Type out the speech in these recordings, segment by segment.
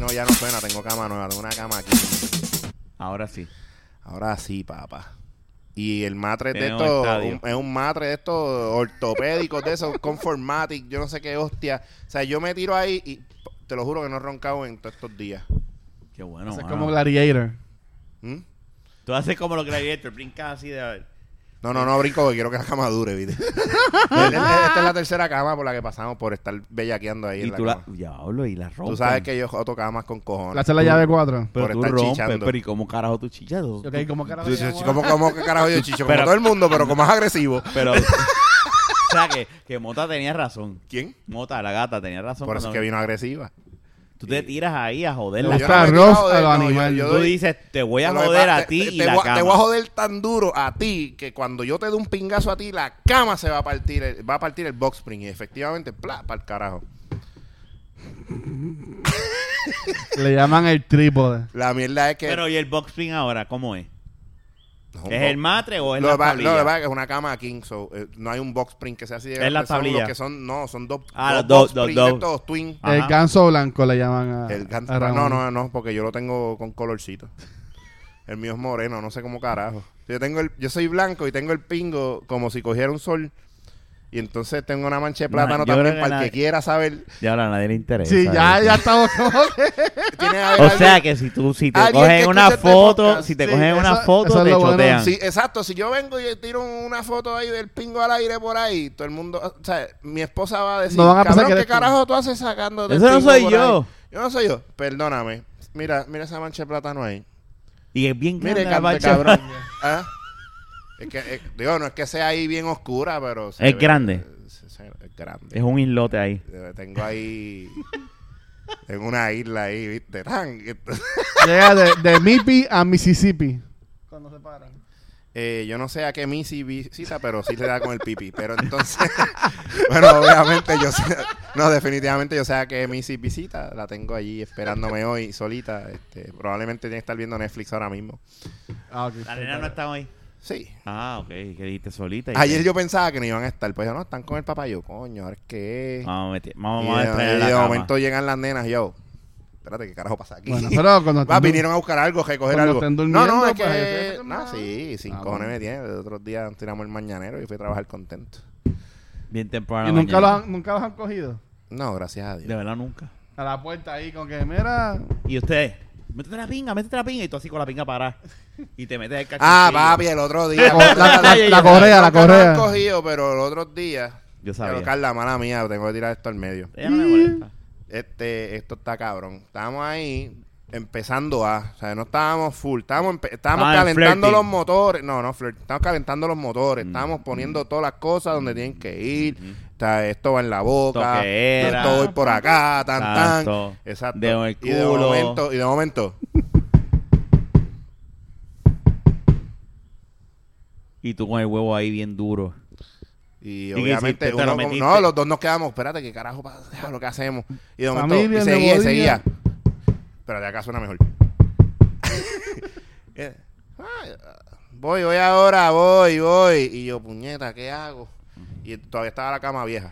no, ya no suena. Tengo cama nueva. Tengo una cama aquí. Ahora sí. Ahora sí, papá. Y el matre de Tenemos esto estadio. es un matre de estos ortopédicos, de esos conformatic, yo no sé qué hostia. O sea, yo me tiro ahí y p- te lo juro que no he roncado en todos estos días. Qué bueno. Eso es mano. como Gladiator. ¿Mm? Tú haces como los gladiators, brincas así de. No, no, no brinco, que quiero que la cama dure, ¿viste? Esta esta es la tercera cama por la que pasamos por estar bellaqueando ahí Y en la tú la. cama. Ya hablo, y la rompes. Tú sabes que yo joto camas con La cojones. hace la llave 4. Pero por tú estar rompes, chichando. pero ¿y cómo carajo tú chillas? Ok, ¿cómo carajo Yo- le yo- llamo? ¿Cómo, cómo que carajo yo chicho? Como Pero- todo el mundo, pero como más agresivo. Pero. o sea, que, que Mota tenía razón. ¿Quién? Mota, la gata, tenía razón. Por eso es cuando- que vino agresiva. Tú te tiras ahí a Le Yo no joderla. gusta me he arroz tirado de- a los no, yo- animales. yo- Tú dices, te voy a Lo que joder pasa- a ti te- y te la voy a- Te voy a cama. joder tan duro a ti que cuando yo te dé un pingazo a ti, la cama se va a partir, el- va a partir el box spring. Y efectivamente, ¡pla! Para el carajo. Le llaman el trípode. La mierda es que. Pero ¿y el box spring ahora cómo es? No, ¿Es no. el matre o es Lo la que pasa- tablilla? lo que pasa es que es una cama king, so, eh, no hay un box spring que sea así de Es grande, la son los tablilla. que son, no, son dos. Ah, los dos, box dos, spring de dos. estos twin. Ajá. El ganso blanco le llaman a. El gan- Ah, a Ramón. no, no, no, porque yo lo tengo con colorcito. El mío es moreno, no sé cómo carajo. Yo tengo el, yo soy blanco y tengo el pingo como si cogiera un sol. Y entonces tengo una mancha de No, plátano yo creo también que para el nadie- que quiera saber. Ya ahora a nadie le interesa. Sí, ya, eso. ya estamos. Tiene a ver O alguien- sea que si tú si te Alguien que cogen una escucha este foto, podcast, si te sí, cogen eso- una foto eso es te lo bueno. chotean. Sí, exacto. Si yo vengo y tiro una foto ahí del pingo al aire por ahí, todo el mundo, o sea, mi esposa va a decir, No van a pensar cabrón, ¿qué que eres tú". carajo tú haces sacando Eso no soy yo. Yo no soy yo. Perdóname. Mira, mira esa mancha de plátano ahí. Y es bien grande Mire, la cante, mancha. cabrón. ¿Ah? Es que, eh, digo, no es que sea ahí bien oscura, pero... se Es grande. se- se- es grande. Es un islote ahí. Eh, Tengo ahí... en una isla ahí, ¿viste? Tan, Llega de, de Mississippi a Mississippi. Cuando se paran. Eh, yo no sé a qué Missy visita, pero sí le da con el pipi. Pero entonces, bueno, obviamente yo sé, no, definitivamente yo sé a qué Missy visita. La tengo allí esperándome hoy solita. Este, probablemente tiene que estar viendo Netflix ahora mismo. Ah, ok. La nena no está hoy. Sí. Ah, ok. Que dijiste solita. y- Ayer yo pensaba que no iban a estar, pues yo, no, están con el papá. Yo, coño, ahora es que es. Vamos a meter- Y vamos- de- vamos a extraer y la de cama. momento llegan las nenas, yo, espérate, ¿qué carajo pasa aquí? Bueno, pero cuando. Va, vinieron a buscar algo, recoger Cuando algo. estén No, no, durmiendo, es que. pues, ahí se- no, sí, sin Ah, cojones bueno. me tiene. El otro día tiramos el mañanero y fui a trabajar contento. Bien temprano. Y en la nunca los, mañana. han, nunca los han cogido. No, gracias a Dios. De verdad, nunca. A la puerta ahí, con que, mira. Y ustedes, métete la pinga, métete la pinga. Y tú así con la pinga parada. Y te metes el cachorro. Ah, papi, el otro día. La, la- la- la correa, la Nunca lo han correa. cogido, pero el otro día. Yo sabía. Pero, Carla, mala mía, tengo que tirar esto al medio. Ella no me molesta. Este, esto está cabrón. Estábamos ahí empezando a. O sea, no estábamos full. Estábamos, empe- estábamos Ah, calentando flirting. Mm. los motores. No, no, flirt. Estábamos calentando los motores. Estábamos poniendo todas las cosas donde tienen que ir. O sea, esto va en la boca. Mm-hmm. Toquera. Esto voy por acá, tan, Exacto. tan. Exacto. Dedo en el Y de culo. momento. Y de momento Y tú con el huevo ahí bien duro. Y ¿Y qué obviamente, hiciste? ¿Te uno lo como- metiste? no, los dos nos quedamos, espérate, ¿qué carajo pasa? ¿Lo que hacemos? Y de momento, Familia, y seguía, y nuevo seguía. día. Pero de acá suena mejor. Eh, ay, voy, voy ahora, voy, voy. Y yo, puñeta, ¿qué hago? Y todavía estaba la cama vieja.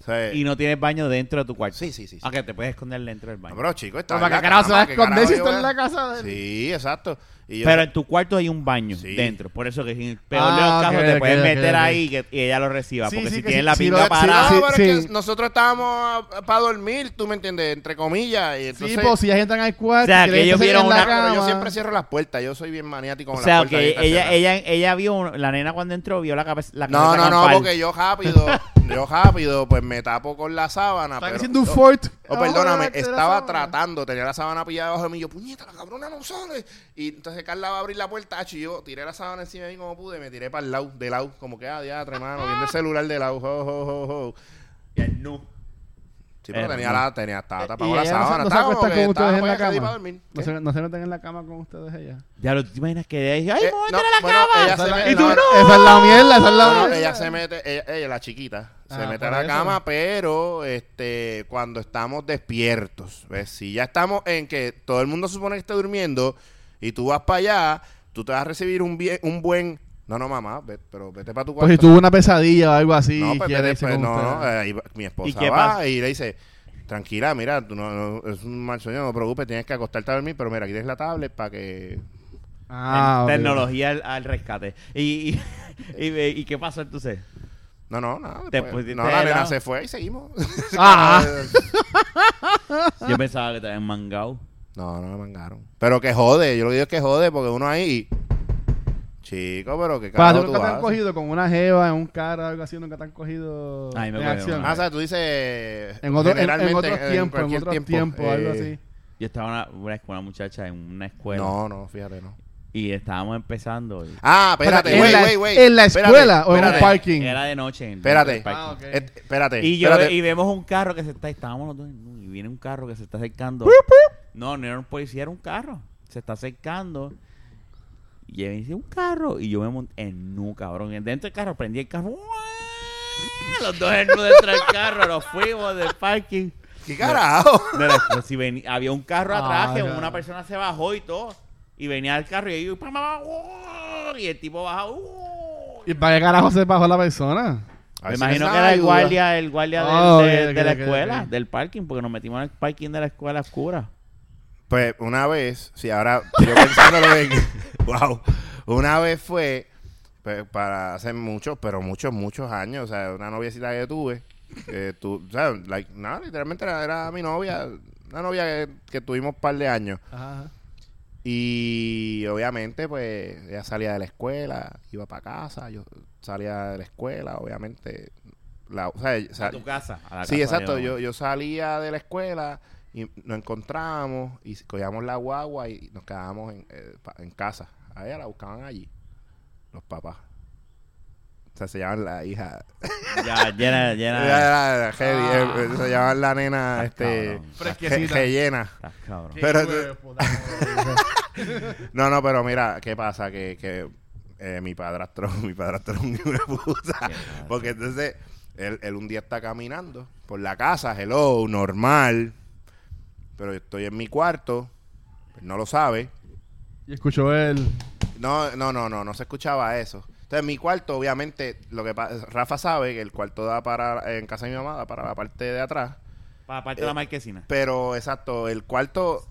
O sea, Y no tienes baño dentro de tu cuarto. Sí, sí, sí, sí. Ah, que te puedes esconder dentro del baño. no, pero chico, estaba Para en la que carajo se va cama, a ¿qué esconder si carajo está yo en voy a- la casa de él. Sí, exacto. Y yo, Pero en tu cuarto hay un baño Sí. dentro. Por eso que en el peor de Ah, los casos ok, te ok, puedes ok, meter ok. ahí y, que, y ella lo reciba. Sí, porque sí, si que tienes sí, la sí pinga lo- parada. sí, no, pero es sí. que nosotros estábamos para dormir, tú me entiendes, entre comillas. Y Sí, entonces, pues si ya entran al cuarto. O sea, y que creen ellos se vieron quedan en la una- Pero yo cama. siempre cierro las puertas. Yo soy bien maniático con O sea, las puertas. este que abiertas, ella, cerradas. ella, ella vio, un- la nena cuando entró, vio la cabeza. La No, cabeza no, no, campal. porque yo rápido, yo rápido, pues me tapo con la sábana. Están Pero, haciendo un yo- fort. Oh, perdóname, estaba tratando, tenía la sábana pillada debajo de mí. Yo, puñeta, la cabrona no sale. Y entonces Carla va a abrir la puerta, hacho, y yo tiré la sábana encima de mí como pude, me tiré para el lado, de lado, como que, ah, diadre, mano, viendo el celular de lado. jo, jo, jo, jo. Y él, no. Sí, pero Eh, tenía no. la, tenía, estaba tapada Y la ella no se- sábana. no se estaba como acuestan que con estaba ustedes en la apoyada ahí para cama. dormir. ¿Eh? No se, no se meten en la cama con ustedes ella. Ya lo te imaginas que ella Eh, dice, ¡ay, vamos a no, entrar a la bueno, cama! ella se Esa es la- me- y tú, no, no, esa es la mierda, esa es la No, no, mierda. ella se mete, ella, ella, la chiquita, se Ah, mete a por la eso. cama, pero este, cuando estamos despiertos, ¿ves? Si ya estamos en que todo el mundo supone que esté durmiendo y tú vas para allá, tú te vas a recibir un, bien, un buen. No, no, mamá, ve- pero vete para tu Pues cuarto. si tuvo una pesadilla o algo así. no, pues, quiere vete, irse pues, con no, ustedes. no, eh, ahí va- mi esposa qué va pasa? y le dice. tranquila, mira, tú no, no- es un mal sueño, no te preocupes, tienes que acostarte a dormir, pero mira, aquí tienes la tablet para que... En Ah, ok. tecnología al, al rescate. Y, y, y- y qué pasó entonces? No, no, nada. Te pues, pusiste no, la nena helado. se fue y seguimos. Ah. Yo pensaba que te habían mangado. no, no me mangaron. Pero que jode, yo lo que digo es que jode, porque uno ahí... Chico, pero que Para carajo tú tú nunca te han haces? cogido con una jeva, en un cara, algo así, nunca te han cogido Ay, me en cogieron acción. una Ah, o sea, tú dices... En, otro- en- en generalmente, otros tiempos, en cualquier otros tiempos, algo eh, así. Yo estaba una, una, con una muchacha en una escuela No, no, fíjate, no. y estábamos empezando. y- Ah, ¿en espérate, güey, la- güey, güey. en la Espérate, escuela o en un espérate. parque? Parking. Era de noche. en- Espérate. en parking. Ah, ok. Et- Espérate, Y, yo, espérate. y vemos un carro que se está. Estábamos los dos y viene un carro que se está acercando. No, no era un policía, era un carro. Se está acercando. Y él dice: Un carro. Y yo me monté en nu, cabrón. Dentro del carro prendí el carro. ¡Uah! Los dos en nu dentro del carro. Nos fuimos del parking. ¿Qué carajo? De la- pues si veni- había un carro atrás Ah, que ya. una persona se bajó y todo. Y venía el carro y yo, ¡pam, pam, pam! ¡Uah! y el tipo baja. ¡Uah! ¿Y para qué carajo se bajó la persona? Me Así imagino esa que era el ayuda. guardia, el guardia del- Ah, de, ok, de ok, la ok, escuela, ok. del parking, porque nos metimos en el parking de la escuela oscura. Pues una vez, sí, ahora yo pensándolo en. ¡Wow! Una vez fue, pues, para hace muchos, pero muchos, muchos años, o sea, una noviecita que tuve, que tú, o sea, like, nada, literalmente era, era mi novia, una novia que, que tuvimos un par de años. Ajá. Y obviamente, pues, ella salía de la escuela, iba para casa, yo salía de la escuela, obviamente. La, o sea, Ah, o sea, casa. a la Ah, Sí, casa exacto. de- Yo, yo salía de la escuela y nos encontrábamos y cogíamos la guagua y nos quedábamos en, eh, pa- en casa. A ella la buscaban allí, los papás. O sea, se llaman la hija. Ya, llena, Era, llena. era heavy, eh, eh, se llaman la nena, este. Ah, cabrón. Fresquecita. re- rellena. Ah, cabrón. Pero No, no, pero mira, ¿qué pasa? Que, que eh, mi padrastro, mi padrastro es un hijo de puta. Porque entonces, él, él un día está caminando por la casa, hello, normal. Pero yo estoy en mi cuarto, él no lo sabe. y escuchó él. No, no, no, no, no se escuchaba eso. Entonces, mi cuarto, obviamente, lo que pa- Rafa sabe que el cuarto da para, en casa de mi mamá, da para la parte de atrás. Para parte de Eh, la marquesina. Pero exacto, el cuarto,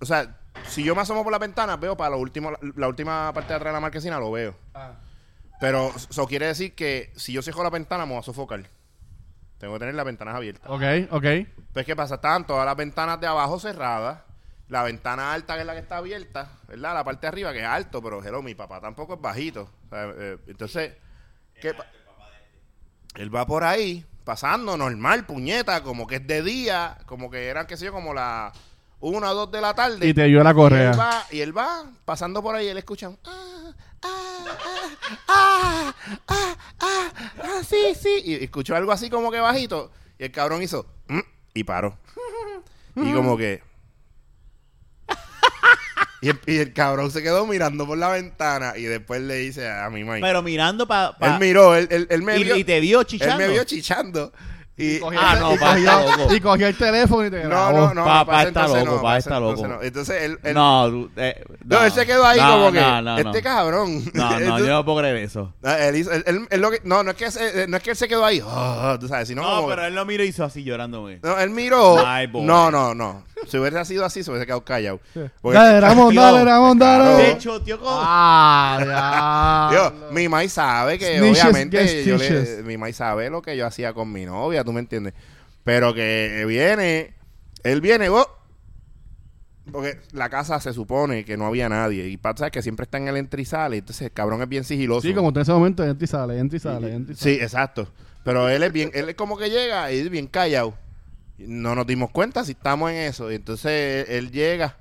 o sea, si yo me asomo por la ventana, veo para lo último, la última parte de atrás de la marquesina, lo veo. Pero eso quiere decir que si yo cierro la ventana, me voy a sofocar. Tengo que tener las ventanas abiertas. Ok, ok. Pues, ¿qué pasa? Estaban todas las ventanas de abajo cerradas. La ventana alta, que es la que está abierta, ¿verdad? La parte de arriba, que es alto, pero hello, mi papá tampoco es bajito. O sea, eh, entonces, ¿qué pa- Él va por ahí, pasando normal, puñeta, como que es de día, como que eran, qué sé yo, como las una o dos de la tarde. Y te dio la Y él correa. va, y él va pasando por ahí, él escucha un, ah, ah, ah, ah, ah, ah, ah, sí, sí. Y escuchó algo así como que bajito. Y el cabrón hizo "Mm", y paró. Y como que. Y el, y el cabrón se quedó mirando por la ventana y después le dice a mi mãe. Pero mirando para. él miró, él, él- él me y, vio. y te vio él chichando. me vio chichando. Y, Ah, no, pa, está loco. Y cogió el teléfono y te no, grabó. no, no. para Pa- pa, ese está entonces loco, no, pa, para ese está entonces loco. no. Entonces él, él- No, tú- eh, no, él se quedó ahí No, como que. No, no, este no. cabrón. este No, no, Entonces, yo no puedo creer eso. ah, él hizo- él- él- él lo que- no, no es que se- eh, no es que él se quedó ahí. ah, tú sabes, sino No, como que- pero él lo miró y hizo así llorándome. no, él miró. My boy. No, no, no. Si hubiera sido así, se hubiese quedado callado. Porque- Dale, Ramón, dale, Ramón, Claro. dale. Se choteó con. Ah, Yo, diablo. mi mai sabe que Snitches obviamente get yo le- stitches. mi mai sabe lo que yo hacía con mi novia, tú me entiendes. Pero que viene, él viene, oh, porque la casa se supone que no había nadie. Y pasa que siempre está en el entrizal. Y entonces el cabrón es bien sigiloso. Sí, como usted en ese momento, entra y sale, entra y sale, entra y sale. Sí, exacto. Pero él es bien, él es como que llega y es bien callado. No nos dimos cuenta si estamos en eso. Y entonces él, él llega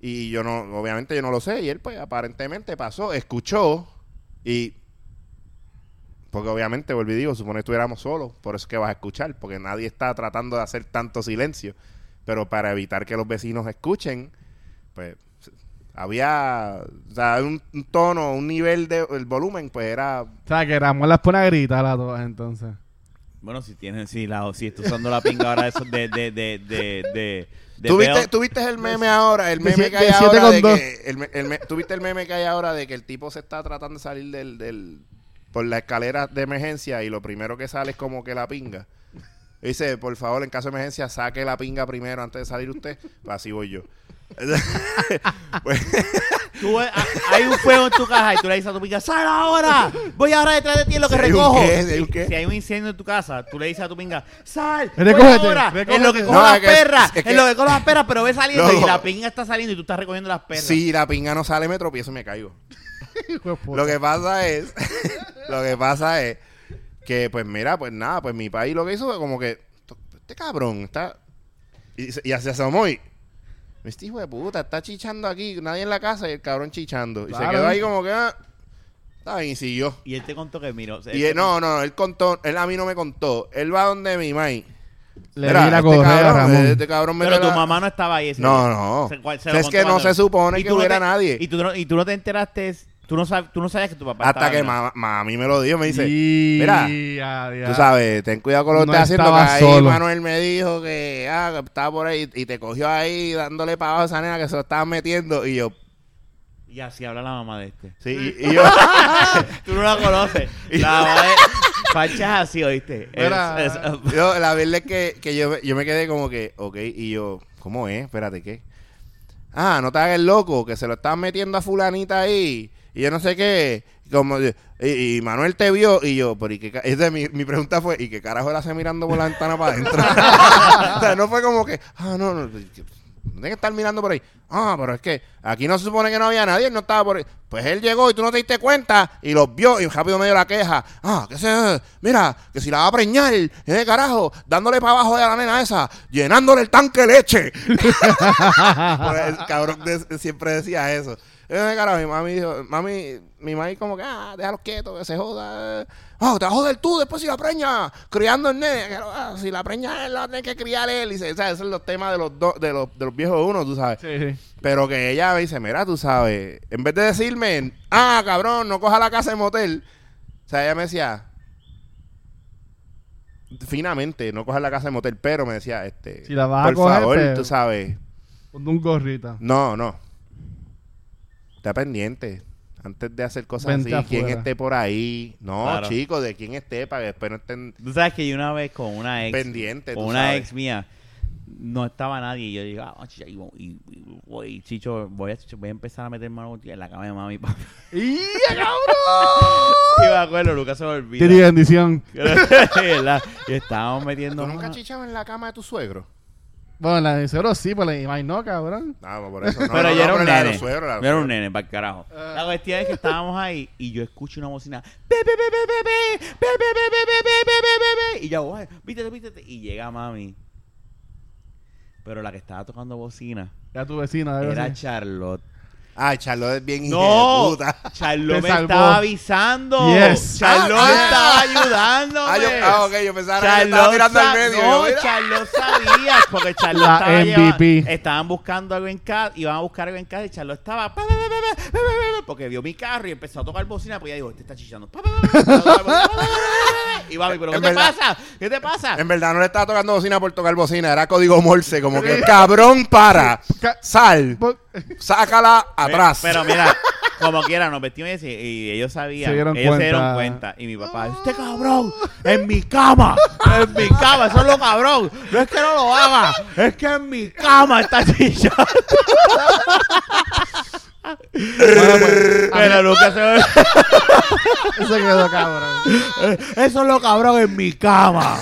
y yo no, obviamente yo no lo sé. Y él pues aparentemente pasó, escuchó y... Porque obviamente, volví y digo, supone que estuviéramos solos, por eso es que vas a escuchar, porque nadie está tratando de hacer tanto silencio. Pero para evitar que los vecinos escuchen, pues había o sea, un, un tono, un nivel de el volumen, pues era O sea, que Ramón las pone a gritar a todas entonces. Bueno, si tienes, si, la, si estás usando la pinga ahora eso de, de, de, de, de, de ¿Tú Bell. viste, tú viste el meme ahora? El de meme siete- que hay de siete ahora con de dos. que... El, me- el me- ¿Tú viste el meme que hay ahora de que el tipo se está tratando de salir del... del por la escalera de emergencia y lo primero que sale es como que la pinga. Dice, por favor, en caso de emergencia, saque la pinga primero antes de salir usted. Pues así voy yo. Pues, Tú, eh, ha- hay un fuego en tu casa y tú le dices a tu pinga, ¡sal ahora! Voy ahora detrás de ti en lo que Si hay un recojo. qué, si hay un Si- qué. Si hay un incendio en tu casa, tú le dices a tu pinga, ¡sal! voy Recógete, ahora! En lo que recógete. cojo No, las es que- perras, es que- en lo que cojo las perras, pero ve saliendo No. y la pinga está saliendo y tú estás recogiendo las perras. si la pinga no sale, me tropiezo y me caigo. Hijo de puta. Lo que pasa es, lo que pasa es que, pues mira, pues nada, pues mi país lo que hizo fue como que, este cabrón está, y, se- y se asomó y, este hijo de puta está chichando aquí, nadie en la casa y el cabrón chichando. Y se Claro. quedó ahí como que, ah, está bien, y siguió. Y él te contó que miro. o sea, Y él él- no, no, él contó, él a mí no me contó, él va donde mi mai. Le Mira, di la este correa a cabrón, Ramón. Este cabrón me Pero tu la- mamá no estaba ahí. ese No, día. no. Se- cual- se Es lo contó que no cuando- se supone Y que tú no hubiera te- nadie. Y tú, no, y tú no te enteraste, tú no, sabes, tú no sabías que tu papá Hasta estaba que viendo. ma- mami me lo dijo, me dice, Y- mira, ya, ya. Tú sabes, ten cuidado con lo que No estás haciendo. Que estaba ahí solo. Manuel me dijo que ah, que estaba por ahí y te cogió ahí dándole para abajo a esa nena que se lo estaban metiendo. Y yo, Y así habla la mamá de este. sí, y, y yo, Tú no la conoces. La mamá de... Pancha es así, ¿oíste? Es- Era- es- yo, la verdad es que, que yo, yo me quedé como que, ok, y yo, ¿cómo es? Espérate, ¿qué? Ah, no te hagas el loco, que se lo estaban metiendo a fulanita ahí. Y yo no sé qué. Como, y, y Manuel te vio y yo, pero ¿y qué ca-?" Esa es mi, mi pregunta fue, ¿y qué carajo él hace mirando por la ventana para adentro? o sea, no fue como que, ah, no, no, no tiene que estar mirando por ahí. Ah, pero es que aquí no se supone que no había nadie, él no estaba por ahí. Pues él llegó y tú no te diste cuenta y los vio y rápido me dio la queja. Ah, que se, mira, que si la va a preñar, ¿qué carajo? Dándole para abajo de la nena esa, llenándole el tanque de leche. Pues, el cabrón de- siempre decía eso. Yo me carajo, mi mami dijo, mami, mi mami como que, ah, déjalo quieto, que se joda. Oh, te vas a joder tú después si la preña, criando el nene. que, ah, si la preña él, la tiene que criar él. Y se, o sea, esos son los temas de los, dos de los, de los viejos de uno, tú sabes. Sí, sí. Pero que ella me dice, mira, tú sabes, en vez de decirme, ah, cabrón, no coja la casa de motel, o sea, ella me decía, finamente, no coja la casa de motel, pero me decía, este, Si la vas a por coger, favor, pues- tú sabes, Ponte un gorrita. no, no. Está pendiente. Antes de hacer cosas Vente así, quién afuera. esté por ahí. No, Claro. chicos, de quién esté para que después no estén Tú sabes que yo una vez con una ex. pendientes. con tú una sabes. ex mía. No estaba nadie. Y yo dije, ah, chicha, y, y- y- voy, chicho, voy a, chicho, voy a empezar a meter mano en la cama de mami y papi. ¡Y cabrón! Y me acuerdo, Lucas se me olvida. Tiri bendición. ¿Verdad? y estábamos metiendo. ¿Tú nunca mano. chichabas en la cama de tu suegro? Bueno, la de cero sí, pero la de Imai no, cabrón. No, pues por eso. No, no, pero yo no, era un pero la de nene. los suegros, la de los yo era un suegros. nene, para el carajo. Ah. La cuestión es que estábamos ahí y yo escucho una bocina. Pe, pe, pe, pe, pe, pe, pe, pe, pe, pe, pe, pe, pe, pe, pe. Y yo, "Ay, vístete, vístete. Y llega mami. Pero la que estaba tocando bocina Era tu vecina, de era verdad. Charlotte. Ay, Ah, Charlotte es bien hija de ¡No! puta. Charlotte Te me salvó. estaba avisando. Yes. Charlotte Ah, yes. estaba Ah, yo, ayudándome. ah, ok, yo pensaba que Charlotte estaba mirando sa- al medio. No, Yo, mira. Charlotte sabía, porque Charlotte La estaba MVP. lleva- estaban buscando algo en casa, iban a buscar algo en casa y Charlotte estaba pa, pa, pa, pa, pa, pa, pa, pa, pa, porque vio mi carro y empezó a tocar bocina, pues ella dijo, este está chichando. pa, pa, pa, pa, pa, pa, pa, pa, pa, pa. Y mami, pero ¿qué En te verdad- pasa? ¿Qué te pasa? En verdad no le estaba tocando bocina por tocar bocina, era código Morse, como que cabrón para, Ca- sal, Po- sácala atrás. Pero mira, como quiera, nos vestimos y, y ellos sabían. Se dieron ellos se dieron cuenta. cuenta. Y mi papá, este cabrón, en mi cama, en mi cama, eso es lo cabrón. No es que no lo haga, es que en mi cama está chillando. Pero nunca se pues, ah, Eso quedó, cabrón. Eso es lo cabrón en mi cama.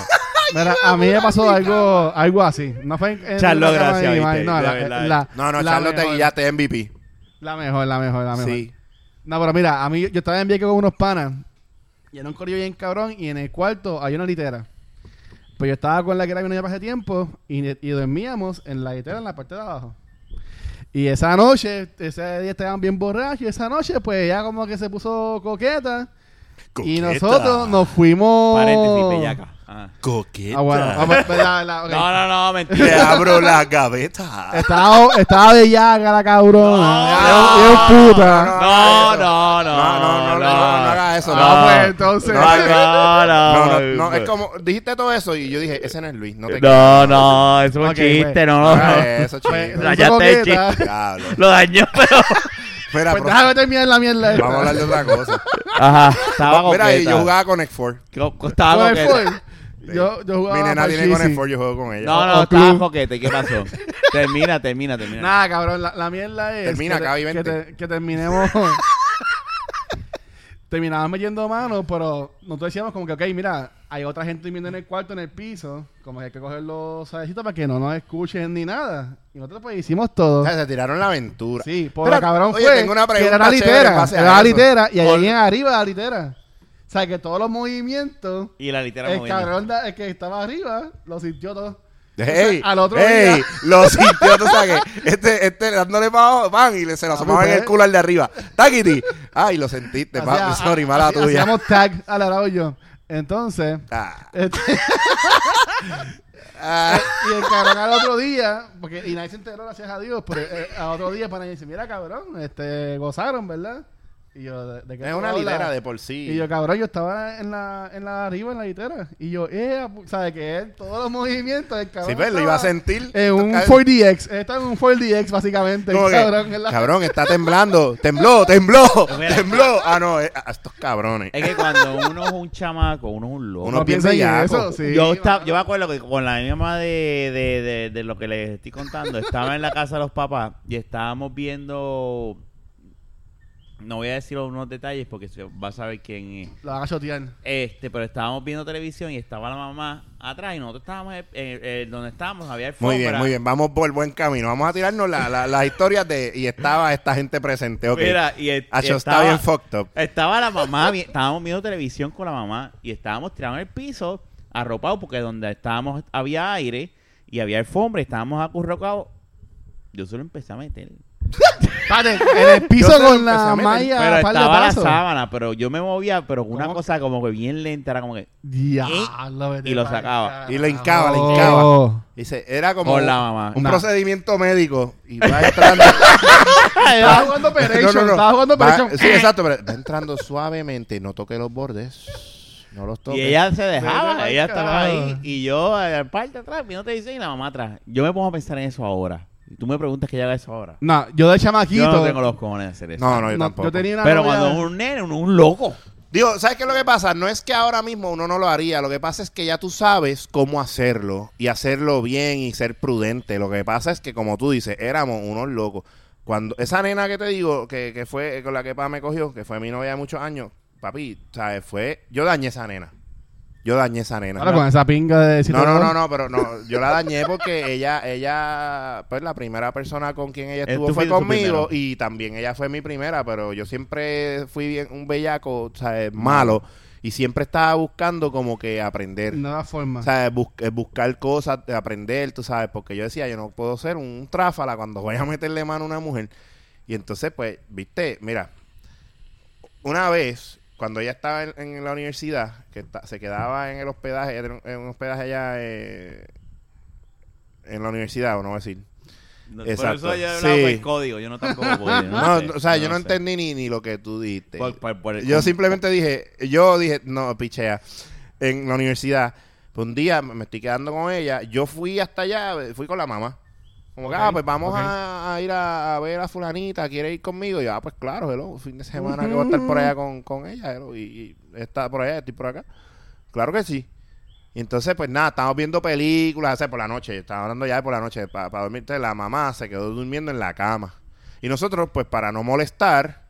Mira, a mí me pasó algo, algo así. No fue en, en Charlo, la cama de gracias, Imai, viste, No, de la, verdad. eh. la- no, no, la Charlotte te mejor. guillaste MVP. La mejor, la mejor, la mejor. Sí. No, pero mira, a mí yo, yo estaba en viaje con unos panas. Y era un corrillo bien cabrón. Y en el cuarto hay una litera. Pues yo estaba con la que era mi novia para hace tiempo. Y, y dormíamos en la litera en la parte de abajo. Y esa noche, ese día estaban bien borrachos. Y esa noche, pues ya como que se puso coqueta. Y Coqueta. nosotros nos fuimos. Paréntesis, bellaca. Ah. Coqueta. Ah, bueno. vamos, la- la- ok. No, no, no, mentira. Te abro la gaveta. Estaba, estaba bellaca la No. cabrona. Era un- era un puta. No, no, No, no, no. no, no, no, no haga eso, no. Ah, pues, entonces. No, no, No, no, no. no, es como, dijiste todo eso y yo dije, ese no es Luis, no te quiero. pues. No, no, es un Ok, chiste, pues. no, No no. hagas eso, Pues, chico. Ya, se ya puso te coqueta. eché. Diablo. Lo dañó, pero. Espera, Pues pro- déjame terminar la mierda. esta. vamos a hablar de otra cosa. Ajá, estaba Mira, y coqueta. yo jugaba con X4. Co- co- Estaba Pues, coqueta. fue. Sí. Yo, yo jugaba Mi nena tiene con el parchís, Ah, pues, sí. for, yo juego con ella. No, O- no, o estaba club. joquete. ¿Qué pasó? termina, termina, termina. Nada, cabrón, la, la mierda es. Termina, que te- Cavi, que, vente. te- que terminemos. Terminábamos yendo mano, pero nosotros decíamos como que, ok, mira, hay otra gente durmiendo en el cuarto, en el piso, como que hay que coger los sabecitos para que no nos escuchen ni nada. Y nosotros pues hicimos todo. O sea, se tiraron la aventura. Sí, por Pero, la cabrón oye, fue tengo una que pregunta era la chévere en litera, base a era la eso. litera, y Por- allí en arriba de la litera. O sea, que todos los movimientos, Y la litera el moviendo. cabrón da- el que estaba arriba, lo sintió todo. Ey, Entonces, al otro ey, día- lo sintió, tú sabes que este, este dándole para abajo, pan, y le, se lo asomaba en el culo al de arriba. Taquiti. Ay, lo sentiste, Hacía- papi, sorry, mala hacía- tuya. Hacíamos tag al arao y yo. Entonces, Ah, este, ah, y el cabrón al otro día, porque y nadie se enteró, gracias a Dios, pero eh, al otro día para dice, mira cabrón, este, gozaron, ¿verdad? Y yo, ¿de, de qué es tú una hablas?" lidera de por sí. Y yo, cabrón, yo estaba en la, en la arriba, en la litera. Y yo, eh, pu- ¿sabes que Él, todos los movimientos del cabrón. sí, pero pues, lo estaba iba a sentir. En un Ca- 4DX. Estaba en un 4DX, básicamente. como que, cabrón, en la- cabrón, está temblando. Tembló, tembló, Mira. tembló. Ah, no, eh, a estos cabrones. Es que cuando uno es un chamaco, uno es un loco. Uno no bien piensa en bellaco. eso, sí. yo, estaba, yo me acuerdo que con la misma de, de, de, de lo que les estoy contando, estaba en la casa de los papás y estábamos viendo. No voy a decir unos detalles porque se va a saber quién es. Lo van a shotear. Este, pero estábamos viendo televisión y estaba la mamá atrás y nosotros estábamos eh, eh, donde estábamos, había alfombra. Muy bien, muy bien. Vamos por buen camino. Vamos a tirarnos la- la- las historias de. Y estaba esta gente presente. Ok. Mira, y, et- Acho, y está bien fucked up. Estaba la mamá, vi- estábamos viendo televisión con la mamá y estábamos tirados en el piso, arropados, porque donde estábamos había aire y había alfombra y estábamos acurrucados. Yo solo empecé a meter. Espérate, en el Yo piso te con empecé a la meter, malla, Pero par de estaba la pasos. sábana, pero yo me movía, pero con una ¿Cómo? cosa como que bien lenta, era como que Diablo, vete Y lo pa'l sacaba. Y lo hincaba, carajo. lo hincaba. Dice, era como Hola, mamá. un Nah. procedimiento médico. Y va entrando. Estaba jugando Operation, estaba jugando Va- Operation. sí, exacto, pero va entrando suavemente. No toque los bordes. No los toque. Y ella se Vete dejaba, pa'l ella estaba carajo. ahí. Y yo, al parte atrás, no te dice y la mamá atrás. Yo me pongo a pensar en eso ahora. Y tú me preguntas que ella haga eso ahora. No, yo de chamaquito. Yo no tengo los cojones de hacer eso. No, no, yo no, tampoco. yo tenía una Pero novia- cuando un nene, uno es un loco. Digo, ¿sabes qué es lo que pasa? No es que ahora mismo uno no lo haría, lo que pasa es que ya tú sabes cómo hacerlo y hacerlo bien y ser prudente. Lo que pasa es que, como tú dices, éramos unos locos. Cuando esa nena que te digo, que, que fue eh, con la que pa me cogió, que fue mi novia de muchos años, papi, ¿sabes? Fue. Yo dañé esa nena. Yo dañé esa nena. Ahora con esa pinga de No, no, Citroën. no, no, pero no, yo la dañé porque ella, ella, pues la primera persona con quien ella Eh, estuvo tú fue fuiste su conmigo primero. y también ella fue mi primera, pero yo siempre fui bien un bellaco, ¿sabes? Malo y siempre estaba buscando como que aprender. No da forma. O sea, bus- eh, buscar cosas, eh, aprender, tú sabes, porque yo decía, yo no puedo ser un tráfala cuando vaya a meterle mano a una mujer. Y entonces, pues, viste, mira, una vez, cuando ella estaba en, en la universidad, que esta- se quedaba en el hospedaje, era un- en un hospedaje allá eh, en la universidad, o no voy a decir. No, Exacto. Por eso yo hablaba Sí. del código, yo no tampoco podía. No, sé, o sea, yo no, sé. entendí ni, ni lo que tú dijiste. Por- por- por el- yo simplemente dije, yo dije, no, pichea, en la universidad, pues un día me estoy quedando con ella, yo fui hasta allá, eh, fui con la mamá. Como que, Ok, ah, pues vamos ok. a, a ir a, a ver a fulanita, quiere ir conmigo. Y yo, ah, pues claro, hello, fin de semana que voy a estar por allá con, con ella, hello, y, y está por allá, estoy por acá. Claro que sí. Y entonces, pues nada, estábamos viendo películas, o sea, por la noche, estaba hablando ya de por la noche, para dormir. Entonces, la mamá se quedó durmiendo en la cama. Y nosotros, pues para no molestar,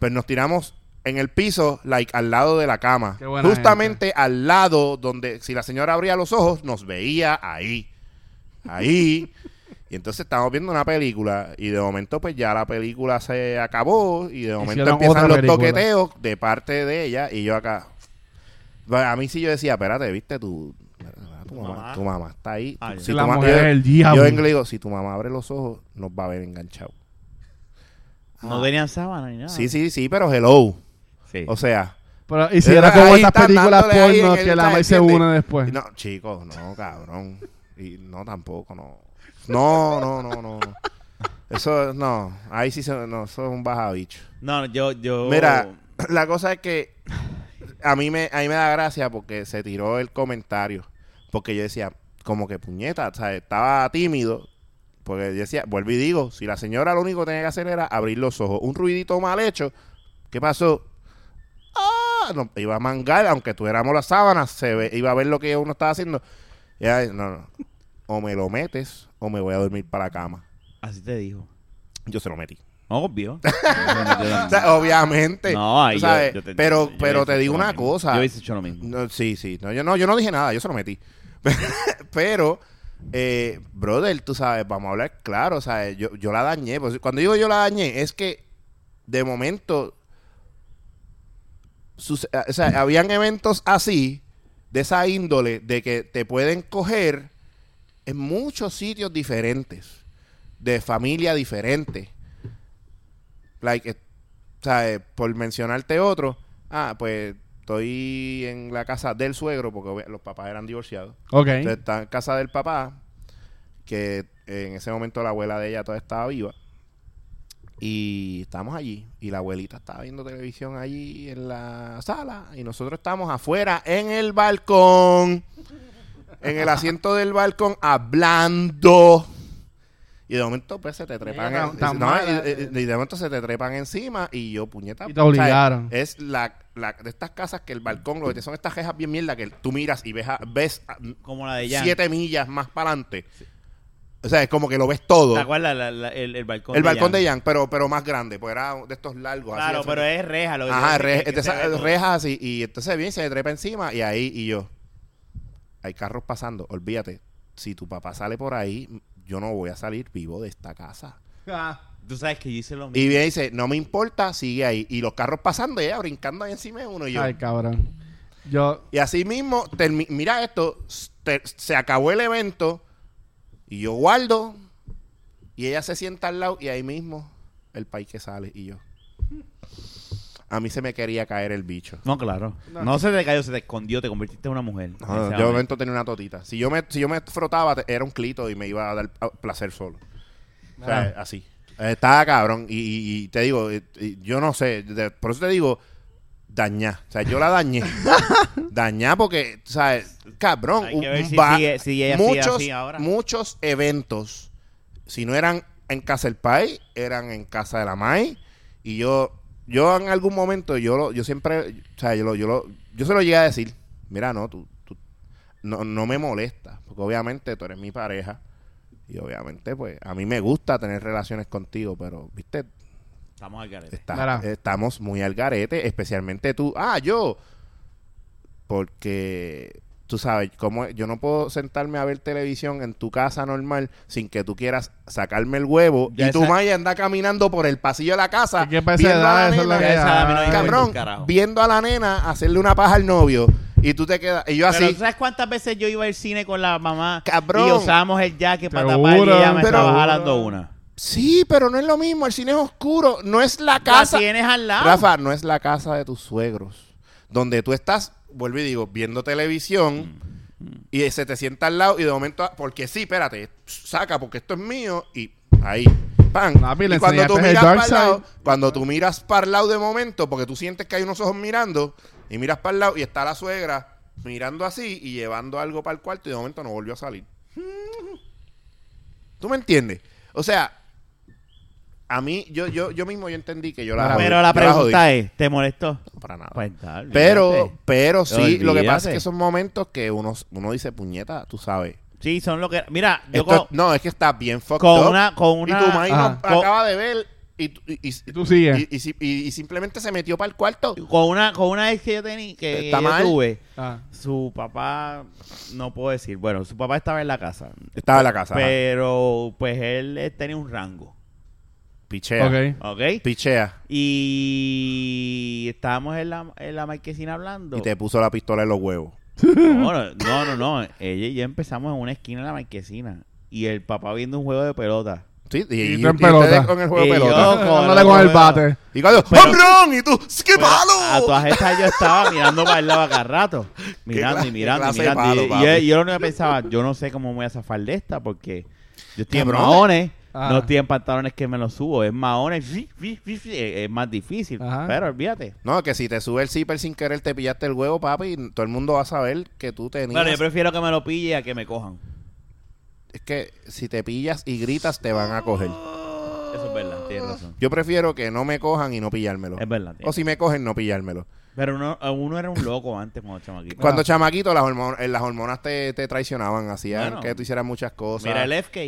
pues nos tiramos en el piso, like al lado de la cama. Qué buena Justamente al lado donde, si la señora abría los ojos, nos veía ahí. Ahí. y entonces estábamos viendo una película y de momento, pues ya la película se acabó y de momento Hicieron empiezan otra los película. toqueteos de parte de ella y yo acá. Bueno, A mí sí yo decía, espérate, viste, tu, tu, mamá, Mamá. tu mamá está ahí. Ay, Si sí, tu la ma- mujer yo- es el diablo. Yo vengo y le digo, si tu mamá abre los ojos, nos va a ver enganchado. No tenían sábana ni nada. Sí, sí, sí, pero hello. Sí. O sea, eh, Pero, y si era ahí como estas está películas dándole ahí porno en el- que la ¿sabes? madre se ¿Entiendes? une después. no, chicos, no, cabrón. Y no tampoco, no. No, no, no, no. no. Eso no, ahí sí se, no, eso es un bajabicho. No, yo, yo. Mira, la cosa es que a mí me a mí me da gracia porque se tiró el comentario, porque yo decía, como que puñeta, o sea, estaba tímido. Porque yo decía, vuelvo y digo, si la señora lo único que tenía que hacer era abrir los ojos, un ruidito mal hecho, ¿qué pasó? ¡Ah! casa, no, iba a mangar, aunque tuviéramos las sábanas, se ve- iba a ver lo que uno estaba haciendo. Y ella, no, no. O me lo metes o me voy a dormir para la cama. Así te dijo. Yo se lo metí. Obvio. O sea, obviamente. No, ahí tú yo- sabes, yo te- yo pero, hubiese pero te hecho digo lo una mismo. cosa. Yo hubiese hecho lo mismo. No, sí, sí. No, yo, no, yo no dije nada, yo se lo metí. Pero, eh, brother, tú sabes, vamos a hablar claro. O sea, yo, yo la dañé. Pues, cuando digo yo la dañé, es que de momento. sus- o sea, habían eventos así, de esa índole, de que te pueden coger en muchos sitios diferentes, de familia diferente. Like, eh, ¿sabes? Por mencionarte otro, ah, pues estoy en la casa del suegro, porque obvia- los papás eran divorciados. Ok. Entonces está en casa del papá, que eh, en ese momento la abuela de ella todavía estaba viva. Y estamos allí, y la abuelita estaba viendo televisión allí en la sala, y nosotros estamos afuera en el balcón, en el asiento del balcón, hablando. Y de momento, pues se te trepan. Ella tan- en- tan no, mala. y- y- y de momento se te trepan encima, y yo, puñeta. Y te obligaron. o sea, es la, la- de estas casas que el balcón, lo que tiene son estas rejas bien mierda que tú miras y ves, a- ves a- Como la de Jan. siete millas más para adelante. O sea, es como que lo ves todo. ¿Te acuerdas la- la- el, el balcón el balcón de Jan? Jan, pero, pero más grande, pues era de estos largos. así, Claro, así. pero es reja. Lo que Ajá, que- re- que de se ve esas todo. rejas así. Y entonces viene, y se trepa encima y ahí y yo. Hay carros pasando, olvídate. Si tu papá sale por ahí, yo no voy a salir vivo de esta casa. Ah, Tú sabes que yo hice lo mismo. Y viene y dice, no me importa, sigue ahí. Y los carros pasando, y ella brincando ahí encima de uno. Y yo, Ay, cabrón. Yo. Y así mismo, termi- mira esto, s- te- se acabó el evento y yo guardo y ella se sienta al lado y ahí mismo el país que sale y yo. A mí se me quería caer el bicho. No, claro. No. No. se te cayó, se te escondió, te convertiste en una mujer. No, yo En ese de momento. momento tenía una totita. Si yo me, si yo me frotaba, te- era un clito y me iba a dar ah, placer solo. O sea, así. Eh, Estaba cabrón. Y, y- y te digo, eh, y yo no sé. de- por eso te digo, dañá. O sea, yo la dañé. dañá porque, o sea, cabrón. Hay que ver un- si va- sigue- si ella sigue muchos, así ahora. muchos eventos, si no eran en casa del país, eran en casa de la MAI. Y yo, yo en algún momento, yo lo, yo siempre, o sea, yo, lo, yo, lo, yo se lo llegué a decir. Mira, no, tú, tú no, no me molesta, porque obviamente tú eres mi pareja. Y obviamente, pues, a mí me gusta tener relaciones contigo, pero, viste, Estamos al garete. Está- Mira. estamos muy al garete, especialmente tú. Ah, yo. Porque tú sabes, como yo no puedo sentarme a ver televisión en tu casa normal sin que tú quieras sacarme el huevo Ya y tu esa- maya anda caminando por el pasillo de la casa. ¿Y qué pasa de viendo a Ah, la edad? Esa es la nena, Ya esa edad a mí no que- me Cabrón. cabrón, Ay, carajo. viendo a la nena hacerle una paja al novio y tú te quedas. Y yo Pero así. ¿tú ¿sabes cuántas veces yo iba al cine con la mamá? Cabrón. Y usábamos el jacket para Seguro, tapar y ella me pero- estaba jalando una. Sí, pero no es lo mismo. El cine es oscuro. No es la casa. La tienes al lado. Rafa, no es la casa de tus suegros. Donde tú estás, vuelvo y digo, viendo televisión y se te sienta al lado y de momento, ah, porque sí, espérate, saca porque esto es mío y ahí, pan. Papi, le Y cuando tú enseñaste el miras dark para el lado, side. cuando tú miras para el lado de momento, porque tú sientes que hay unos ojos mirando y miras para el lado y está la suegra mirando así y llevando algo para el cuarto y de momento no volvió a salir. ¿Tú me entiendes? O sea, a mí, yo, yo, yo mismo yo entendí que yo la jodí, Pero la yo jodí. pregunta es, ¿te molestó? Para nada. Pues, tal, pero, olvídate. pero sí, lo que pasa Olvídate. es que son momentos que uno, uno dice, puñeta, tú sabes. Sí, son lo que... Mira, yo Esto- co- no, es que está bien fucked con up. una- con una- y tu maíz Ajá. no- acaba de ver y, tú- y, y- tú sigues. y- y si- y- y simplemente se metió para el cuarto. con una con una ex que yo tenía que Está yo mal. tuve Ah. su papá no puedo decir bueno su papá estaba en la casa Estaba en la casa. ajá. pero pues él eh, tenía un rango Pichea. Ah, Ok. ¿ok? Pichea. y estábamos en la, en la marquesina hablando Y te puso la pistola en los huevos. no, no no no, no. ella y yo empezamos en una esquina de la marquesina y el papá viendo un juego de pelota Sí, y, Y y- y tú en ustedes pelota. con el juego Y de yo- pelota. Dándole con el bate. Y cuando, Pero- ¡home run! Y tú, ¡qué Pero A palo! todas estas yo estaba mirando para el lado acá rato. cla- Oh. Mirando qué y mirando y clase de mirando. palo, y- papi. y yo, yo lo único que pensaba, yo no sé cómo me voy a zafar de esta porque yo estoy en Cabrones. maones, Ah. no estoy en pantalones que me los subo, es maones, fi, fi, fi, fi, es, es más difícil. Ajá. Pero olvídate. No, que si te sube el zipper sin querer, te pillaste el huevo, papi, y todo el mundo va a saber que tú tenías. Pero yo prefiero que me lo pille a que me cojan. Es que si te pillas y gritas, te van a coger. Eso es verdad, tienes razón. Yo prefiero que no me cojan y no pillármelo. Es verdad. tienes O si me cogen, no pillármelo. Pero uno, eh, uno era un loco antes cuando chamaquito. Cuando chamaquito, las, hormon- eh, las hormonas te, te traicionaban, hacían Bueno. que tú hicieras muchas cosas. Mira el FK.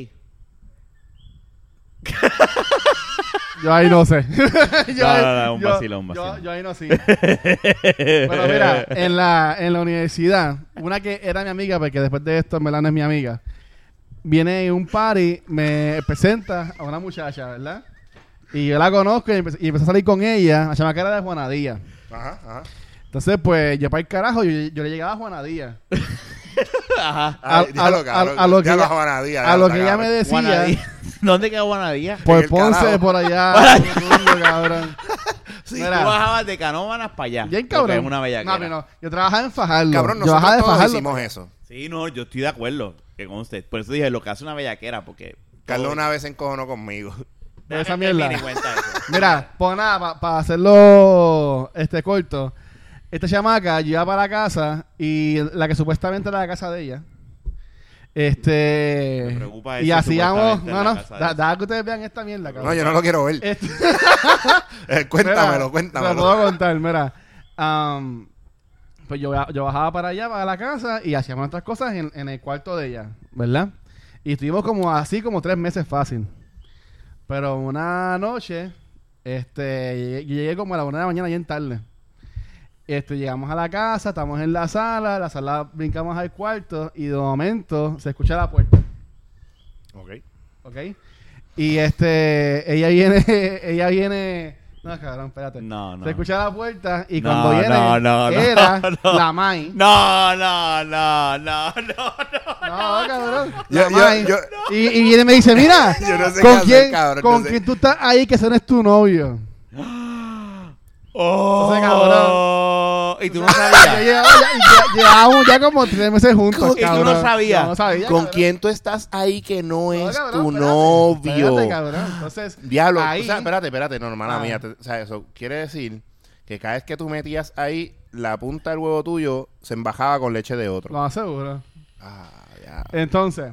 Yo ahí no sé. yo, No, no, no, un yo- vacilón, un vacilón. yo- yo ahí no sé. Pero mira, en la, en la universidad, una que era mi amiga, porque después de esto, en verdad no es mi amiga, viene un party, me presenta a una muchacha, ¿verdad? Y yo la conozco y empecé, y empecé a salir con ella, la chamaca era de Juanadía. Ajá, ajá. Entonces, pues, yo para el carajo, yo, yo le llegaba a Juanadía. Ajá. A- Ay, a- diablo, a- cabrón, a lo que diablo, ella- Juanadía, a lo diablo, que ella me cabrón. decía, Guanadía. ¿Dónde queda Guanadía? En por el Pues, Ponce, carajo. por allá, por el mundo, cabrón. Si tú Mira. bajabas de Canóvanas para allá. Bien porque cabrón. Es una bellaquera. No, no, yo trabajaba en Fajardo. Cabrón, nosotros yo trabajaba de todos Fajardo. hicimos eso. Sí, no, yo estoy de acuerdo que con usted. Por eso dije lo que hace una bellaquera, porque. Carlos todo- una vez se encojonó conmigo. Por esa Deja que mierda. termine y cuenta eso. Mira, pues nada, para hacerlo este corto, esta chamaca llega para la casa y la que supuestamente era la casa de ella. Este. Me preocupa Y eso, hacíamos. supuestamente No, en la no, casa de da, ella. da que ustedes vean esta mierda, cabrón. No, yo no lo quiero ver. Este- Eh, Mira, cuéntamelo, Te lo puedo cuéntamelo. contar, mira. Am, pues yo, yo bajaba para allá, para la casa y hacíamos nuestras cosas en, en el cuarto de ella, ¿verdad? Y estuvimos como así, como tres meses fácil. Pero una noche, este, llegué, yo llegué como a la una de la mañana, ya en tarde. Este, llegamos a la casa, estamos en la sala, la sala brincamos al cuarto y de momento se escucha la puerta. Ok. ¿Ok? Y este, ella viene, ella viene. No, cabrón, espérate. No, no. Se escucha la puerta y No, cuando viene no, no, no, era no. la Mai. No, no, no, no, no, no. No, cabrón. Yo- yo- la Mai. yo- y, y viene y me dice, mira, Yo no sé qué ¿con hacer, quién, cabrón, con no sé. quién tú estás ahí que ese no es tu novio? Oh, Ese cabrón. Y tú no Ya sabías. llevaba- ya- ya- Llevábamos ya como tres meses juntos, ¿Y tú no cabrón. sabías? Yo no sabía, ¿Con cabrón. quién tú estás ahí que no No, es cabrón, tu espérate, novio? espérate, cabrón. Entonces, Diablo, ahí- o sea, espérate, espérate, no, hermana Ah. mía. te- o sea, eso quiere decir que cada vez que tú metías ahí, la punta del huevo tuyo se embajaba con leche de otro. No, seguro. Ah, ya. Entonces,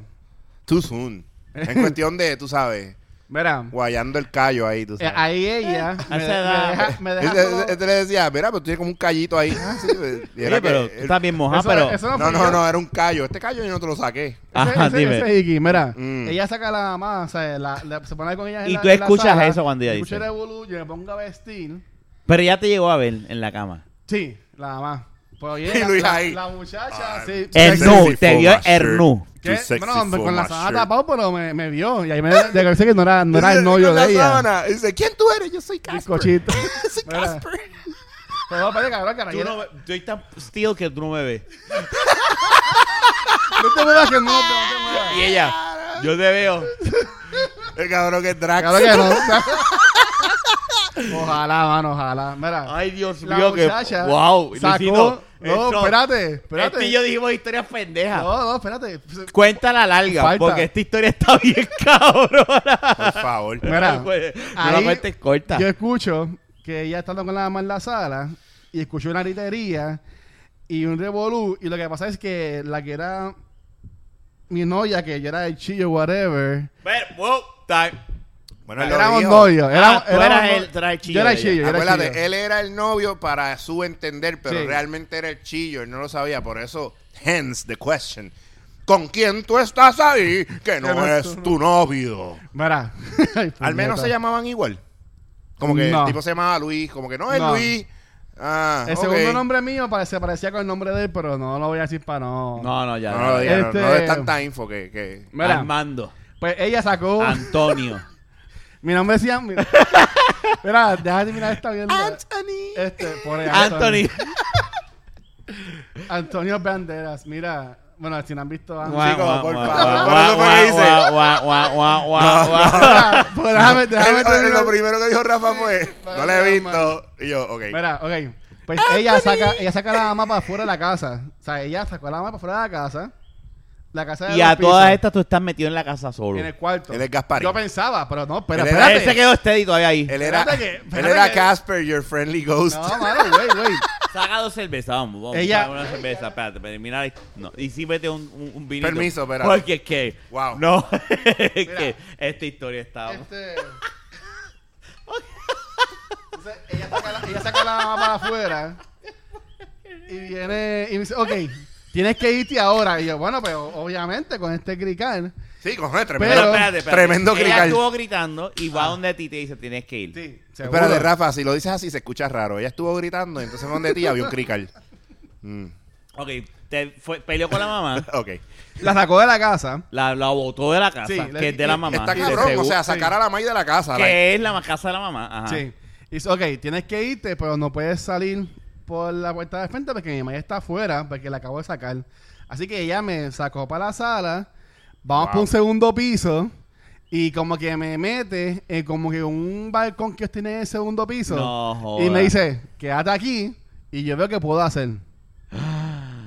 Too soon. En cuestión de, tú sabes, mira, guayando el callo ahí, tú eh, sabes. ahí ella me, a me esa edad. deja, me deja Este- solo- este- este le decía, mira, pero tú tienes como un callito ahí. Ah, Sí, pues, y era Oye, pero que- tú estás bien mojado, Eso- pero. eso no, fui no, yo. no, era un callo. Este callo yo no te lo saqué. Ajá, ese, dime. ese, ese Iki, mira, Mm. ella saca la mamá, o sea, la, la- se pone con ella en Y la- tú en la escuchas sala, eso cuando ella escucho dice. el revolú, yo me pongo a vestir. Pero ya te llegó a ver en la cama. Sí, la mamá. Pues Y oye, Luis la, ahí. la muchacha, Ah, sí. Too El sexy. nu, sexy te for vio my el shirt. nu. ¿Qué? Too sexy Bueno, for con la my sábana shirt. tapado, pero me, me vio. Y ahí me declaré que no era, no era el Dice, novio con la de ella. sábana. Dice, ¿quién tú eres? Yo soy Casper. Bizcochito. soy Mira. Casper. Pero no, espérate, cabrón, que Tú rayera. no, ve- yo estoy tan steel que tú no me ves. No te muevas, que no, no te muevas. Y ella, yo te veo. El cabrón que es Drax. Claro que no. ojalá, mano, ojalá. Mira. Ay, Dios la mío, que. muchacha ¡Wow! Sacó. No, espérate, espérate. Este y yo dijimos historias pendejas. No, no, espérate. Cuéntala larga, Falta. porque esta historia está bien cabrona. Por favor. Mira, Pues, no ahí la cuentes corta. yo escucho que ella está con la mamá en la sala y escucho una gritería y un revolú. Y lo que pasa es que la que era mi novia, que yo era el chillo, whatever. Ver, wow, time. Bueno, él lo Éramos dijo. novios. Era, Ah, tú eras el- tú eras el chillo Yo era el de ella. chillo. yo era el chillo. Acuérdate, él era el novio para su entender, pero Sí. realmente era el chillo, él no lo sabía, por eso, hence the question. ¿Con quién tú estás ahí que no no es es tu tu novio? Mira. Ay, Al menos puñeta. se llamaban igual. Como que No. el tipo se llamaba Luis, como que no es No. Luis. Ah, El ok. segundo nombre mío pare- se parecía con el nombre de él, pero no lo voy a decir para no. No, no, ya. No, no, ya, ya, ya. no, Este- no es tanta info que... que- Mira, Armando. pues ella sacó. Antonio. Mi nombre decía. mi- Mira, deja de terminar esta mierda. Este, por ahí, Anthony. Antonio Banderas, mira. Bueno, si no han visto antes. Guau, Chico, guau, por guau, favor, guau, eso fue que guau, hice. guau, guau, guau, guau, guau, guau. Mira, pues déjame, Él- déjame él- lo terminar. primero que dijo Rafa fue, para no le he la visto. Y yo, ok. Mira, ok. Pues ella saca, ella saca la mamá para afuera de la casa. O sea, ella sacó a la mamá para afuera de la casa. La casa de Y dos a todas pisos, estas tú estás metido en la casa solo. En el cuarto. Él es Gasparín. Yo pensaba, pero no, pero Él es- espérate. Él se quedó steady todavía ahí. él era, espérate que- él espérate era que- Casper, your friendly ghost. No, mano, güey, güey. Saca dos cervezas, vamos, vamos. Ella- saca una cerveza, espérate, para terminar. ahí. No, y sí vete un, un, un vinito. Permiso, espérate. Porque es que... Wow. No, es que esta historia está... Este. Entonces, ella saca la, ella saca la mamá para afuera. Y viene y me dice, ok, tienes que irte ahora. Y yo, bueno, pero obviamente con este crical. Sí, cojones, Pero, tremendo, Pero- espérate, espérate. tremendo Ella crical. estuvo gritando y va donde a ti y te dice, tienes que ir. Sí, seguro. Espérate, Rafa, si lo dices así se escucha raro. Ella estuvo gritando, entonces donde ti había un crical. Mm, Ok, te fue, peleó con la mamá, ok. La sacó de la casa. la, la botó de la casa, Sí, que le- es de la mamá. Está de cabrón, o seguro, sea, sacar a la maíz de la casa. like, Que es la ma- casa de la mamá. Ajá. Sí. Y dice, ok, tienes que irte, pero no puedes salir por la puerta de frente porque mi mamá ya está afuera, porque la acabo de sacar. Así que ella me sacó para la sala, vamos Wow. por un segundo piso, y como que me mete eh, como que un balcón que tiene en el segundo piso. No y joda. me dice, quédate aquí, y yo veo que puedo hacer.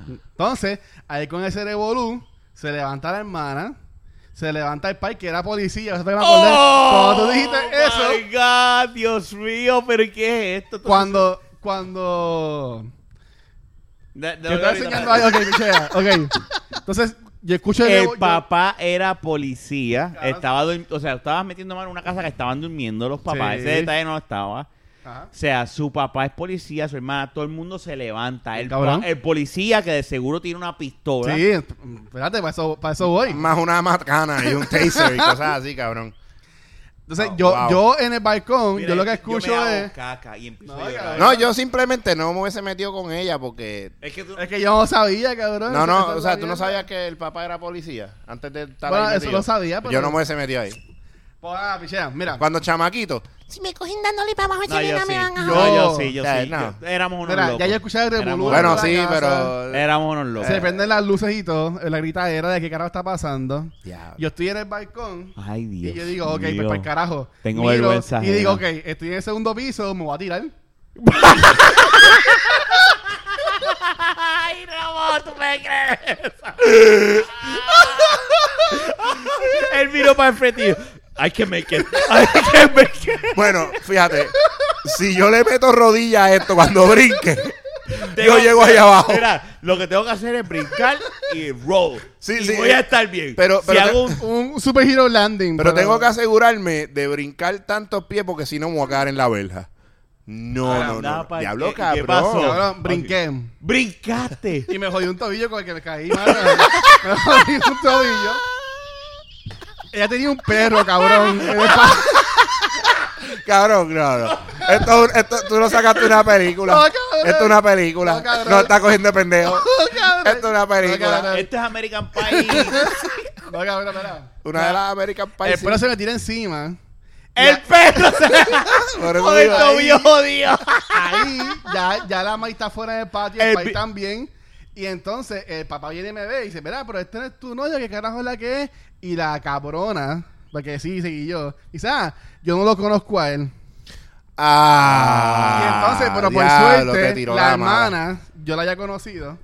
Entonces, ahí con ese revolú, se levanta la hermana, se levanta el pai que era policía. Eso fue que me acordé. Cuando tú dijiste eso, Oh my God, Dios mío, pero ¿qué es esto? cuando cuando Da- da- yo estaba ahorita, enseñando espérate. algo ok, Michela, ok. entonces yo escucho el yo- papá era policía, Claro. estaba durm- o sea, estaba metiendo mano en una casa que estaban durmiendo los papás, Sí. ese detalle no estaba. Ajá. O sea, su papá es policía, su hermana, todo el mundo se levanta. El, Cabrón. pa- el policía que de seguro tiene una pistola. sí espérate para eso, para eso voy Más una macana y un taser y cosas así, cabrón. entonces Oh, yo wow. yo en el balcón Mira, yo lo que me escucho hago es caca y empiezo No, a llorar. No, yo simplemente no me hubiese metido con ella porque... Es que tú- es que yo no sabía cabrón No, no, Eso- eso o sea, tú no sabía. sabías que el papá era policía antes de estar Bueno, ahí eso metido. lo sabía, pero- Yo no me hubiese metido ahí. Pues, ah, Michela, mira Cuando chamaquito, Si me cogen dándole para abajo, No, yo chilena, sí. me van a No, joder. yo sí, yo O sea, sí. no. Yo- éramos unos mira, locos. ya yo escuchaba el revolú Éramos de Bueno, la sí, casa, pero. Éramos unos locos. Eh. se prenden las luces y todo la gritadera de qué carajo está pasando Diablo. yo estoy en el balcón Ay, Dios. y yo digo, ok, mío. pues para el carajo. Tengo Miro vergüenza Y digo, ok, ajena. estoy en el segundo piso, me voy a tirar. Ay, Ramón, tú me crees. Él miró para el frente y yo, I can make it. I can make it. Bueno, fíjate, si yo le meto rodilla a esto cuando brinque, yo Tengo- llego ahí abajo. Mira, lo que tengo que hacer es brincar y roll. Sí, y sí. voy a estar bien. Pero- Si pero hago te- un- Un superhero landing. Pero tengo que asegurarme de brincar tantos pies porque si no me voy a caer en la verja. No, Ah, no, anda no. pa'l- Diablo, ¿qué- qué cabrón. pasó? Cabrón, brinqué. ¡Brincaste! Y me jodí un tobillo con el que me caí, mano. Me jodí un tobillo. Ella tenía un perro, cabrón. en el pa- Cabrón, no, no. Esto, es un- esto- tú no sacaste una película. No, cabrón. esto es una película. No, No, cabrón. está cogiendo de pendejo. Esto es una película. No, cabrón, Esto Este es American Pie. no, cabrón, espera. Una de las American Pie. El sí. perro se me tira encima. ¡El perro se Por eso con el digo, tobillo jodido! Ahí, ya, ya la maíz está fuera del patio, El el país vi- también. Y entonces el papá viene y me ve y dice, mira, pero este no es tu novio, ¿qué carajo es la que es? Y la cabrona, porque sí, seguí yo. Dice, ah, yo no lo conozco a él. Y Ah. entonces, pero por diablo, te suerte, tiró la, mala. hermana, yo la había conocido.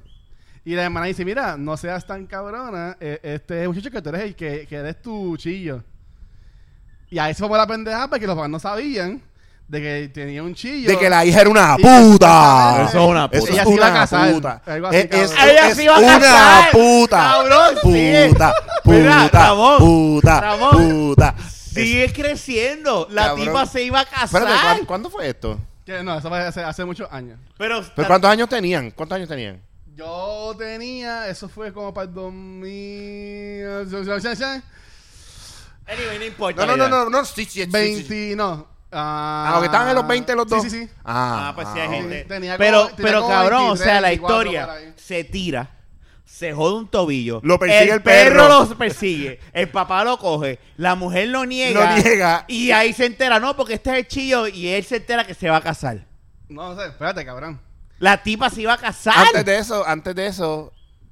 Y la hermana dice, mira, no seas tan cabrona, eh, este muchacho que tú eres el que, que eres tu chillo. Y ahí se fue la pendeja porque los papás no sabían de que tenía un chillo. De que la hija era una Sí, puta. exactamente. Eso es una Eso Ella es se iba a una casar. puta. Algo así, Es- es- cabrón. Ella se iba a es casar. Una puta. Cabrón, sí. puta. Mira, Puta. Ramón, puta. Ramón. Puta. Sigue creciendo. La Cabrón. tipa se iba a casar. Espérate, ¿cuán- ¿cuándo fue esto? Que no, eso fue hace, hace muchos años. Pero, ¿Pero cuántos años tenían? ¿Cuántos años tenían? Yo tenía, eso fue como para el 2000... anyway, no importa. No, no, no, no, mira. no, sí, sí, sí, sí, sí. 20, no. Ah, Ah, porque estaban en los 20 los dos. Sí, sí, sí. Ah, Ah, pues sí, hay ah, gente. ok. Tenía como- pero, tenía pero como cabrón, o 23, sea, la 24 por historia ahí. se tira, se jode un tobillo. Lo persigue el perro. perro. lo persigue, el papá lo coge, la mujer lo niega. Lo niega. Y ahí se entera, no, porque este es el chillo y él se entera que se va a casar. No sé, espérate, cabrón. La tipa se iba a casar. Antes de eso, antes de eso,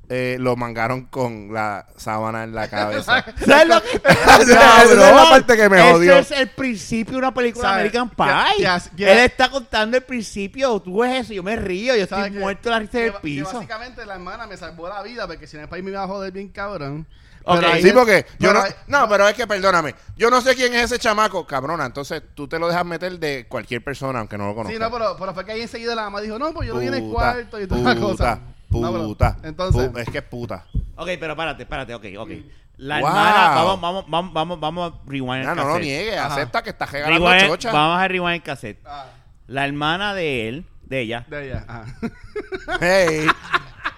eh, lo mangaron con la sábana en la cabeza. ¿Sabes lo que Esa es la Cabrón, parte que me jodió. Ese es el principio de una película de ¿Sabes? American Ya- Pie. ya- ya- Él está contando el principio. Tú ves eso, yo me río, yo estoy ¿Sabes qué? muerto de la risa Que del ba- que piso. básicamente la hermana me salvó la vida porque si en el país me iba a joder bien cabrón. Ok. ahí- Sí, porque yo pero no. Oh, ahí- No, pero es que perdóname. Yo no sé quién es ese chamaco, cabrona. Entonces tú te lo dejas meter de cualquier persona, aunque no lo conozcas. Sí, no, pero, pero fue que ahí enseguida la mamá dijo, no, pues yo no vine el Puta, cuarto y toda la cosa. Puta, No, pero- puta. entonces, pu- es que es puta. Ok, pero párate, párate, ok, ok. Mm. La Wow. hermana, vamos, vamos, vamos, vamos, vamos a rewind No, no el lo cassette. niegue. Ajá. eh, Acepta que estás regalando Rewind- chocha. vamos a rewind el cassette. ah, La hermana de él De ella. De ella. ah. Pues, Ajá. Hey.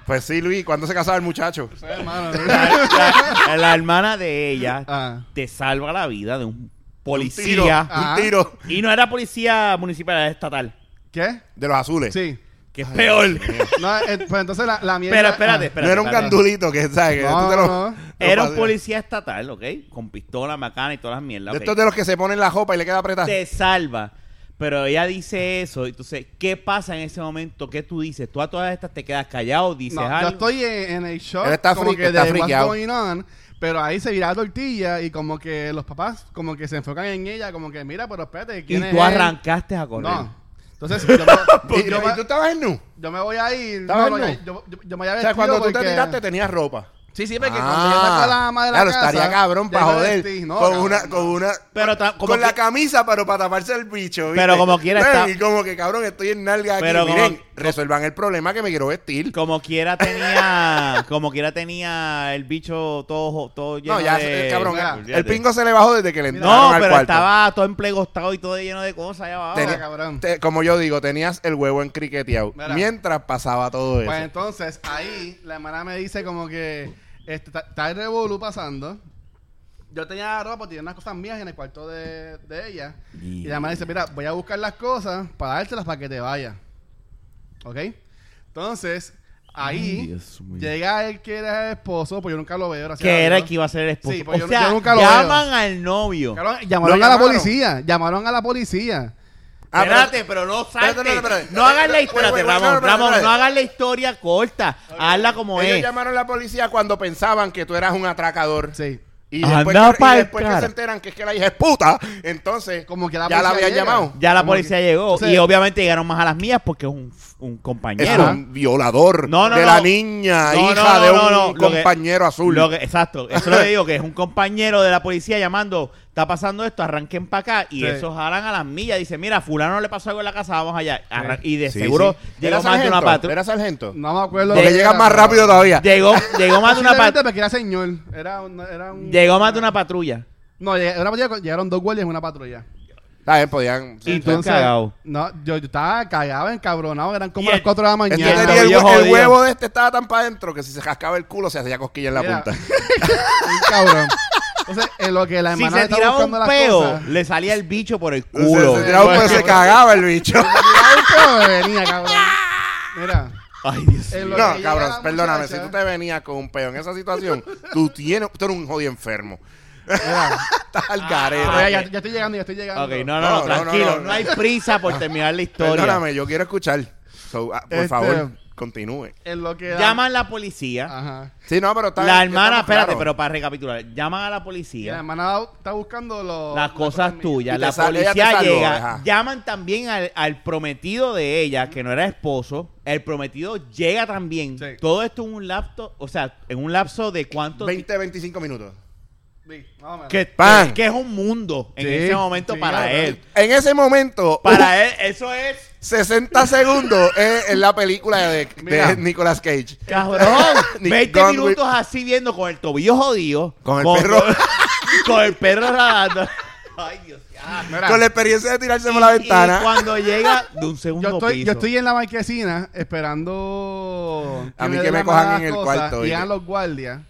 Pues sí, Luis, ¿cuándo se casaba el muchacho? Sí, hermano, ¿no? La, la- la hermana de ella Ah. te salva la vida de un Un tiro, policía. Ah. un tiro Y no era policía municipal, era estatal. ¿Qué? de los azules. Sí. Que es peor. No, eh, pues entonces la, la mierda. Pero espérate, ah, espérate. no era un espérate. candulito que, ¿sabes? Que No, tú te lo- no. lo Era un pasas. policía estatal, ¿ok? Con pistola, macana y todas las mierdas. De ok. estos de los que se ponen la jopa y le queda apretada. Te salva. Pero ella dice eso. Entonces, ¿qué pasa en ese momento? ¿Qué tú dices? Tú a todas estas te quedas callado, dices No, algo. yo estoy en, en el shock Él está como friki- que está de what's friqueado. going on, pero ahí se vira la tortilla y como que los papás como que se enfocan en ella, como que mira, pero espérate, Y ¿quién es tú él? arrancaste a correr. No. Entonces, yo me, ¿Y, yo, y me, tú estabas en nu? yo me voy a ir. ¿Estabas no, no, en yo, yo, yo me voy a O ver sea, cuando tú te tiraste tenías ropa. Sí, sí, porque Ah, cuando yo saco a la ama de la claro, casa... estaría cabrón ya para me joder. vestí, no, con, cabrón, una, con una. Pero ta- como con la que- camisa, pero para taparse el bicho. ¿viste? Pero como quiera Ven, está- Y como que cabrón, estoy en nalga aquí. Pero como- Miren, resuelvan el problema que me quiero vestir. Como quiera tenía, como quiera tenía el bicho todo, todo lleno no, ya, de- el cabrón. mira, el pingo se le bajó desde que le entraron No, al pero cuarto. estaba todo emplegostado y todo lleno de cosas allá abajo. Tenía- cabrón. te- como yo digo, tenías el huevo en criqueteado. Mira. Mientras pasaba todo eso. Pues entonces, ahí la hermana me dice como que este, ta- está el revolú pasando. Yo tenía ropa, tenía unas cosas mías en el cuarto de, de ella. Y la hermana dice, mira, voy a buscar las cosas para dártelas para que te vayas. ¿Ok? Entonces, Ay, ahí Dios mío. llega el que era el esposo, pues yo nunca lo veo. gracias a que era el Dios. que iba a ser el esposo. Sí, pues o yo- sea, yo nunca lo llaman al novio. Cabrón, llamaron Lo a la llamaron. policía, llamaron a la policía. Ah, pero- espérate, pero, no saltes. Espérate, espérate, espérate. No hagas la Espérate, historia, espérate, Ramón. espérate, espérate, Ramón, no espérate. hagas la historia corta. Hazla como Ellos es. llamaron a la policía cuando pensaban que tú eras un atracador. Sí. Y Anda después, que, y pa'l después que cara. se enteran que es que la hija es puta, entonces Como que la ya la policía habían llega. llamado. Ya la Como policía que- llegó. Entonces- y obviamente llegaron más a las mías porque es un, un Es compañero. Ajá. un violador No, no, de no. la niña, No, hija no, no, de no, un no. Lo que- compañero azul. Lo que- exacto, eso es lo que digo, que es un compañero de la policía llamando, está pasando esto, arranquen para acá, y Sí. esos jalan a las millas, dice, mira, fulano le pasó algo en la casa, vamos allá. Arran- Sí. Y de Sí, seguro sí. llegó ¿Era más de una sargento? patrulla. Era sargento. No me acuerdo. Porque quién llega era, más pero- rápido todavía. Llegó, llegó más de una Posiblemente patrulla. porque era señor. Era un, era un- Llegó más de una patrulla. No, lleg- era una patrulla, llegaron dos guardias en una patrulla. ¿Sabes? Podían... Y tú cagado. No, yo, yo estaba cagado, encabronado. Eran Y como las el- 4 de la Este mañana. Ya, tenía el, yo hue- el jodido. huevo de este estaba tan para adentro que si se cascaba el culo se hacía cosquilla en la Mira, punta. un cabrón. Entonces, en lo que la Si hermana se está tiraba buscando un las peo, cosas, le salía el bicho por el Se- culo. Se, tiraba un Bueno, pedo y se cabrón. cagaba el bicho. tiraba un peo, me venía, cabrón. Mira. Ay, Dios en mío. lo que No, llega cabrón, la perdóname, muchacha- si tú te venías con un peo en esa situación, tú tienes, tú eres un jodido enfermo. Mira. Estás al garete. Oye, ya, ya estoy llegando, ya estoy llegando. Ah, Ok, no, no, no, No, no, tranquilo, no, no, no. hay prisa por terminar la historia. Perdóname, yo quiero escuchar. So, ah, por Este- favor, continúe. En lo que... la- Llaman a la policía. Ajá. Sí, no, pero Ah, está La bien, hermana, estamos claros. espérate, pero para recapitular, llaman a la Y la policía. hermana está buscando los... las cosas mías. Y tuyas. te La sal- ella te policía salvó, llega. ajá. Llaman también al, al prometido de ella, que no era esposo. El prometido llega también. Sí. Todo esto en un lapso, o sea, en un lapso de cuánto... 20, 25 minutos. Sí, más o menos. Que, Pan. que es un mundo en Sí, ese momento sí, para claro. él. En ese momento, Para él, eso es... 60 segundos es, es la película de, de Mira. Nicolas Cage. Cabrón, Ni- 20 Gone minutos así viendo con el tobillo jodido. Con el perro. con el perro nadando. Ay, Dios. ah. Mira, Con la experiencia de tirarse por Y- la y ventana. cuando llega de un segundo yo estoy, piso. yo estoy en la marquesina esperando A mí que den me la cojan mamá en las el cosas, cuarto, y oye. Llegan los guardias.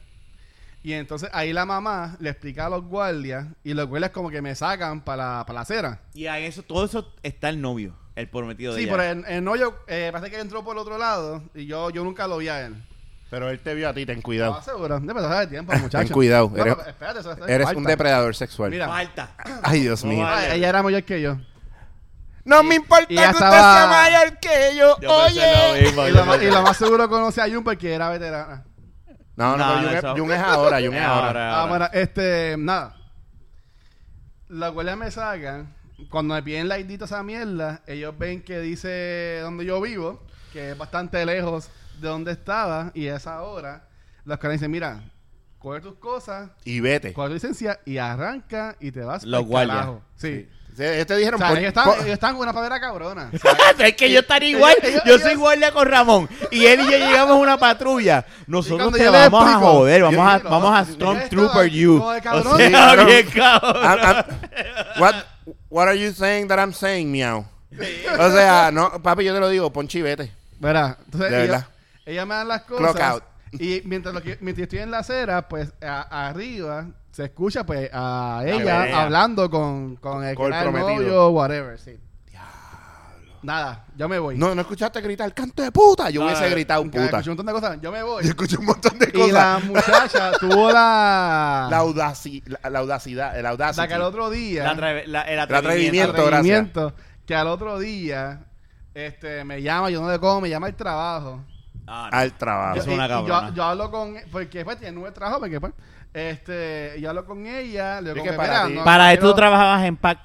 Y entonces ahí la mamá le explica a los guardias y los guardias como que me sacan para la, para la acera. Y en eso, todo eso está el novio, el prometido de Sí, ella. pero el, el novio eh, parece que entró por el otro lado y yo, yo nunca lo vi a él. Pero él te vio a ti, ten No, cuidado. seguro. No, pero sabe el tiempo, muchacho. Ten cuidado, No, eres- pero espérate, eso- eso es Eres falta. un depredador sexual. Mira. Falta. Ay, Dios No mío. vale. Ah, ella era mayor que yo. No me importa Y que ya usted estaba- sea mayor que yo. Yo Oye. pensé lo mismo, Y yo lo, más- y pensé- lo más seguro conoce a Jun porque era veterana. No, No, no, no, pero eso- Jun- Jun es ahora, Jun es Es ahora. ahora, Ah, ahora. bueno, este, nada. Los guardias me sacan. Cuando me piden la ID a esa mierda, ellos ven que dice donde yo vivo, que es bastante lejos de donde estaba, y a esa hora, los caras dicen, mira, coge tus cosas, Y vete. coge tu licencia y arranca y te vas Eh. Los pa'l guardias. carajo. Sí. Sí, ellos te dijeron... O sea, pon- ellos están, pon- ellos están con una padera cabrona. es que yo estaría igual. Ellos- yo ellos- soy guardia con Ramón. Y él y yo llegamos a una patrulla. Nosotros cuando te yo le vamos a explico, joder. yo Vamos a, digo, vamos a yo Stormtrooper estaba you. como de O cabrón. sea, Sí, Ah, bien cabrón. I'm- I'm- what, what are you saying that I'm saying, miau? O sea, no, papi, yo te lo digo, ponchi, vete. Verá, entonces De ella, verdad. ella me da las cosas. Clock out. Y mientras, lo que- mientras yo estoy en la acera, pues a- arriba se escucha pues a ella pelea. hablando con, con el, que Con el era el prometido. novio, whatever, sí. Nada, yo me voy. No, no escuchaste gritar, canto de puta. Yo Nada, hubiese gritado nunca puta. Escuché un montón de cosas, yo me voy. Yo escuché un montón de Y cosas. la La, muchacha tuvo la... audaci- la, la audacidad, el audacity. la que al otro día... La atre- la- el atrevimiento. atrevimiento. atrevimiento, que al otro día este, me llama, yo no le como, me llama el trabajo. Ah, no. Al trabajo. Es una Y- y cabrona. yo, yo hablo con porque pues tiene nueve trabajos, porque pues este, yo hablo con ella, le Es digo que como que, para "Mira, ti- no Para esto quiero-" tú trabajabas en Pac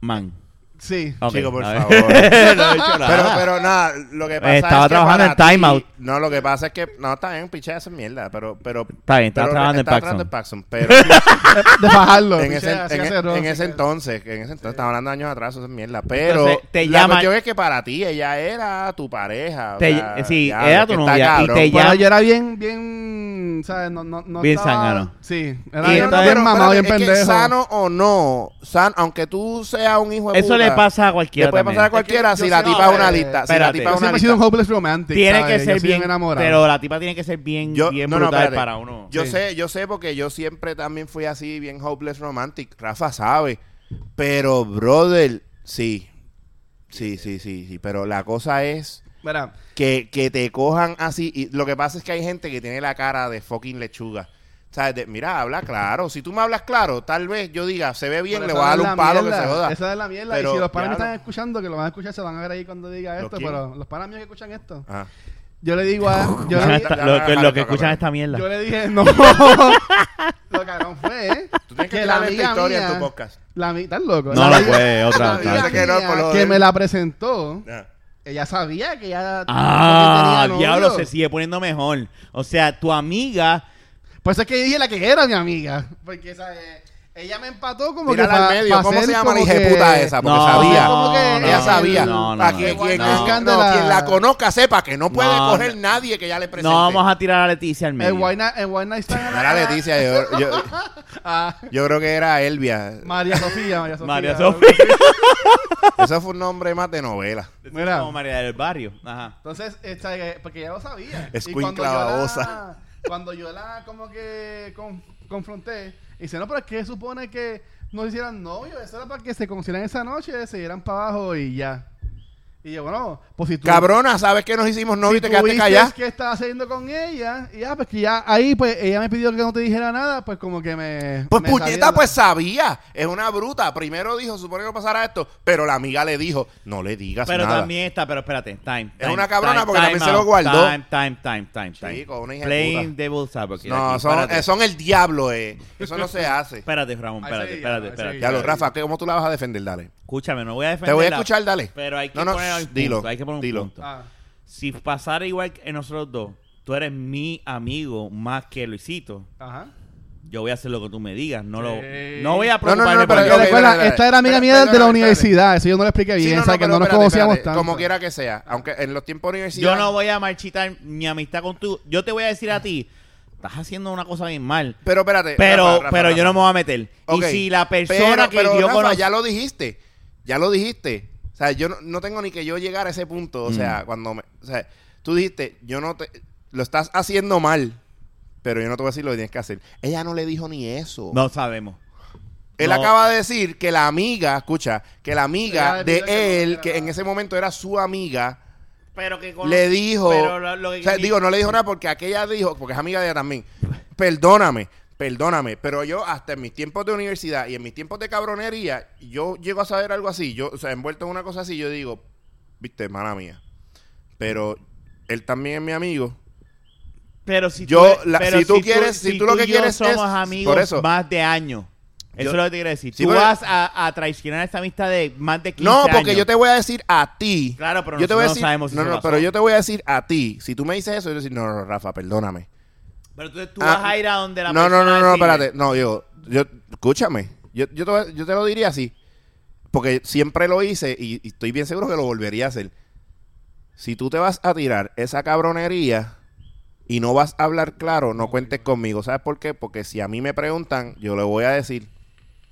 Man. Sí. Ok, Chico, por a ver. favor. no he hecho Pero, nada. pero nada, lo que pasa es Estaba que trabajando para en Time ti- Out. No, lo que pasa es que. No, está bien, piché esa mierda. Pero. pero Está bien, estaba pero- trabajando en estaba Paxson. Pero De bajarlo. en piché, ese, así en, e, hace en rojo, así ese que- entonces, que en ese entonces, estamos hablando de años atrás, eso es mierda. Pero Entonces, te la llama- cuestión es que para ti ella era tu pareja. o Te- sea, sí, diablo, era tu que está novia y cabrón. te Pero Ya. yo era bien, bien, ¿sabes? No, no, no Bien estaba- zángano. Sí. Y Era bien, entonces- bien pero mamado, espérate, bien es que pendejo. sano o no, san- aunque tú seas un hijo de Eso puta, le pasa a le cualquiera puede también. pasar a cualquiera Es que si yo la sí- tipa es no, una eh, lista. Si la espérate. tipa Yo es una siempre he sido un lista. hopeless romantic, Tiene ¿sabes? que Yo ser soy bien, enamorado. Pero la tipa tiene que ser bien, Yo- bien no, no, brutal espérate. para uno. Yo Sí. sé, yo sé porque yo siempre también fui así, bien hopeless romantic. Rafa sabe. Pero, brother, sí. Sí, sí, sí, sí. Pero la cosa es Mira, que, que te cojan así. Y lo que pasa es que hay gente que tiene la cara de fucking lechuga. ¿Sabes? De, mira, habla claro. Si tú me hablas claro, tal vez yo diga, se ve bien, pero le voy esa a dar es la un palo mierda, que se joda. Esa es la mierda. Pero, y si los panas me diablo. están escuchando, que lo van a escuchar, se van a ver ahí cuando diga ¿Los esto. quién? Pero los panas míos que escuchan esto, Ajá. yo le digo a. Yo Escuchan le, esta- ya, lo, ya, que- ya, lo ya, que ya, escuchan ya. esta mierda. Yo le dije, no. lo cabrón fue, ¿eh? Tú tienes que la tirar esta amiga historia en mía- tu podcast. La, mi- ¿Estás loco? No la lo puede, otra la vez. amiga Dice que no, mía por lo que de- me la presentó, Ajá. ella sabía que ya. Ah, que tenía diablo, novio. se sigue poniendo mejor. O sea, tu amiga. Por eso es que yo dije la que era mi amiga. Porque, ¿sabes? Ella me empató como que. Tírala pa- al medio. pa ¿Cómo hacer se llama la como que- hijeputa esa? Porque No, sabía. como que- ella no, sabía. no, no, para no, que no, quien, no. no, Escándala. quien la conozca sepa que no puede No, coger no. nadie que ya le presente. No vamos a tirar a Leticia al En medio. Why Not- en Why Not Stand era- Era Leticia. Yo, yo- Ah, yo creo que era Elvia. María Sofía, María Sofía. María Sofía. Eso fue un nombre más de novela. Mira. Como María del Barrio. Ajá. Entonces, esta, eh, porque ya lo sabía. Es Y Queen cuando yo Clavabosa. la- Cuando yo la como que con- confronté, dice, no, pero es que supone que no hicieran novio, eso era para que se conocieran esa noche, se dieran para abajo y ya. Y yo, bueno, pues si tú... Cabrona, ¿sabes que nos hicimos novios si y te tú quedaste viste callada? que estaba haciendo con ella, y ya, pues que ya ahí, pues ella me pidió que no te dijera nada, pues como que me... Pues me puñeta, sabía la- pues sabía. Es una bruta. Primero dijo, supone que no pasará esto, pero la amiga le dijo, no le digas Pero nada. también está, pero espérate, time. Es time, una cabrona time, porque time también se out, lo guardó. Time, time, time, time, time. Chico, una hija de Playing devil's advocate. no, aquí, son, espérate. eh, son el diablo, eh. Eso no se hace. Espérate, Ramón, Ahí espérate, sí, espérate, ahí espérate. sí. Ya lo, Rafa, ¿qué- ¿cómo tú la vas a defender? Dale. Escúchame, no voy a defender. Te voy a escuchar, dale. Pero hay que No, no, poner un punto, dilo, hay que poner un dilo. punto. Ah, Si pasara igual que nosotros dos, tú eres mi amigo más que Luisito, ajá. yo voy a hacer lo que tú me digas. No, lo, Sí. no voy No, no, no, a preocuparme por pero- Porque ok, yo. recuerda, espérate, esta era amiga espérate, mía de la espérate. universidad, eso yo no lo expliqué bien, Sí, o sea, que pero no nos espérate, conocíamos espérate. tanto. Como quiera que sea. Aunque en los tiempos de universidad. Yo no voy a marchitar mi amistad con tú. Yo te voy a decir a ti, estás haciendo una cosa bien mal. Pero espérate. Pero, Eh, Rafa, Rafa, pero yo Rafa. no me voy a meter. Ok, Y si la persona pero- que pero, yo Rafa, conozco... ya lo dijiste. Ya lo dijiste. O sea, yo no, no tengo ni que yo llegar a ese punto. O Mm. sea, cuando me. O sea, tú dijiste, yo no te. Lo estás haciendo mal. Pero yo no te voy a decir lo que tienes que hacer. Ella no le dijo ni eso. No sabemos. Él no. acaba de decir que la amiga, escucha, que la amiga Ella le de pidió que él, que no dijera en nada. ese momento era su amiga, Pero que le dijo. Pero lo- lo que- o sea, digo, no le dijo nada porque aquella dijo, porque es amiga de ella también. Perdóname, perdóname, pero yo hasta en mis tiempos de universidad y en mis tiempos de cabronería, yo llego a saber algo así. Yo, o sea, envuelto en una cosa así, yo digo, viste, mala mía. Pero él también es mi amigo. Pero si Yo, eres- la- pero si tú quieres- si tú lo que y yo quieres es- somos amigos por eso. más de años. Eso Yo- es lo que te quiero decir. Sí, tú pero- vas a, a traicionar esta amistad de más de 15 No, años. porque yo te voy a decir a ti. Claro, pero yo te voy a nosotros decir, no sabemos si No, eso no, pasó. pero yo te voy a decir a ti. Si tú me dices eso, yo voy a decir, no, no, no, Rafa, perdóname. Pero entonces tú Ah, vas a ir a donde la No, no, persona no, no, decide. espérate. No, yo, yo, escúchame. Yo, yo, te, yo te lo diría así. Porque siempre lo hice y, y estoy bien seguro que lo volvería a hacer. Si tú te vas a tirar esa cabronería y no vas a hablar claro, no cuentes conmigo. ¿Sabes por qué? Porque si a mí me preguntan, yo le voy a decir.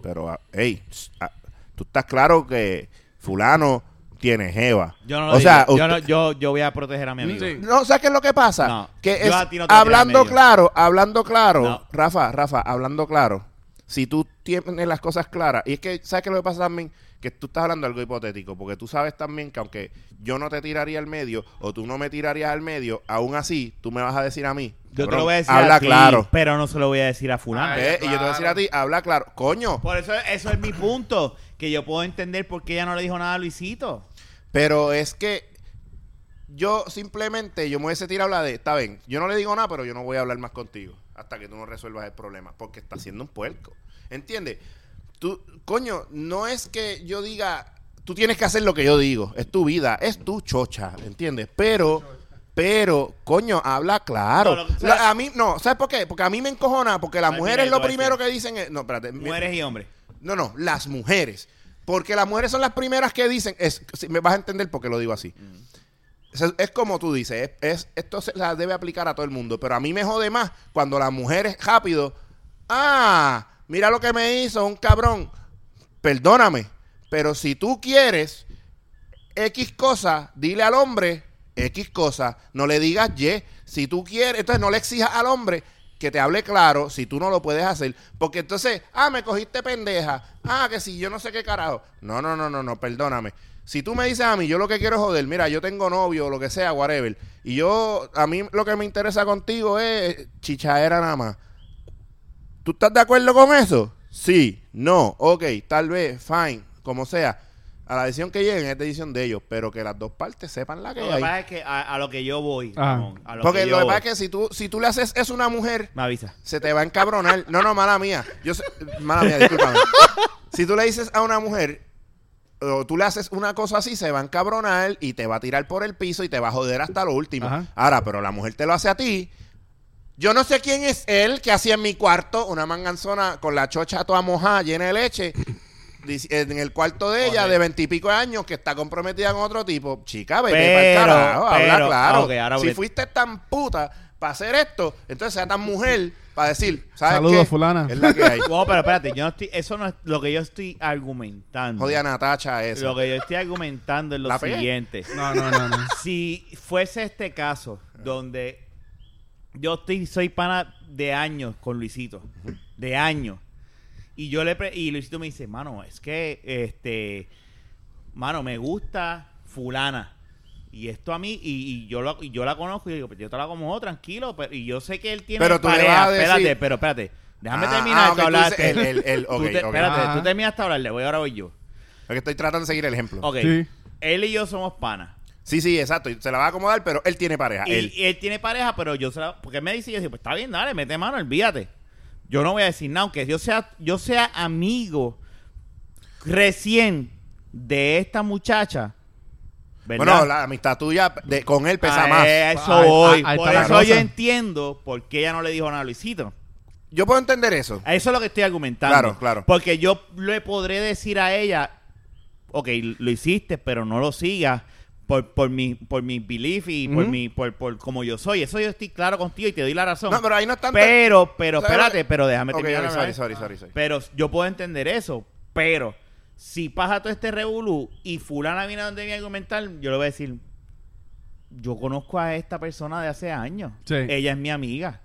Pero, ah, hey, ps, ah, tú estás claro que fulano tienes jeva. Yo no lo o sea, digo. yo, usted- no- yo, yo voy a proteger a mi amigo. Sí. No, ¿sabes qué es lo que pasa? No, que yo es, a ti no te hablando metería en medio. claro, hablando claro, No. Rafa, Rafa, hablando claro. Si tú tienes las cosas claras, y es que, ¿sabes qué es lo que pasa también? Que tú estás hablando de algo hipotético, porque tú sabes también que aunque yo no te tiraría al medio, o tú no me tirarías al medio, aún así, tú me vas a decir a mí. Yo te cabrón, lo voy a decir Habla a ti, claro. pero no se lo voy a decir a fulano. ¿Ves? Y yo te voy a decir a ti, habla claro. Coño, Por eso, eso es mi punto, que yo puedo entender por qué ella no le dijo nada a Luisito. Pero es que yo simplemente, yo me hubiese tirado la de, está bien, yo no le digo nada, pero yo no voy a hablar más contigo hasta que tú no resuelvas el problema, porque está siendo un puerco. ¿Entiendes? Tú, coño, no es que yo diga, tú tienes que hacer lo que yo digo, es tu vida, es tu chocha, ¿entiendes? Pero, pero, coño, habla claro. No, lo que- La- a mí, no, ¿sabes por qué? Porque a mí me encojona, porque las Ay, mujeres mira, lo te voy a primero que dicen es, no, espérate, mi- Mujeres y hombres. no, no, las mujeres. Porque las mujeres son las primeras que dicen, es, si me vas a entender por qué lo digo así. Es, es como tú dices, es, es- esto se la debe aplicar a todo el mundo, pero a mí me jode más cuando la mujer es rápido. Ah, mira lo que me hizo un cabrón. Perdóname, pero si tú quieres X cosa, dile al hombre X cosa, no le digas Y. Si tú quieres, entonces no le exijas al hombre que te hable claro si tú no lo puedes hacer. Porque entonces, ah, me cogiste pendeja. Ah, que si yo no sé qué carajo. No, no, no, no, no, perdóname. Si tú me dices a mí, yo lo que quiero es joder, mira, yo tengo novio o lo que sea, whatever. Y yo, a mí lo que me interesa contigo es chichadera nada más. ¿Tú estás de acuerdo con eso? Sí, no, ok, tal vez, fine, como sea. A la decisión que lleguen es decisión de ellos, pero que las dos partes sepan la que Lo que hay. pasa es que a, a lo que yo voy, Ajá. Ramón, a lo Porque que lo yo que pasa voy, es que si tú, si tú le haces es una mujer, me avisa. se te va a encabronar. No, no, mala mía. Yo sé- mala mía, discúlpame. Si tú le dices a una mujer o tú le haces una cosa así, se va a encabronar y te va a tirar por el piso y te va a joder hasta lo último. Ajá. Ahora, pero la mujer te lo hace a ti. Yo no sé quién es él que hacía en mi cuarto una manganzona con la chocha toda mojada, llena de leche, dic- en el cuarto de ella de Correcto. veintipico de años que está comprometida con otro tipo. Chica, vete Pero, para carajo, habla pero, claro. ok, ahora si voy- fuiste tan puta para hacer esto, entonces sea tan mujer para decir, ¿sabes Saludos, qué? fulana. Es la que hay. No, pero espérate, yo no estoy, eso no es lo que yo estoy argumentando. Jodía Natacha esa. Lo que yo estoy argumentando es lo La pegué. siguiente. No, no, no, no. Si fuese este caso donde yo estoy, soy pana de años con Luisito, de años, y yo le pre- y Luisito me dice, mano, es que este, mano, me gusta fulana. Y esto a mí, y, y yo lo, y yo la conozco, y yo digo, pues yo te la como tranquilo, pero, y yo sé que él tiene Pero tú le pareja. vas a decir- Espérate, pero espérate. Déjame Ah, terminar, ah, tú ok, tú dices hablaste. el- el- el- Tú ok, te- ok. Espérate, Ah. tú terminas hasta hablar, le voy, ahora voy yo. Lo que estoy tratando de seguir el ejemplo. Ok, Sí. él y yo somos panas. Sí, sí, exacto. y Se la va a acomodar, pero él tiene pareja. Y y Ah, él. él. tiene pareja, pero yo se la, porque él me dice, yo digo, pues está bien, dale, mete mano, olvídate. Yo no voy a decir nada, aunque yo sea, yo sea amigo recién de esta muchacha. ¿verdad? Ah, Bueno, la amistad tuya de- con él pesa A más. Eso Ahí- voy. ahí está Por la eso cosa. yo entiendo por qué ella no le dijo nada a Luisito. Yo puedo entender eso. Eso es lo que estoy argumentando. Claro, claro. Porque yo le podré decir a ella, ok, lo hiciste, pero no lo sigas por, por mi por mi belief y por Ujú. mi por, por como yo soy. Eso yo estoy claro contigo y te doy la razón. No, pero ahí no es tanto. Pero, pero, ¿Sabes lo que- espérate, pero déjame Ok, terminar. ok, de sorry, hablar. sorry, sorry, sorry. Pero yo puedo entender eso, pero si pasa todo este revolú y fulana viene donde viene a argumentar, yo le voy a decir, yo conozco a esta persona de hace años. Sí. Ella es mi amiga.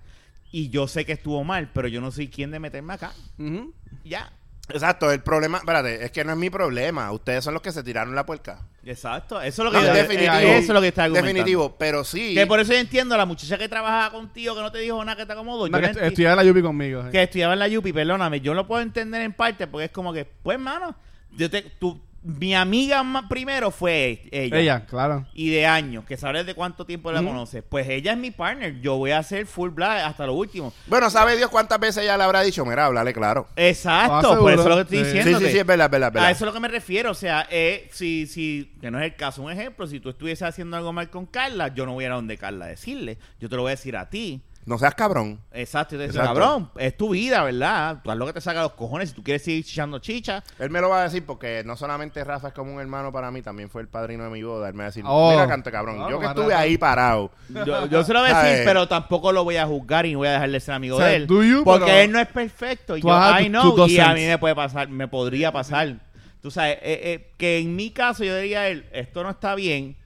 Y yo sé que estuvo mal, pero yo no soy quien de meterme acá. Ujú. Ya. Exacto, el problema, espérate, es que no es mi problema. Ustedes son los que se tiraron la puerca. Exacto. Eso es lo No, que, yo- eh, definitivo. eso es lo que está argumentando. Definitivo, pero sí. Que por eso yo entiendo a la muchacha que trabajaba contigo, que no te dijo nada, que te acomodó. yo No, que la estu- enti- estudiar la Yupi conmigo. sí. que estudiaba en la Yupi, perdóname, yo lo puedo entender en parte porque es como que, pues, mano, yo te, tú- mi amiga más primero fue ella. Ella, claro. Y de años, que sabes de cuánto tiempo la Ujú. conoces. Pues ella es mi partner, yo voy a hacer full blast hasta lo último. Bueno, sabe Dios cuántas veces ella le habrá dicho, mira, háblale claro. Exacto, Ah, por seguro. eso es lo que estoy Sí. Sí, diciendo. sí, sí, es verdad, es verdad, es verdad. A eso es lo que me refiero, o sea, eh, si, si, que no es el caso, un ejemplo, si tú estuvieses haciendo algo mal con Carla, yo no voy a ir a donde Carla a decirle, yo te lo voy a decir a ti, No seas cabrón. Exacto, y te dice, Exacto. cabrón, es tu vida, ¿verdad? Tú haz lo que te saca los cojones. Si tú quieres seguir chichando chicha, Él me lo va a decir porque no solamente Rafa es como un hermano para mí, también fue el padrino de mi boda. Él me va a decir, Oh. mira, canta cabrón, Ah, Oh, yo que más estuve razón. ahí parado. yo, yo se lo voy a Ay. decir, pero tampoco lo voy a juzgar y no voy a dejar de ser amigo O sea, de él. do you, porque pero- él no es perfecto. Y Tú yo, has- ay, tú- no, tú dos y a cents. mí me puede pasar, me podría pasar. Tú sabes, eh, eh, que en mi caso yo diría él, esto no está bien,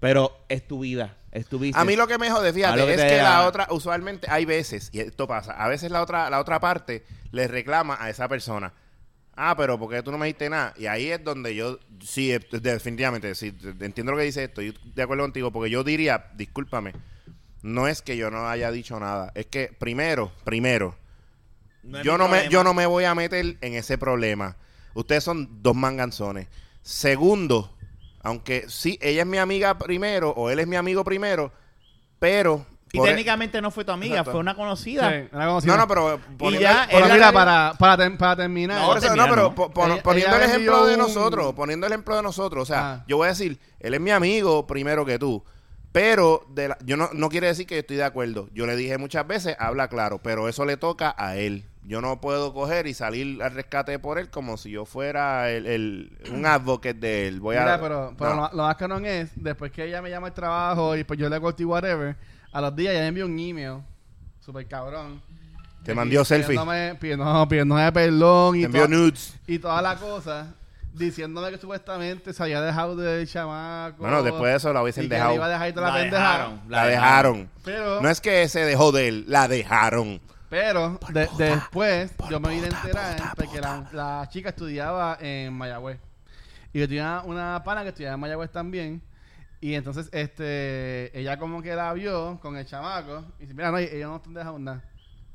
pero es tu vida, es tu vida. A mí lo que me jode, A lo fíjate, que es te que da. la otra, usualmente hay veces, y esto pasa, a veces la otra, la otra parte le reclama a esa persona. Ah, pero porque tú no me dijiste nada? Y ahí es donde yo, sí, eh, definitivamente, sí, te- te entiendo lo que dice esto, yo de acuerdo contigo, porque yo diría, discúlpame, no es que yo no haya dicho nada, es que primero, primero, es yo mi no me, problema. yo no me voy a meter en ese problema. Ustedes son dos manganzones. Segundo, aunque sí, ella es mi amiga primero o él es mi amigo primero, pero... Y por- e- técnicamente no fue tu amiga, Exacto. fue una conocida. no, no, pero... Y poniendo- ya, Pero él la- mira, para, para, ter- para terminar. No, Por eso, no, terminar, pero ¿no? po- pon- Ella- poniendo ella el ejemplo vendió de un- nosotros, poniendo el ejemplo de nosotros, o sea, Ah. yo voy a decir, él es mi amigo primero que tú, pero de la- yo no, no quiere decir que yo estoy de acuerdo. Yo le dije muchas veces, habla claro, pero eso le toca a él. Yo no puedo coger y salir al rescate por él como si yo fuera el, el- un advocate de él. Voy Mira, a, pero, pero no. lo, lo más cabrón es, después que ella me llama al trabajo y pues yo le corté whatever, a los días ella me envió un email, super cabrón. te mandó selfie, Pidiéndome, pidiéndome, pidiéndome perdón y, te envió toda- nudes. y toda la cosa, diciéndome que supuestamente se había dejado del chamaco. Bueno, después de eso la hubiesen y que le iba a dejado. dejar y toda la, La pendeja. dejaron. La dejaron. Pero, No es que se dejó de él, la dejaron. pero de- después yo me vine a enterar porque la, la chica estudiaba en Mayagüez. Y yo tenía una pana que estudiaba en Mayagüez también. Y entonces, este, ella como que la vio con el chamaco. Y dice, mira, no, ellos no te han dejado nada.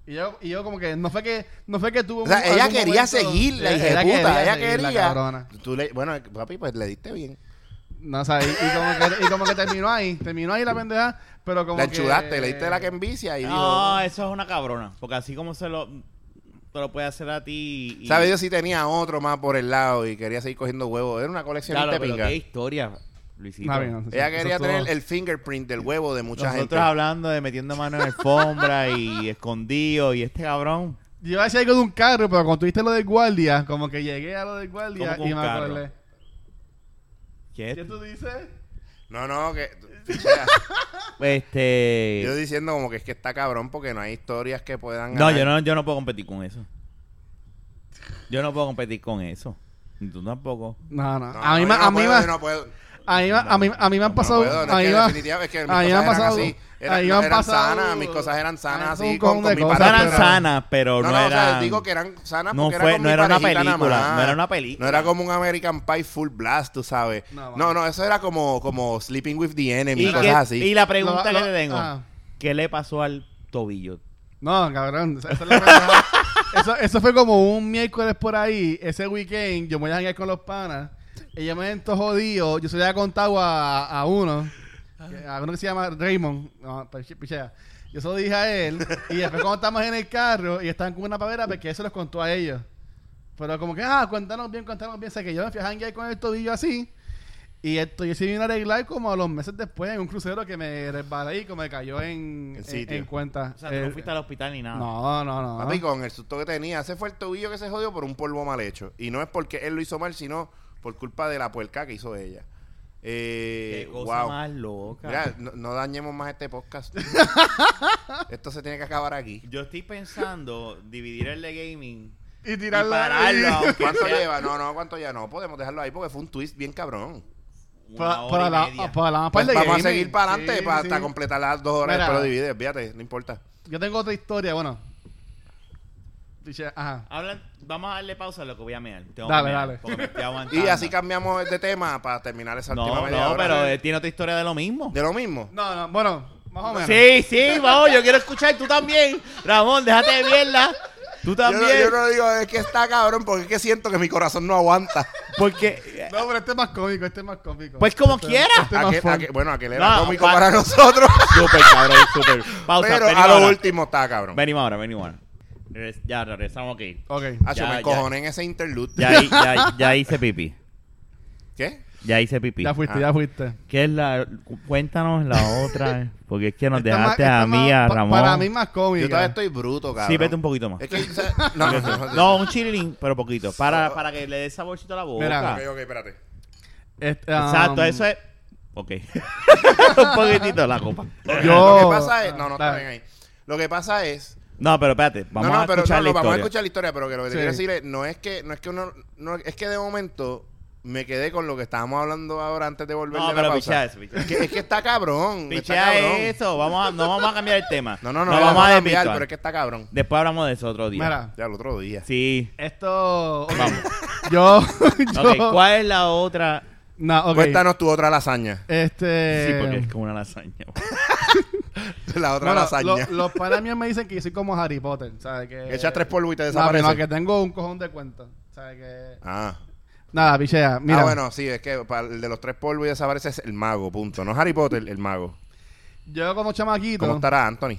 Y yo, y yo como que, no fue que, no fue que tuvo... O sea, un- ella algún quería momento- seguir la Ella- hija puta, ella seguir la quería. cabrona. Tú le- bueno, papi, pues le diste bien. No, o sea, y, y como que, y como que terminó ahí, terminó ahí la pendeja, pero como La que... enchudaste, le diste la que envicia y No, dijo. Ah, eso es una cabrona. Porque así como se lo, te lo puede hacer a ti. y- ¿Sabes? Dios si tenía otro más por el lado y quería seguir cogiendo huevos. Era una Claro, coleccionista pero pinga. qué historia, Luisito. No, bien, no, Ella eso quería estuvo- tener el fingerprint del huevo de mucha Nosotros gente. hablando de metiendo mano en alfombra y escondido y este cabrón. Yo iba a decir algo de un carro, pero cuando tuviste lo del guardia, como que llegué a lo del guardia ¿Cómo que y un me carro? acordé. ¿Qué ¿Qué tú dices? No, no, que. o sea, Este. yo diciendo como que es que está cabrón porque no hay historias que puedan. No, ganar. yo no, yo no puedo competir con eso. Yo no puedo competir con eso. Y tú tampoco. No, no. No, A mí no, me yo no a mí puedo, me- yo no puedo. a mí me- a mí- a mí me han No pasado... puedo, no, a es mí que me- definitiva- es que mis a mí cosas me han eran pasado- así, era- a mí me no, han eran pasado- sanas, mis cosas eran sanas, así, un con- cojón de con mi cosas, pareja. eran Ah, pero- sanas, pero no, No, no, o sea, eran- digo que eran sanas no porque fue- eran con no mi era una parejita nada película, más. no era una película. No era como un American Pie Full Blast, tú sabes. No, No, mano. no, eso era como, como Sleeping with the Enemy, ¿Y, cosas qué- así. y la pregunta Lo- lo- que te tengo: ah. ¿Qué le pasó al tobillo? No, cabrón. esa- esa es la pendeja. eso, eso fue como un miércoles por ahí. Ese weekend yo me voy a janguear con los panas. Ella me sentó jodido. Yo se le había contado a, a uno. que- A uno que se llama Raymond. No, piche- pichea. Yo se lo dije a él. Y después cuando estamos en el carro y estaban con una pavera, porque eso los contó a ellos. Pero como que, ah, cuéntanos bien, cuéntanos bien. O sea, que yo me fui a janguear con el tobillo así. Y esto yo sí vine a arreglar como a los meses después en un crucero que me resbalé y como me cayó en, El en- sitio. en cuenta. O sea, tú no Eh, fuiste al hospital ni nada. no, no, no. Papi, con el susto que tenía. Ese fue el tobillo que se jodió por un polvo mal hecho. Y no es porque él lo hizo mal, sino por culpa de la puerca que hizo ella. Eh, Qué cosa wow. más loca. Mira, no, no dañemos más este podcast. Esto se tiene que acabar aquí. Yo estoy pensando dividir el de gaming Y y tirarla pararlo. ahí. aunque ¿Cuánto sea lleva? No, no, ¿cuánto ya? No, podemos dejarlo ahí porque fue un twist bien cabrón. una Para, hora para y la, media. para la Pues parte de vamos a gaming. seguir para adelante Ah, Sí, para sí. hasta completar las dos horas. Mira. Después lo divides, fíjate, no importa. Yo tengo otra historia, bueno. Dice, ajá. Hablan- vamos a darle pausa a lo que voy a mear. Tengo Dale, que mear, dale. porque me estoy aguantando. Y así cambiamos de tema para terminar esa última No, media no, hora. pero eh, tiene otra historia de lo mismo. ¿De lo mismo? No, no, bueno, más o menos. Sí, sí, vamos, yo quiero escuchar tú también. Ramón, déjate de mierda. Yo no, Tú también. yo no digo, es que está cabrón porque es que siento que mi corazón no aguanta. Porque, eh, No, pero este es más cómico, este es más cómico. pues como Este- quiera. este es más Aquel- fun. aquel- bueno, aquel era No, cómico pa- para nosotros. Súper, cabrón, súper. Pausa, pero venimos a lo ahora. último está, cabrón. Venimos ahora, venimos ahora. Regres- Ya, regresamos aquí. Ok. Ah, yo Ya, me encojoné en ese interlude. Ya, hi- ya, ya hice pipí. ¿Qué? Ya hice pipí. Ya fuiste, Ah. ya fuiste. ¿Qué es la...? cu- Cuéntanos la otra. Porque es que nos Esta Este es más- dejaste esta a es más- mí, a pa- Ramón. Para mí más cómico. Yo todavía estoy bruto, cabrón. Sí, vete un poquito más. Es que, o sea, no, no, no, no. No, un chirilín, pero poquito. Para, para que le dé saborcito a la boca. Mira. Ok, ok, espérate. Este, um, Exacto, eso es. Ok. un poquitito la copa. Yo- Lo que pasa es... No, no, está Dale. bien ahí. Lo que pasa es No, pero espérate, vamos no, no, a pero escuchar no, no, la vamos a historia. escuchar la historia, pero que lo que te Sí. quiero decir es, no es que, no es que uno, no, es que de momento me quedé con lo que estábamos hablando ahora antes de volver No, de pero la pausa. pichea eso, pichea. Es que, es que está cabrón, está Pichea cabrón. eso, vamos a, no vamos a cambiar el tema. No, no, no, Nos lo vamos a cambiar, desvirtuar. pero es que está cabrón. Después hablamos de eso otro día. Mira, Ya el otro día. Sí. esto. ok, Vamos. Yo. yo Ok, ¿cuál es la otra? No, ok. Cuéntanos tu otra lasaña. Este. Sí, Eh, porque es como una lasaña. La otra bueno, lasaña. lo- los panas míos me dicen que yo soy como Harry Potter, ¿sabes? Que, Que Echas tres polvos y te No, desaparece. no, que tengo un cojón de cuentas, ¿sabes? Que... Ah. Nada, pichea, mira. Ah, bueno, sí, es que para el de los tres polvos y desaparece es el mago, punto. No Harry Potter, el mago. Yo como chamaquito. ¿Cómo estará Anthony?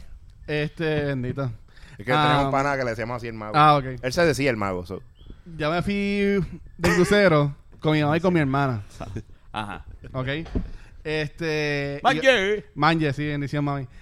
Este, bendito. Es que Ah, tenemos un pana que le decíamos así el mago. Ah, ok. Él se decía el mago. so. Ya me fui de crucero con mi mamá y con mi hermana, Ajá. ¿ok? Este... Mike, yo- Manje, sí, bendición, mami.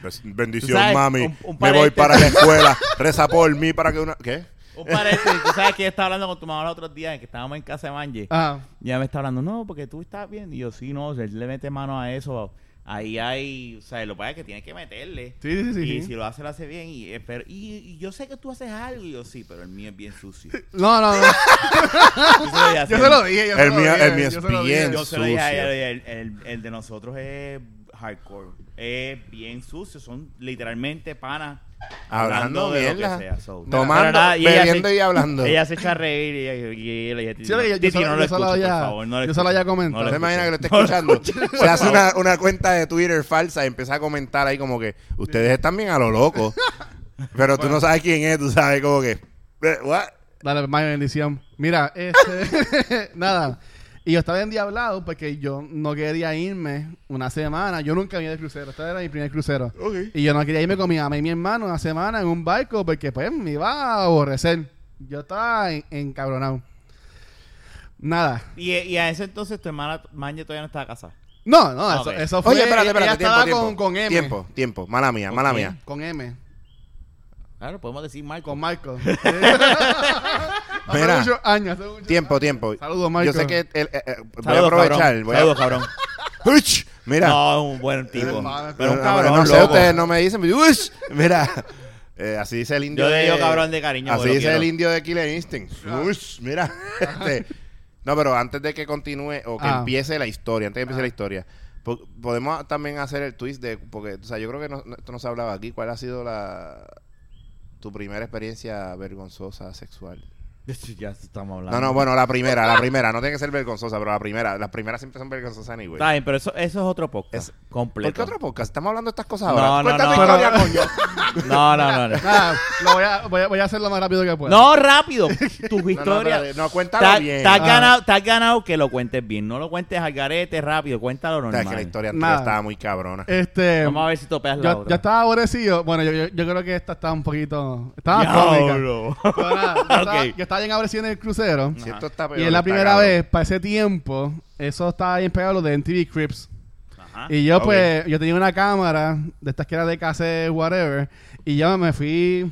Pues, Tú Bendición, sabes, mami. un- un Me voy paréntesis. para la escuela. Reza por mí para que una. ¿Qué? un paréntesis. Tú sabes que yo estaba hablando con tu mamá los otros días, que estábamos en casa de Manje. Ah, Ya me está hablando, no, porque tú estás bien. Y yo, sí, no, si él le mete mano a eso, ahí hay, o sea, lo que pasa es que tiene que meterle. sí, sí, sí. y sí. si lo hace, lo hace bien. Y, eh, pero, y, y yo sé que tú haces algo. Y yo, sí, pero el mío es bien sucio. Yo No, no, no. se lo dije a yo Sam. se lo dije, yo se El lo mío- dije. el mío yo es se lo dije. bien Yo se lo dije a ella, sucio. le dije, el, el- el de nosotros es hardcore. Es bien sucio. Son literalmente panas. Hablando de lo mierda. que sea. so. Tomando, Pero nada, ella bebiendo se- y hablando. Ella se echa a reír y, ella- y ella le dije, Sí, yo- yo Titi, solo- no lo yo solo escuches, por ya- favor, no lo yo solo escuches. ya comento. No lo ¿Te imaginas que lo escuches. esté No lo escuchando? escuches, por Se hace favor. una, una cuenta de Twitter falsa y empieza a comentar ahí como que ustedes están bien a lo loco. Pero tú no sabes quién es, tú sabes como que. eh, what? Dale, Mike, bendición. Mira, este... nada. Y yo estaba endiablado porque yo no quería irme una semana. Yo nunca había ido de crucero. Este era mi primer crucero. Y yo no quería irme con mi mamá y mi hermano una semana en un barco porque pues me iba a aborrecer. Yo estaba en- encabronado. Nada. Y, y a ese entonces tu hermana Manje todavía no estaba casada. No, no, eso, Ok. eso fue. Oye, espérate, ella- espérate. ella tiempo, estaba tiempo. Con, con M. Tiempo, tiempo. Mala mía, mala Ok. mía. Con M. Claro, podemos decir Marco. Con Marco. Mira. hace muchos años. hace muchos Tiempo, años. tiempo. Saludos, Yo Marco. sé que. el- eh, eh, voy a Saludos, aprovechar. cabrón. voy a- Saludos, cabrón. ¡Uch! Mira. No, un buen tipo. Hermano, Pero un No, cabrón, No sé, loco. ustedes no me dicen. me dicen, "Ush". Mira. eh, así dice el indio. Yo le digo cabrón de cariño, Así porque lo dice el quiero. indio de Killer Instinct. Ush, mira. Este, no, pero antes de que continúe o que Ah. empiece la historia, antes de que empiece la historia, po- podemos también hacer el twist de. Porque, o sea, yo creo que no- no- esto no se hablaba aquí. ¿Cuál ha sido la. Tu primera experiencia vergonzosa sexual. Ya estamos hablando. No, no, bueno, la primera, la primera. No tiene que ser vergonzosa, pero la primera. Las primeras siempre son vergonzosas anyway. Está bien, pero eso, eso es otro podcast. Es- completo. ¿Por qué otro podcast? Estamos hablando de estas cosas No, ahora. no, Cuenta tu no. historia, Pero- coño. No, no, no. No, Nada, lo voy a, voy, a, voy a hacer lo más rápido que pueda. No, rápido. Tu No, no, historia. espérate, No, cuéntalo Estás bien. estás Ah. ganado, estás ganado que lo cuentes bien. No lo cuentes al garete rápido. Cuéntalo O sea, es que la normal. historia anterior Nada. estaba muy cabrona. Este. Vamos a ver si topeas la Yo, otra. yo estaba aborrecido. Bueno, yo, yo, yo creo que esta estaba un poquito. Estaba Ah, cómica. Diablo. Pero nada, yo, estaba, Ok. yo estaba bien aborrecido en el crucero. Si esto está peor, Y es la está primera cabrón. vez, para ese tiempo, eso estaba bien pegado lo de MTV Crips. Ajá. Y yo, ok. pues, yo tenía una cámara de estas que era de cassette, whatever. Y yo me fui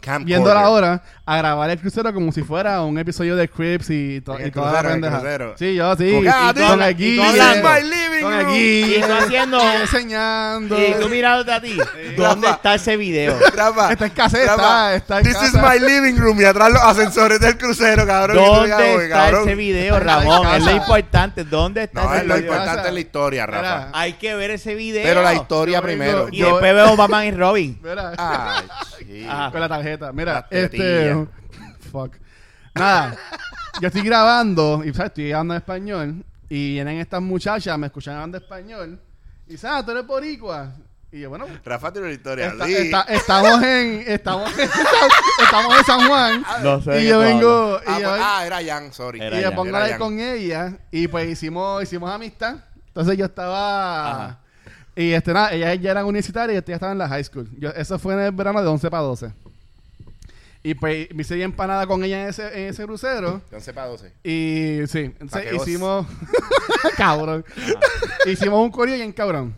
Camcorder. viendo la hora a grabar el crucero como si fuera un episodio de Crips y, to- En el y toda la crucero, en el pendeja. crucero. Sí, yo sí. Con- Y- Ah, y tú con hablas- el y tú guille, hablando. This is my living Con el room. Y guille, tú haciendo. enseñando. Y tú mirándote a ti. ¿Dónde Rafa. está ese video? Rafa, Está en caseta, Rafa, está en This is casa. my living room. Y atrás los ascensores del crucero, cabrón. Y tú digas, ¿Dónde "Oye, está cabrón". ese video, Está en Ramón? casa. Es lo importante. ¿Dónde está No, ese es lo video? importante es la historia, Rafa. Mira. Hay que ver ese video. Pero la historia Yo primero. Y vengo- yo- después veo Batman y Robin. Mira. Ay, sí. Ajá. con la tarjeta. Mira, Las este. tetillas. Fuck. Nada. yo estoy grabando y ¿sabes? estoy hablando en español. Y vienen estas muchachas, me escuchan hablando español. Y sabes, tú eres boricua. Y yo, bueno, Rafa tiene una historia. esta- sí. esta- estamos en. Estamos en, estamos en San Juan. No sé de y qué yo tú vengo. Ah, pues- Y yo, ah, era Jan, sorry. Era y ya, me pongo a era hablar Jan. con ella y pues hicimos hicimos amistad entonces yo estaba Ajá. y este nada ellas ya eran universitarias y yo ya estaba en la high school Yo- eso fue en el verano de 11 para 12 y pues me hice bien empanada con ella en ese, en ese crucero De 11 para 12. y sí entonces Saqueos. hicimos cabrón hicimos un corillo bien cabrón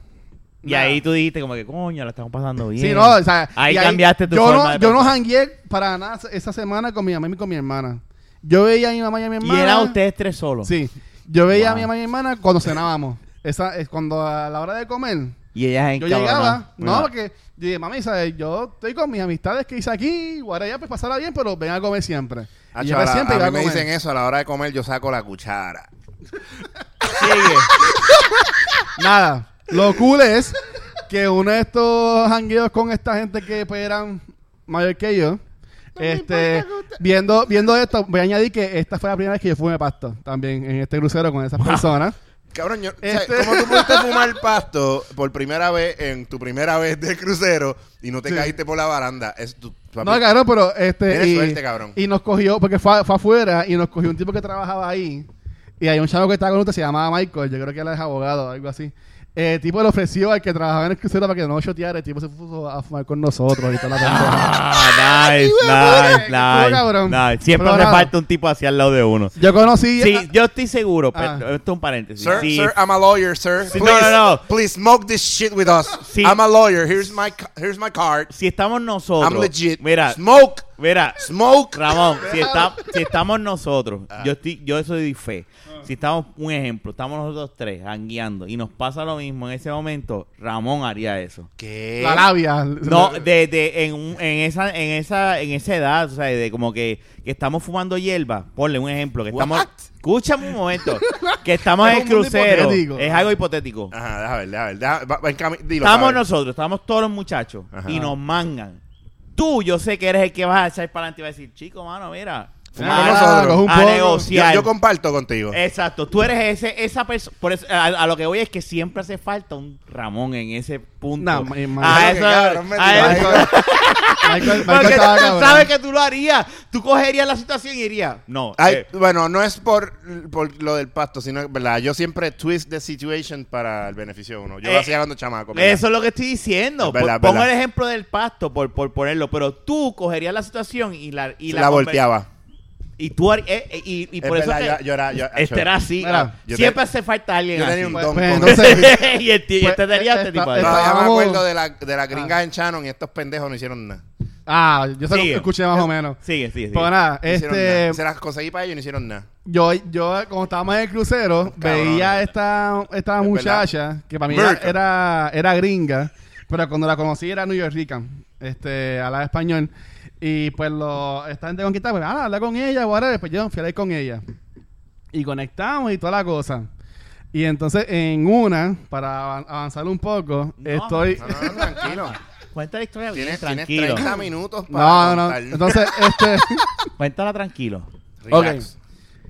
Y Nada. ahí tú dijiste como que, coño, la estamos pasando bien. Sí, no, o sea, Ahí y cambiaste tu yo forma no, de Yo no pensar. jangué para nada esa semana con mi mamá y con mi hermana. Yo veía a mi mamá y a mi hermana. Y eran ustedes tres solos. Sí. Yo veía a mi Wow. mamá y mi hermana cuando cenábamos. Esa es cuando a la hora de comer. Y ella es Yo encabronada. llegaba, no, Mira, porque yo dije, mami, ¿sabes? yo estoy con mis amistades que hice aquí, guaraya, pues pasará bien, pero ven a comer siempre. Ah, Y yo chaval, pues, siempre a iba mí a me comer. dicen eso, a la hora de comer yo saco la cuchara. sigue. Nada. Lo cool es que uno de estos hangueos con esta gente que pues, eran mayor que yo, este, viendo, viendo esto, voy a añadir que esta fue la primera vez que yo fumé pasto también en este crucero con esas personas. Cabrón, yo, o sea, Este- ¿cómo tú pudiste fumar pasto por primera vez en tu primera vez de crucero y no te Sí. caíste por la baranda? Es tu, tu- No, cabrón, pero este. Tienes Y, suerte, cabrón. y nos cogió, porque fue, a- fue afuera y nos cogió un tipo que trabajaba ahí. Y hay un chavo que estaba con usted, se llamaba Michael, yo creo que él es abogado o algo así. Eh, El tipo le ofreció al que trabajaba en el crucero para que no shoteara, el tipo se puso a fumar con nosotros y toda la pendeja. Ah, nice, nice, Estuvo nice, cabrón. nice. Siempre Pero hace nada. falta un tipo así al lado de uno. Yo conocí. Sí, yo estoy seguro. Ah. pero- esto es un paréntesis. Sir, Sí, sir, I'm a lawyer, sir. Sí, Please, no, no, no. please smoke this shit with us. Sí. I'm a lawyer. Here's my ca- here's my card. si estamos nosotros. I'm legit. Mira, smoke, mira, smoke. Ah. Ramón, si, está- si estamos nosotros, yo estoy, yo soy fe. Si estamos, un ejemplo, estamos nosotros tres hangueando y nos pasa lo mismo en ese momento, Ramón haría eso. ¿Qué? La labia. No, de, de- en, un- en esa, en esa, en esa edad, o sea, de como que, que estamos fumando hierba, ponle un ejemplo, que estamos, What? escúchame un momento, que estamos Es en el un mundo crucero, hipotético. es algo hipotético. Ajá, déjame ver, déjame ver. deja- va- va en cami- dilo, estamos déjame ver. nosotros, estamos todos los muchachos Ajá. y nos mangan. Tú, yo sé que eres el que vas a echar para adelante y vas a decir, chico, mano, mira, Fumamos a- nosotros. coge Ah, un a poco. negociar. Yo, yo comparto contigo. Eh, Exacto, tú eres ese, esa persona. Por eso, a, a lo que voy es que siempre hace falta un Ramón en ese punto. No, ma- ma- Claro a que, eso, cabrón, me a tiró eso- ahí. Michael, Michael Porque tú estaba cabrón. sabes que tú lo harías. Tú cogerías la situación y irías. No. Ay, eh, bueno, no es por, por lo del pasto, sino, ¿verdad? Yo siempre twist the situation para el beneficio de uno. Yo Eh, lo hacía cuando chamaco. ¿verdad? eso es lo que estoy diciendo. Es verdad, Pon- Pongo verdad. el ejemplo del pasto por, por ponerlo, pero tú cogerías la situación y la y la, volteaba. Y tú har- eh, eh, y, y Es por eso verdad, te- yo- yo era- yo- este era así. Mira, ah, yo te- siempre hace falta alguien Yo así. tenía un Pues- don pues con entonces- y el tío- y este Pues, tenía este esta- tipo. Todavía esta- me Estábamos- acuerdo de la, de la gringa en Shannon y estos pendejos no hicieron nada. Ah, yo se lo Sigue. escuché más o menos. Sigue, sigue, sigue. Pero nada, No hicieron nada. este. Se las conseguí para ellos y no hicieron nada. Yo, yo, cuando estábamos en el crucero, veía esta, esta Es muchacha que para mí era, America. era, era gringa, pero cuando la conocí era newyorrican, este, hablaba español. Y pues lo, esta gente conquistada, pues, ah, habla con ella, whatever. Después yo fui a hablar con ella. Y conectamos y toda la cosa. Y entonces en una, para avan- avanzar un poco, No, estoy... No, no, no, tranquilo. Cuenta la historia bien, tienes, tienes tranquilo. 30 minutos para No, no, contar. Entonces, este... Cuéntala tranquilo. Relax.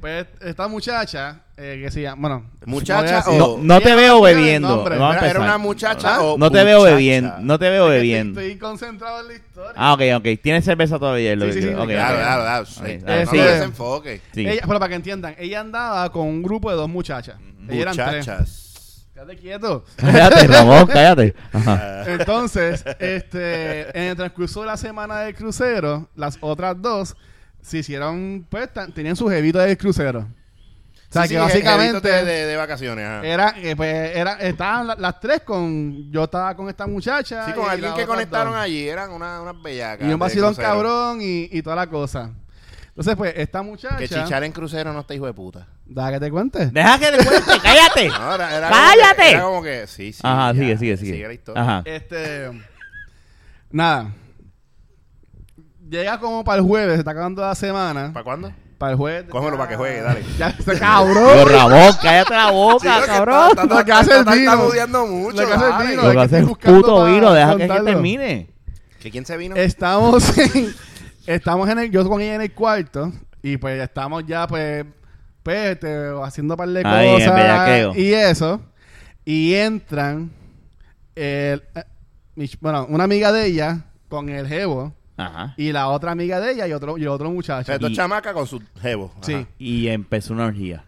pues esta muchacha, eh, que se llama... Bueno... Muchacha no voy a decir- o- No, no te Ella veo diga el bebiendo. nombre. Vamos Era, a era empezar. una muchacha Ah, o No te veo muchacha. bebiendo. No te veo Es que bebiendo. Estoy, estoy concentrado en la historia. Ah, ok, ok. Tienes cerveza todavía. es Lo Sí, que sí, quiero. sí, Ok, Claro, ok. claro, claro. Ok, Sí. dale, No sigue. te desenfoque. Sí. Ella- pero para que entiendan, ella andaba con un grupo de dos muchachas. Ellas eran tres. Muchachas. Quédate quieto. Cállate, Ramón, cállate. Ajá. Ah. Entonces, este, en el transcurso de la semana del crucero, las otras dos se hicieron, pues, tan- tenían sus evitos del crucero. O sea, Sí, que sí, básicamente evito De, de- de vacaciones. ajá. era, eh, pues, era, estaban la- las tres con, yo estaba con esta muchacha. Sí, y con alguien las que otras conectaron dos. allí. Eran una- unas bellacas. Y un de vacilón crucero. cabrón y, y toda la cosa. Entonces, pues, esta muchacha... Que chichar en crucero no está hijo de puta. Da que te cuente. Deja que te cuente, cállate. No, era- era Como ¡Cállate! que, era como que, sí, sí. Ajá, ya, sigue, sigue, sigue. la historia. Ajá. Este. Nada. Llega como para el jueves, se está acabando la semana. ¿Para cuándo? Para el jueves. Cógelo para que juegue, dale. Ya, este Pero, cabrón. Ramón, cállate la boca, Chico, que cabrón. está- está- Lo que hace el está- vino. Está mudeando mucho. Lo que hace el dale. Lo vino. es que que hace estoy es buscando puto para vino, deja que, que contarlo. termine. ¿Que quién se vino? Estamos en. Estamos en el. Yo con ella en el cuarto. Y pues estamos ya, pues. Pues, este, haciendo un par de Ahí, en bellaqueo. cosas. Y eso. Y entran. el- eh, mi- bueno, una amiga de ella con el jevo. Ajá. Y la otra amiga de ella y otro, y otro O muchacho. sea, dos Y- chamacas con su jevo. Ajá. Sí. Y empezó una orgía.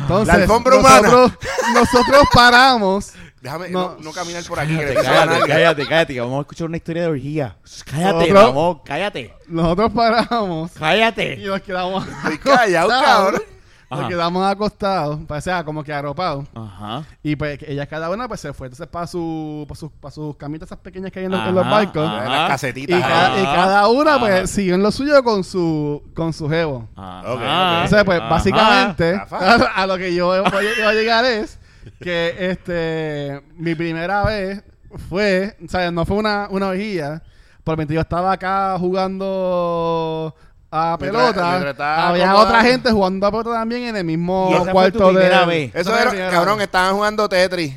Entonces, La alfombra nosotros, nosotros paramos. Déjame No. no, no caminar por aquí. que le piso la Cállate, nalga. cállate, cállate, que vamos a escuchar una historia de orgía. Cállate, Otro. Ramón, cállate. Nosotros paramos Cállate. y nos quedamos. Estoy callado, cabrón. Ajá. Nos quedamos acostados, o sea, como que arropados. Ajá. Y pues ellas cada una pues se fue. Entonces para su, para sus, para sus camitas esas pequeñas que hay en los, en los Ajá, ah. barcos. Ah, ajá. Las Y, casetitas. cada, ajá. y cada una Ajá. pues siguió en lo suyo con su con su jevo. Ajá. Ok, ok. O sea, pues Ajá. básicamente Rafa. a lo que yo voy a llegar es que este mi primera vez fue, o sea, no fue una, una orgía, porque yo estaba acá jugando a Mientras- pelota. mientras estaba había acomodado. otra gente jugando a pelota también en el mismo Y esa fue cuarto tu de primera vez. Eso Esa fue mi era, primera cabrón, vez. estaban jugando Tetris.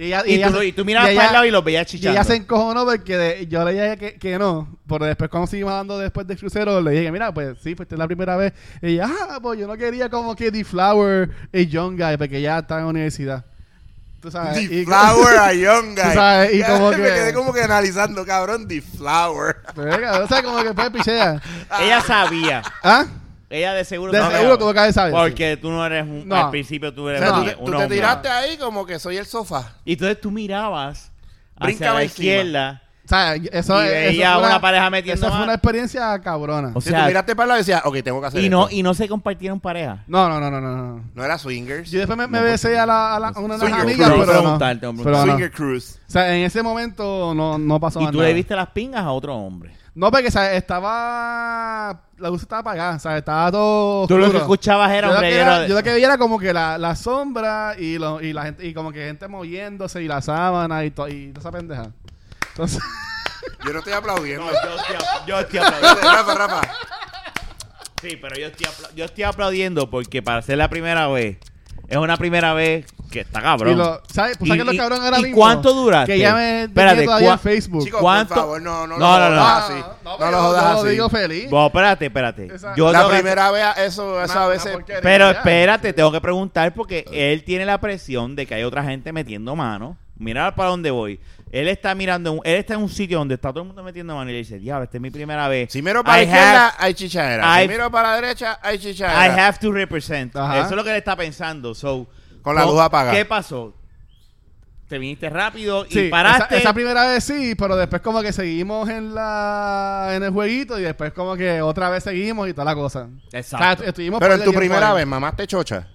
Y, ella- Y, ella- tú, y tú mirabas y ella- para el lado y los veías y ella chichando. se encojonó porque de- yo le dije que, que no. Pero después, cuando seguimos hablando después del crucero, le dije, mira, pues sí, pues esta es la primera vez. Y ella, ah, pues yo no quería como que The Flower y Young Guy, porque ya está en la universidad. Tú sabes. The Ah, y- Flower a Young Guy. Tú sabes, y como Me que- quedé como que analizando, cabrón, The Flower. Pero, venga, o sea, como que fue pichea. Ella sabía. ¿Ah, Ella de seguro de sabía. seguro como cada vez sabes. Porque tú no eres un... No. Al principio tú O eres sea, Ah, un- tú, te- un tú te hombre. tiraste ahí como que soy el sofá. Y entonces tú mirabas hacia Bríncame la encima. izquierda. O sea, eso, Y eso veía fue una pareja metiendo Eso fue mano. una experiencia cabrona. O Si tú sea, miraste para el lado y decías, ok, tengo que hacer y no, esto. y no se compartieron pareja. No, no, no, no, no, no. No era swingers. Yo después me, me besé a, la, a, la- a una de las Swinger amigas, Cruise. pero no. Preguntarte, hombre. Pero no. Swinger Cruise. O sea, en ese momento no, no pasó Y más tú nada. le viste las pingas a otro hombre. No, porque ¿sabes? estaba. La luz estaba apagada, o sea, estaba todo. Tú lo que oscuro. escuchabas era yo un lo, que reguero era, de- yo lo que veía era como que la, la sombra y, lo, y la gente y como que gente moviéndose y la sábana y, to- y toda esa pendeja. Entonces, Yo no estoy aplaudiendo. No, yo estoy apla- yo estoy aplaudiendo. Rafa, Rafa. Sí, pero yo estoy, apla- yo estoy aplaudiendo porque para ser la primera vez, es una primera vez que está cabrón. y lo, ¿sabes? Pues, ¿Y- ¿sabes que los y- cabrones ahora y mismo? cuánto duraste? Que ya me Espérate, tiene todavía ¿cuá- en Facebook. Chicos, ¿Cuánto? por favor, no, no, No, lo no, no. jodas Ah, así. no, No pero lo yo- jodas yo lo así. digo feliz. Bueno, espérate, espérate. Esa- Yo La tengo que- primera vez, eso, eso Una- a una veces... porquería. Pero Ya. espérate, tengo que preguntar porque él tiene la presión de que hay otra gente metiendo mano. Mira para dónde voy. Él está mirando, un- él está en un sitio donde está todo el mundo metiendo mano y le dice, diablo, esta es mi primera vez. Si miro para la I izquierda, hay chichadera. Si I've- miro para la derecha, hay chichadera. have, I have to represent. Ajá. Eso es lo que él está pensando. So, Con la ¿no? luz apagada. ¿Qué pasó? Te viniste rápido y Sí, esa- paraste. Esa, primera vez sí, pero después como que seguimos en la en el jueguito y después como que otra vez seguimos y toda la cosa. Exacto. O sea, estuvimos Pero en por tu el tiempo primera ahí. vez, mamaste chocha.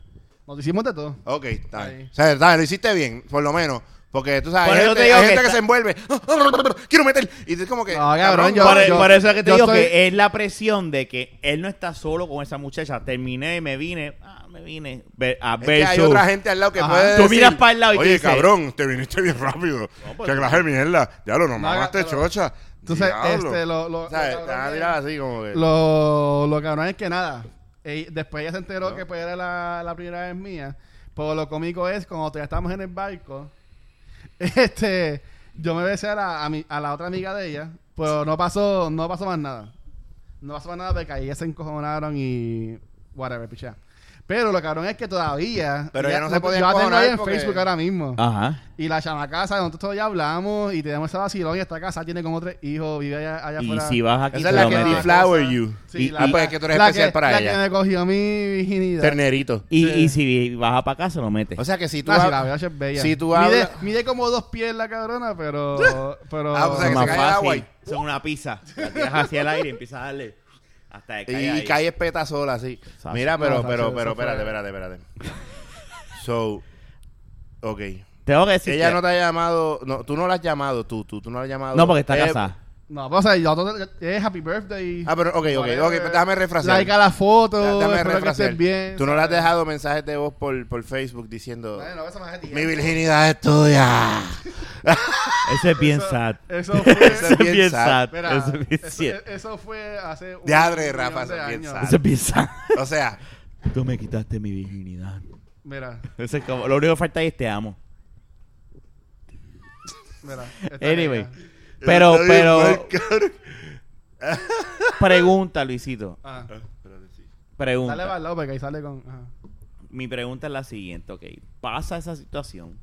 Nos hicimos de todo. Ok, está bien. Ahí. O sea, está bien, lo hiciste bien, por lo menos. Porque tú sabes, Por hay eso gente, te digo hay que gente que está- se envuelve. Quiero meter. Y es como que. No, cabrón, yo- por, e-, vale. yo- por eso es que te yo digo estoy- que es la presión de que él no está solo con esa muchacha. Terminé, me vine, ah, me vine Ve- a Es ver que hay otra gente al lado que Ajá. puede. Tú decir, miras pa'l lado y Oye, te dice- cabrón, te viniste bien rápido. pues, que clase de mierda. Ya lo no No, mamaste pero- chocha. Entonces, Diablo. este, lo, lo, O sea, lo te van a cabrón tirar así como que. es- lo- lo cabrón es que nada. Ey, después ella se enteró que pues, era la, la primera vez mía. Pero lo cómico es cuando todavía estamos en el barco, este, yo me besé a la, a mi- a la otra amiga de ella, pero no pasó, no pasó más nada. No pasó más nada porque ahí se encojonaron y whatever, pichea. Pero lo cabrón es que todavía. Pero ya no se podía Yo la tengo encojonar ahí en porque- Facebook ahora mismo. Ajá. Y la chamacaza, nosotros todavía hablamos y tenemos esa vacilón y está casada, tiene como tres hijos, vive allá, allá Y afuera. si vas aquí, Esa es te la lo que metes. di Flower You. Sí, Y- la- Ah, pues es que tú eres la especial para la que ella. me cogió mi virginidad. Ternerito. Y, Sí. y si baja para acá, se lo mete. O sea que si tú. Nah, si hab- Ah, la veo, ella es bella. si tú mide, hablas- mide como dos pies la cabrona, pero... pero Ah, o sea, es que más se caiga el agua fácil. Son una pizza. La tiras hacia el aire y empiezas a darle hasta que Y, caiga ahí. cae espeta sola, sí. Exacto. Mira, pero, No, pero, eso- pero, eso fue- espérate, espérate, espérate. So, ok. Tengo que decir Ella que- no te ha llamado, no, tú no la has llamado, tú, tú, tú no la has llamado. No, porque está Eh, casada. No, pues, o sea, yo todo- es happy birthday. Ah, pero, ok, ok, ok, Whatever. déjame refrasear. Like a la foto, Ya, déjame espero que refrasear. estés bien. Tú no le has dejado mensajes de voz por, por Facebook diciendo, Bueno, eso más es mi virginidad es tuya. Eso es bien sad. Eso fue... Eso es bien sad. Mira, Eso es bien eso, sad. eso fue hace un Diadre, millón Rafa, de eso es bien años. sad. Eso es bien sad. O sea, Tú me quitaste mi virginidad. Mira, Eso es como- lo único que falta ahí es te amo. mira. esta Anyway. nena. Pero, está bien pues. mal, pero, cabrón. pregunta, Luisito. Ah, Dale para Pregunta. el lado porque ahí sale con... ajá. Mi pregunta es la siguiente, ok. Pasa esa situación.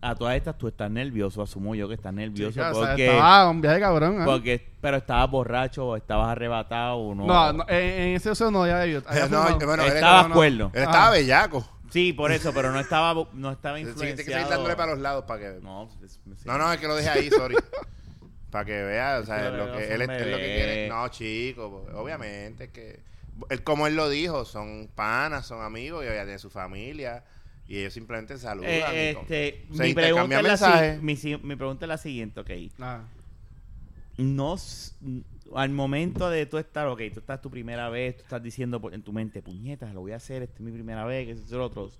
A todas estas tú estás nervioso, asumo yo que estás nervioso Chica, o sea, porque, estaba un viaje cabrón. ¿eh? porque, pero estabas borracho o estabas arrebatado o no. No, no, en, en ese uso no había bebido. Había No, fumado. bueno, él Estaba no, no. cuerdo. Él estaba Ah. bellaco. Sí, por eso, pero no estaba, bo- no estaba Sí, influenciado. tienes que seguir dándole para los lados para que... No, es- Eh, sí. No, no, es que lo dejé ahí, sorry. Para que vea, o sea, Pero lo que son él es, es lo que bebés. quiere. No, chico, pues, obviamente es que él, como él lo dijo, son panas, son amigos y ella tiene su familia y ellos simplemente saludan. Eh, y con- este, se mi, pregunta intercambian es la, si- mensajes. mi, si- mi pregunta es la siguiente, ok. Ah. No, s- al momento de tú estar, ok, tú estás tu primera vez, tú estás diciendo por- en tu mente, puñetas, lo voy a hacer, esta es mi primera vez, que es el otro.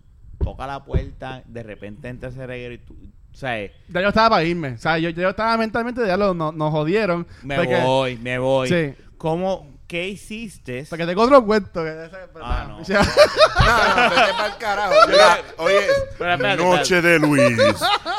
toca la puerta, de repente entra ese reguero y tú, o sea, eh, Ya yo estaba para irme. O sea, yo, yo estaba mentalmente, de ya lo, no- nos jodieron. me porque, voy, me voy. Sí. ¿Cómo, qué hiciste? Porque tengo otro cuento. que- pues, Ah, no. O sea, No, no, vete pa'l carajo. Mira, oye, Pero espérate, Noche de Luis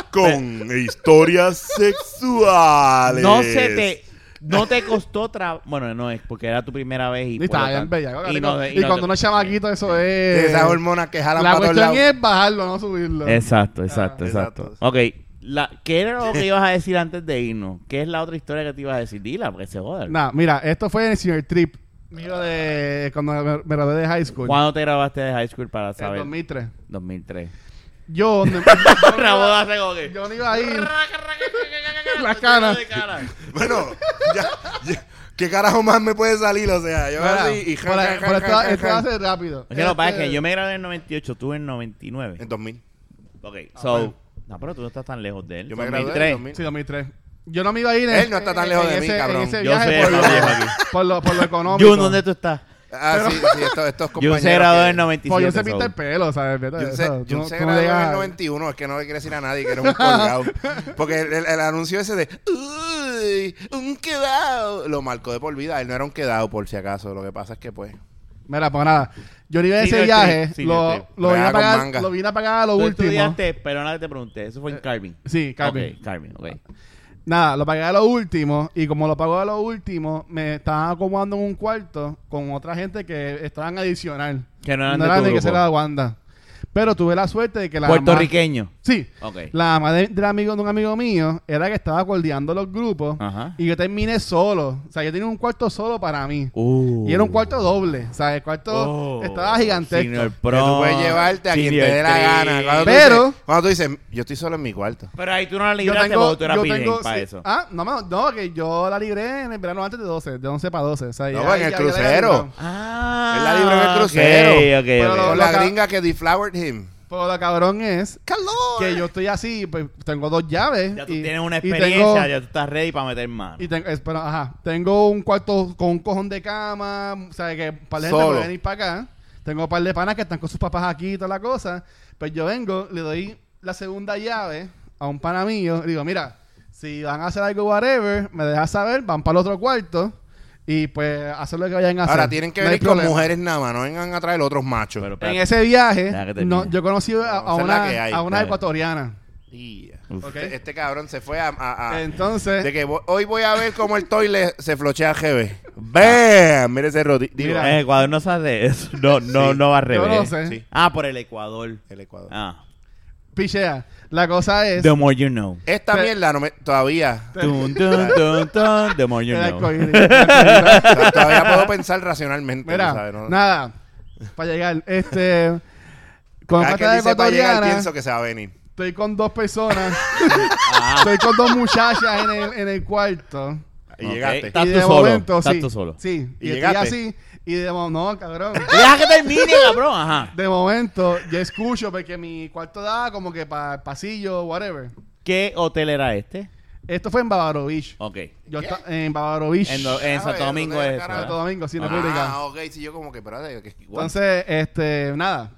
con historias sexuales. No se te... No te costó trabajo. Bueno, no es porque era tu primera vez y. y por estaba lo bien tanto- bellaco, y carico. no- y Y no cuando te- uno es chamaquito, eso es. esas hormonas que jalan La para todos cuestión lados. es bajarlo, no subirlo. Exacto, exacto, Ah, exacto. exacto. Ok, la, ¿qué era lo que ibas a decir antes de irnos? ¿Qué es la otra historia que te ibas a decir? Dila, porque se joda. Nah, mira, esto fue en el Senior Trip. Mío de. Cuando me, me gradué de high school. ¿Cuándo te grabaste de high school para En saber? 2003. 2003. Yo. no- Una boda hace como que- yo no iba a ir. Las canas. De cara. Bueno, ya, ya, ¿qué carajo más me puede salir? O sea, yo Mira, así y por la- por esto jan, jan, esto va a jan. ser rápido. Es que lo que pasa es que Este- yo me gradué en 98, tú en 99. En 2000. Ok, Ah, so. No, pero tú no estás tan lejos de él. Yo me gradué en 2003. 2000. Sí, 2003. Yo no me iba a ir en, Él no está tan en- lejos en de mí, ese- cabrón. En ese Yo viaje sé, por, lo, está viejo aquí. por, lo, por lo económico. Jun, ¿dónde tú estás? Ah, sí, sí, estos, estos Jun compañeros. se graduó que- en 97. Pues yo se so. pinta el pelo, ¿sabes? Yo O sé, sea, yo tú no- sé tú no graduar llegas- en el 91, es que no le quiere decir a nadie que eres un colgado. Porque el, el- el anuncio ese de "Uy, un quedado lo marcó de por vida. Él no era un quedado, por si acaso. Lo que pasa es que, pues, Mira, pues nada. Yo ni iba a Sí, ese yo viaje. estoy- sí, yo lo, estoy. lo, vine a Regala con pagar, manga. lo vine a pagar a lo Tú último. Eh, estudiaste, pero nada que te pregunté. Eso fue en Carving. Sí, Carmen. Ok, Carving, ok. Nada, lo pagué a lo último. Y como lo pagué a lo último, me estaban acomodando en un cuarto con otra gente que estaban adicional. Que no eran de era tu ni que grupo. se la Wanda. Pero tuve la suerte de que la. mamá- Puertorriqueño. Sí. Ok. La mamá de, del amigo, de un amigo mío era que estaba coordiando los grupos Ajá. y yo terminé solo. O sea, yo tenía un cuarto solo para mí. Uh. Y era un cuarto doble. O sea, el cuarto Oh. estaba gigantesco. que Senior tú prom, puedes llevarte a quien te senior dé la trip. gana. Cuando tú Pero- dices- cuando tú dices, yo estoy solo en mi cuarto. Pero ahí tú no la Yo libraste tengo, porque tú eras yo virgen tengo- para sí. eso. Ah, no, no, no, que yo la libré en el verano antes de 12, de 11 para 12. O sea, No, ya- pues, en ya- el ya la había crucero. librado. Ah. Él la libró en el ok, crucero. ok, Pero ok. lo- Con la loca- gringa que deflowered him. Pero pues, lo cabrón es ¡Calor! que yo estoy así, pues tengo dos llaves. Ya tú y- tienes una y tengo- experiencia, ya tú estás ready para meter mano. Y tengo, espera, ajá, tengo un cuarto con un cojón de cama, o sea, que un par de gente Solo. puede venir para acá. Tengo un par de panas que están con sus papás aquí y toda la cosa. Pues yo vengo, le doy la segunda llave a un pana mío. y digo, mira, si van a hacer algo, whatever, me dejas saber, van para el otro cuarto y pues hacer lo que vayan a hacer. Ahora tienen que No hay venir con problema. mujeres nada más, no vengan a traer otros machos. Pero En espérate. ese Deja que viaje, termine. no, yo conocí a, a No, esa es la que una, hay, a una dale. ecuatoriana. Yeah. Uf. Este- Este cabrón se fue a. a- a- Entonces, Ah. de que vo- hoy voy a ver cómo el toile se flochea a GB. ¡Bam! Mire ese rodillo. Digo, Mira. Eh, Ecuador no sabe de eso. No, no, Sí. no va al yo revés. no sé, Sí. Ah, por el Ecuador. el Ecuador. Ah. pichea. La cosa es... The more you know. Esta Te- mierda no me, todavía. Tun, tun, tun, tun, the more you Era know. arcoíris, era arcoíris. o sea, todavía puedo pensar racionalmente. Mira, ¿no sabes? No- nada, para llegar, este, con Cada vez que falta de él dice para llegar, ecuatoriana, pienso que se va a venir. estoy con dos personas, Ah, estoy con dos muchachas en el, en el cuarto. Y Ok. Ah, llegaste. Estás y tú de solo, momento, estás sí, tú solo. sí, y, Y estoy llegaste. así, y de momento, no, cabrón, Deja que termine, cabrón. Ajá. de momento, yo escucho porque mi cuarto da como que para el pasillo, whatever. ¿Qué hotel era este? Esto fue en Bávaro Beach. Ok. Yo esta- en Bávaro Beach, En, lo- en Ah, Santo el Domingo hotel, es. carajo. Santo Domingo, sí, Ah, República. Ah, ok. Sí, yo como que, pero de- que- Entonces, este, nada.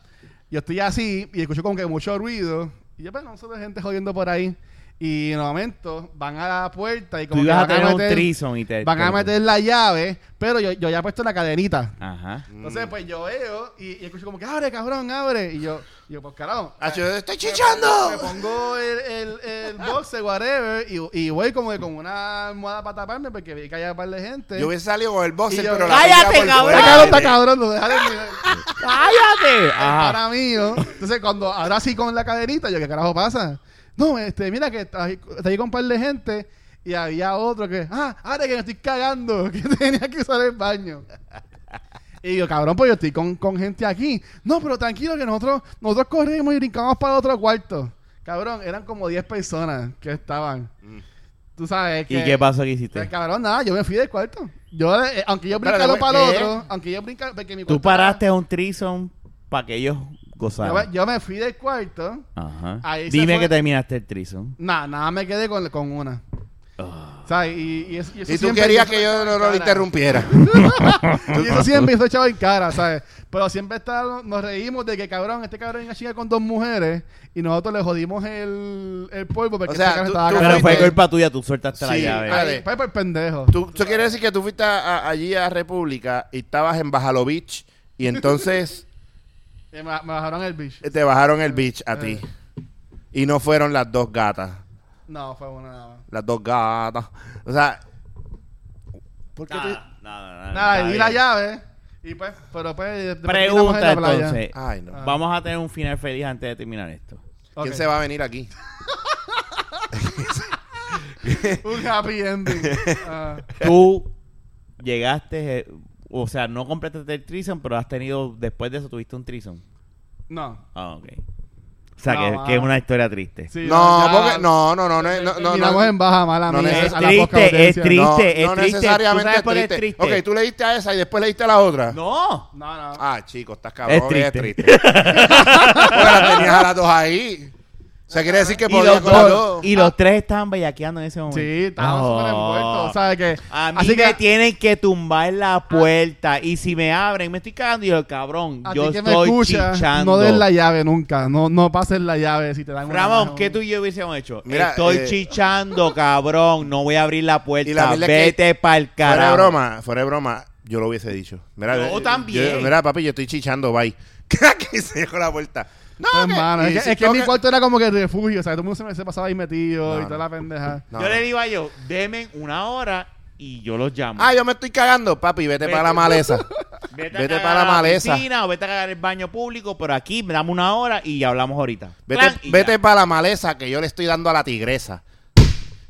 Yo estoy así y escucho como que mucho ruido. Y yo, bueno, nosotros gente jodiendo por ahí. Y de momento van a la puerta y como Tú que ibas a van tener un meter- trison y te. Van a meter la llave, pero yo, yo ya he puesto la cadenita. Ajá. Entonces, pues yo veo y, y escucho como que abre, cabrón, abre. Y yo, y yo pues carajo. Ah, yo estoy Me chichando. pongo el, el, el boxe, whatever, y, y voy como que con una almohada para taparme porque vi que hay un par de gente. Yo hubiese salido con el boxer, Y yo- pero la ¡Cállate, tenía por cabrón! fuera. Está cabrón, está cabrón, lo deja terminar. ¡Cállate! Ajá. para mí, ¿no? Entonces, cuando ahora sí con la cadenita, yo, ¿qué carajo pasa? No, este, mira que está ahí está ahí con un par de gente y había otro que, ah, ahora que me estoy cagando, que tenía que usar el baño. Y yo, cabrón, pues yo estoy con, con gente aquí. No, pero tranquilo que nosotros, nosotros corrimos y brincamos para el otro cuarto. Cabrón, eran como 10 personas que estaban. Tú sabes que... Mm. ¿Y qué pasó que Pues, hiciste? cabrón, nada, yo me fui del cuarto. Yo, eh, aunque yo Espérate, brincaba para el ¿qué? otro, aunque yo brincaba... porque mi Tú cuarto era- paraste a un trison para que ellos yo gozaran. me- yo me fui del cuarto Ajá. Ahí se Dime fue- que terminaste el trison. Ah. Nada, nada me quedé con, con una. ¿Sabes? Y, y, eso- y eso Y tú siempre- querías eso que me yo echaba no en lo cara. interrumpiera. Y eso siempre eso echaba en cara, ¿sabes? Pero siempre está, nos reímos de que, cabrón, este cabrón es una chica con dos mujeres y nosotros le jodimos el, el polvo porque O sea, este tú- cabrón estaba tú Pero cagado. fue fuiste- culpa tuya, tú sueltaste la Sí, llave. ah, Ay, fue por pendejo. ¿Tú, tú quieres decir que tú fuiste a- a- allí a República y estabas en Bajalo Beach y entonces Y me, me bajaron el bicho. te bajaron el beach a ti. Eh. Y no fueron las dos gatas. No, fue una nada más. Las dos gatas. O sea, ¿por qué te- Nada, nada, nada, Nada, Ah, está y di la bien. llave. Y pues, pero pues. después terminamos Pregunta en la playa. entonces. Eh. Ay, no. Ah. Vamos a tener un final feliz antes de terminar esto. Ok. ¿Quién se va a venir aquí? Un happy ending. Ah. Tú llegaste, eh, o sea, no completaste el trison, pero has tenido, después de eso tuviste un trison. no. Ah, ok. O sea, No, que, mano. que es una historia triste. Sí, No, ya- porque no, no, no, Eh, no, no, no, Terminamos no. en baja mala no mía. neces- a es la poca triste, es audiencia. triste, No, no es triste. ¿Tú necesariamente sabes por qué es es triste. triste? Ok, tú leíste a esa y después leíste a la otra. No. No, no. Ah, chico, estás cabrón. Es triste. triste. Ahora tenías a las dos ahí. O sea, quiere decir que Y los, podías con las dos- dos. Ah. y los tres estaban bellaqueando en ese momento. Sí, estábamos No. súper envueltos. ¿Sabes qué? A mí me tienen que tumbar Ah. la puerta. Y si me abren, me estoy cagando. Y yo, cabrón, A yo ti que me estoy escuchas, chichando. no des la llave nunca. No, no pases la llave si te dan una Ramón, mano. ¿qué tú y yo hubiésemos hecho? Mira, estoy eh, chichando, cabrón. No voy a abrir la puerta. Y la verdad es que- Vete pa'l carajo. Fuera de broma, fuera de broma, yo lo hubiese dicho. Mira, Yo eh, también. yo- mira, papi, yo estoy chichando, bye. Crack, y se dejó la puerta. No, Pues, que- mano, y es que, si es que mi toca- cuarto era como que refugio. O sea, todo el mundo se, me- se pasaba ahí metido No, y no. toda la pendeja. No. Yo le digo a ellos, denme una hora y yo los llamo. Ah, yo me estoy cagando, papi, vete Vete. para la maleza. Vete, vete cagar para a la maleza. piscina o vete a cagar el baño público, pero aquí me dame una hora y hablamos ahorita. Clan, Vete, y ya. vete para la maleza que yo le estoy dando a la tigresa.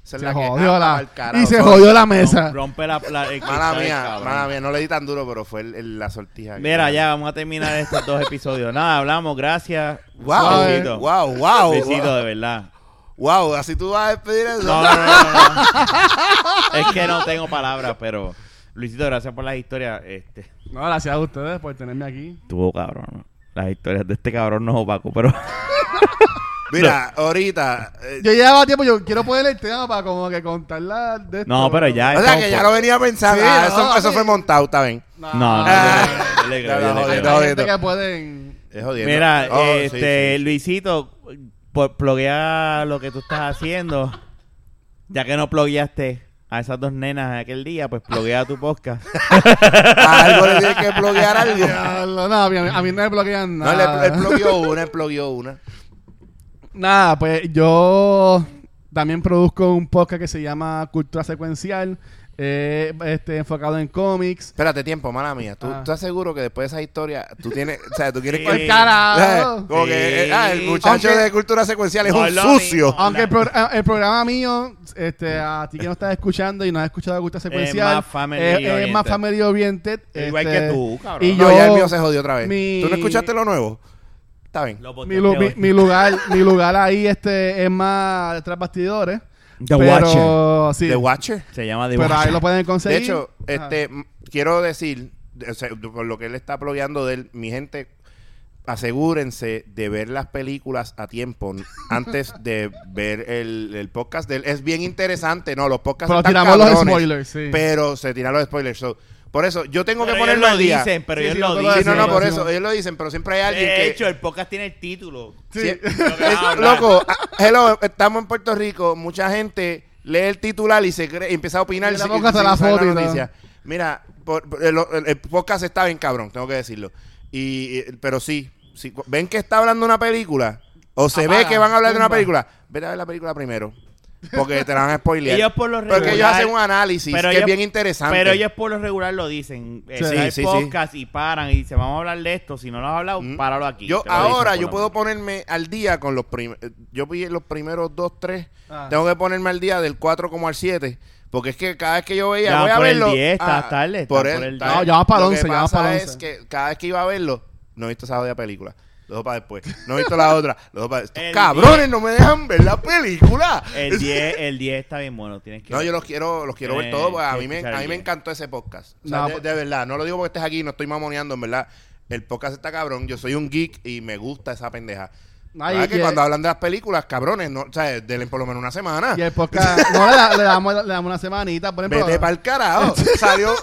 Esa es Se la que jodió anda la... pa'l carajo. Y se jodió la mesa. Rompe la, la el Mala cristal, mía, cabrón. mala mía, no le di tan duro, pero fue el- el- la sortija. que- Mira, ya vamos a terminar estos dos episodios. Nada, hablamos, gracias. Wow, Besito. wow, wow, Besito, wow, de verdad. wow, así tú vas a despedir eso. No, no, no, no, no. Es que no tengo palabras, pero Luisito, gracias por las historias. Este, No, gracias a ustedes por tenerme aquí. tuvo cabrón. ¿no? Las historias de este cabrón no es opaco, pero Mira, ahorita. eh, Yo llevaba tiempo, yo quiero poner el tema para como que contarla de esto, No, pero o ya sea, Ah, estamos que ya por- lo venía pensando. Sí, Ah, no, eso, eso sí. fue montado, está bien. No, No, no, Ah. yo le creo, yo le creo, yo No, no, le Hay creo. no, gente no. que pueden... Es jodiendo. Mira, Oh, sí, este, sí. Luisito, por pluguea lo que tú estás haciendo. Ya que no plugueaste a esas dos nenas en aquel día, pues pluguea tu podcast. Algo le tiene que bloquear algo. Diablo, no, a mí, a mí no me bloquean No, nada. él, él bloqueó una, él bloqueó una. Nada, pues yo también produzco un podcast que se llama Cultura Secuencial, eh, este, enfocado en cómics. Espérate, tiempo, mala mía. ¿Tú Ah. estás seguro que después de esa historia tú tienes. O sea, tú quieres. Sí. cual- ¡Por ¿sabes? Pues, carajo! Como que. eh, ah, el Sí. muchacho Aunque- de cultura secuencial es No, un es lo mismo. sucio. Aunque el, pro- el programa mío, este, a ti que no estás escuchando y no has escuchado Cultura Secuencial, eh, más family es- es oriented. más family oriented. Igual este, que tú, cabrón. y No, yo- ya el mío se jodió otra vez. mi- ¿Tú no escuchaste lo nuevo? Está bien. Lo Mi, lu- mi- boté mi lugar, mi lugar ahí este, es más tras bastidores. The pero, sí, The Watcher. Se llama The pero ahí Watcher. lo pueden De conseguir. hecho, Ajá. este, m- quiero decir, de- o sea, de- por lo que él está blogueando de él, mi gente, asegúrense de ver las películas a tiempo n- antes de ver el, el podcast de él. Es bien interesante, ¿no? Los podcasts Pero están tiramos los cabrones, spoilers, sí. Pero se tiran los spoilers. so, por eso, yo tengo Pero que ellos ponerlo lo al día. dicen, pero Sí, ellos sí, lo no te lo dicen. Sí, no, no, por Sí, eso. Ellos lo dicen, pero siempre hay alguien De que... hecho, el podcast tiene el título. Sí. que habla. Loco, ah, hello, estamos en Puerto Rico, mucha gente lee el titular y se cree, y empieza a opinar Y y la se- boca y se hasta la sabe foto y todo. noticia. Mira, por- por- el, el- el podcast está bien cabrón, tengo que decirlo. Y eh, pero sí, si cu- ven que está hablando una película o se ve Apaga, que van a hablar de una tumba. película, vete a ver la película primero. Porque te la van a spoilear. Ellos por lo Porque ellos regular- hacen un análisis que es ellos- bien interesante. Pero ellos por lo regular lo dicen. Eh, Sí, se da el sí, sí. podcast y paran y dicen, vamos a hablar de esto. Si no lo has hablado, Mm. páralo aquí. Yo Te lo ahora dicen, yo por lo puedo ponerme al día con los primeros. Yo vi los primeros dos, tres. Ah. Tengo que ponerme al día del 4 como al 7. Porque es que cada vez que yo veía, Ya, voy a por el verlo. ah, 10, está tarde, está por el está 10. No, ya va para Lo 11, que ya va pasa para es 11. que cada vez que iba a verlo, no he visto esa jodida película. Lo dejo para después. No he visto la otra. Lo dejo para Estos El cabrones no me dejan ver la película. menos. El 10, el 10 está bien bueno. Tienes que No, yo los quiero, los quiero ver Eh, todos porque a que mí, me, escuchar a mí me bien. encantó ese podcast. O sea, No, de, pues- de verdad, no lo digo porque estés aquí, no estoy mamoneando, en verdad. El podcast está cabrón, yo soy un geek y me gusta esa pendeja. Ay, ¿Verdad que y- cuando hablan de las películas, cabrones, no, o sea, denle por lo menos una semana. Y el podcast, no le, da- le damos, le damos una semanita, por ejemplo. Vete para el carajo. Salió,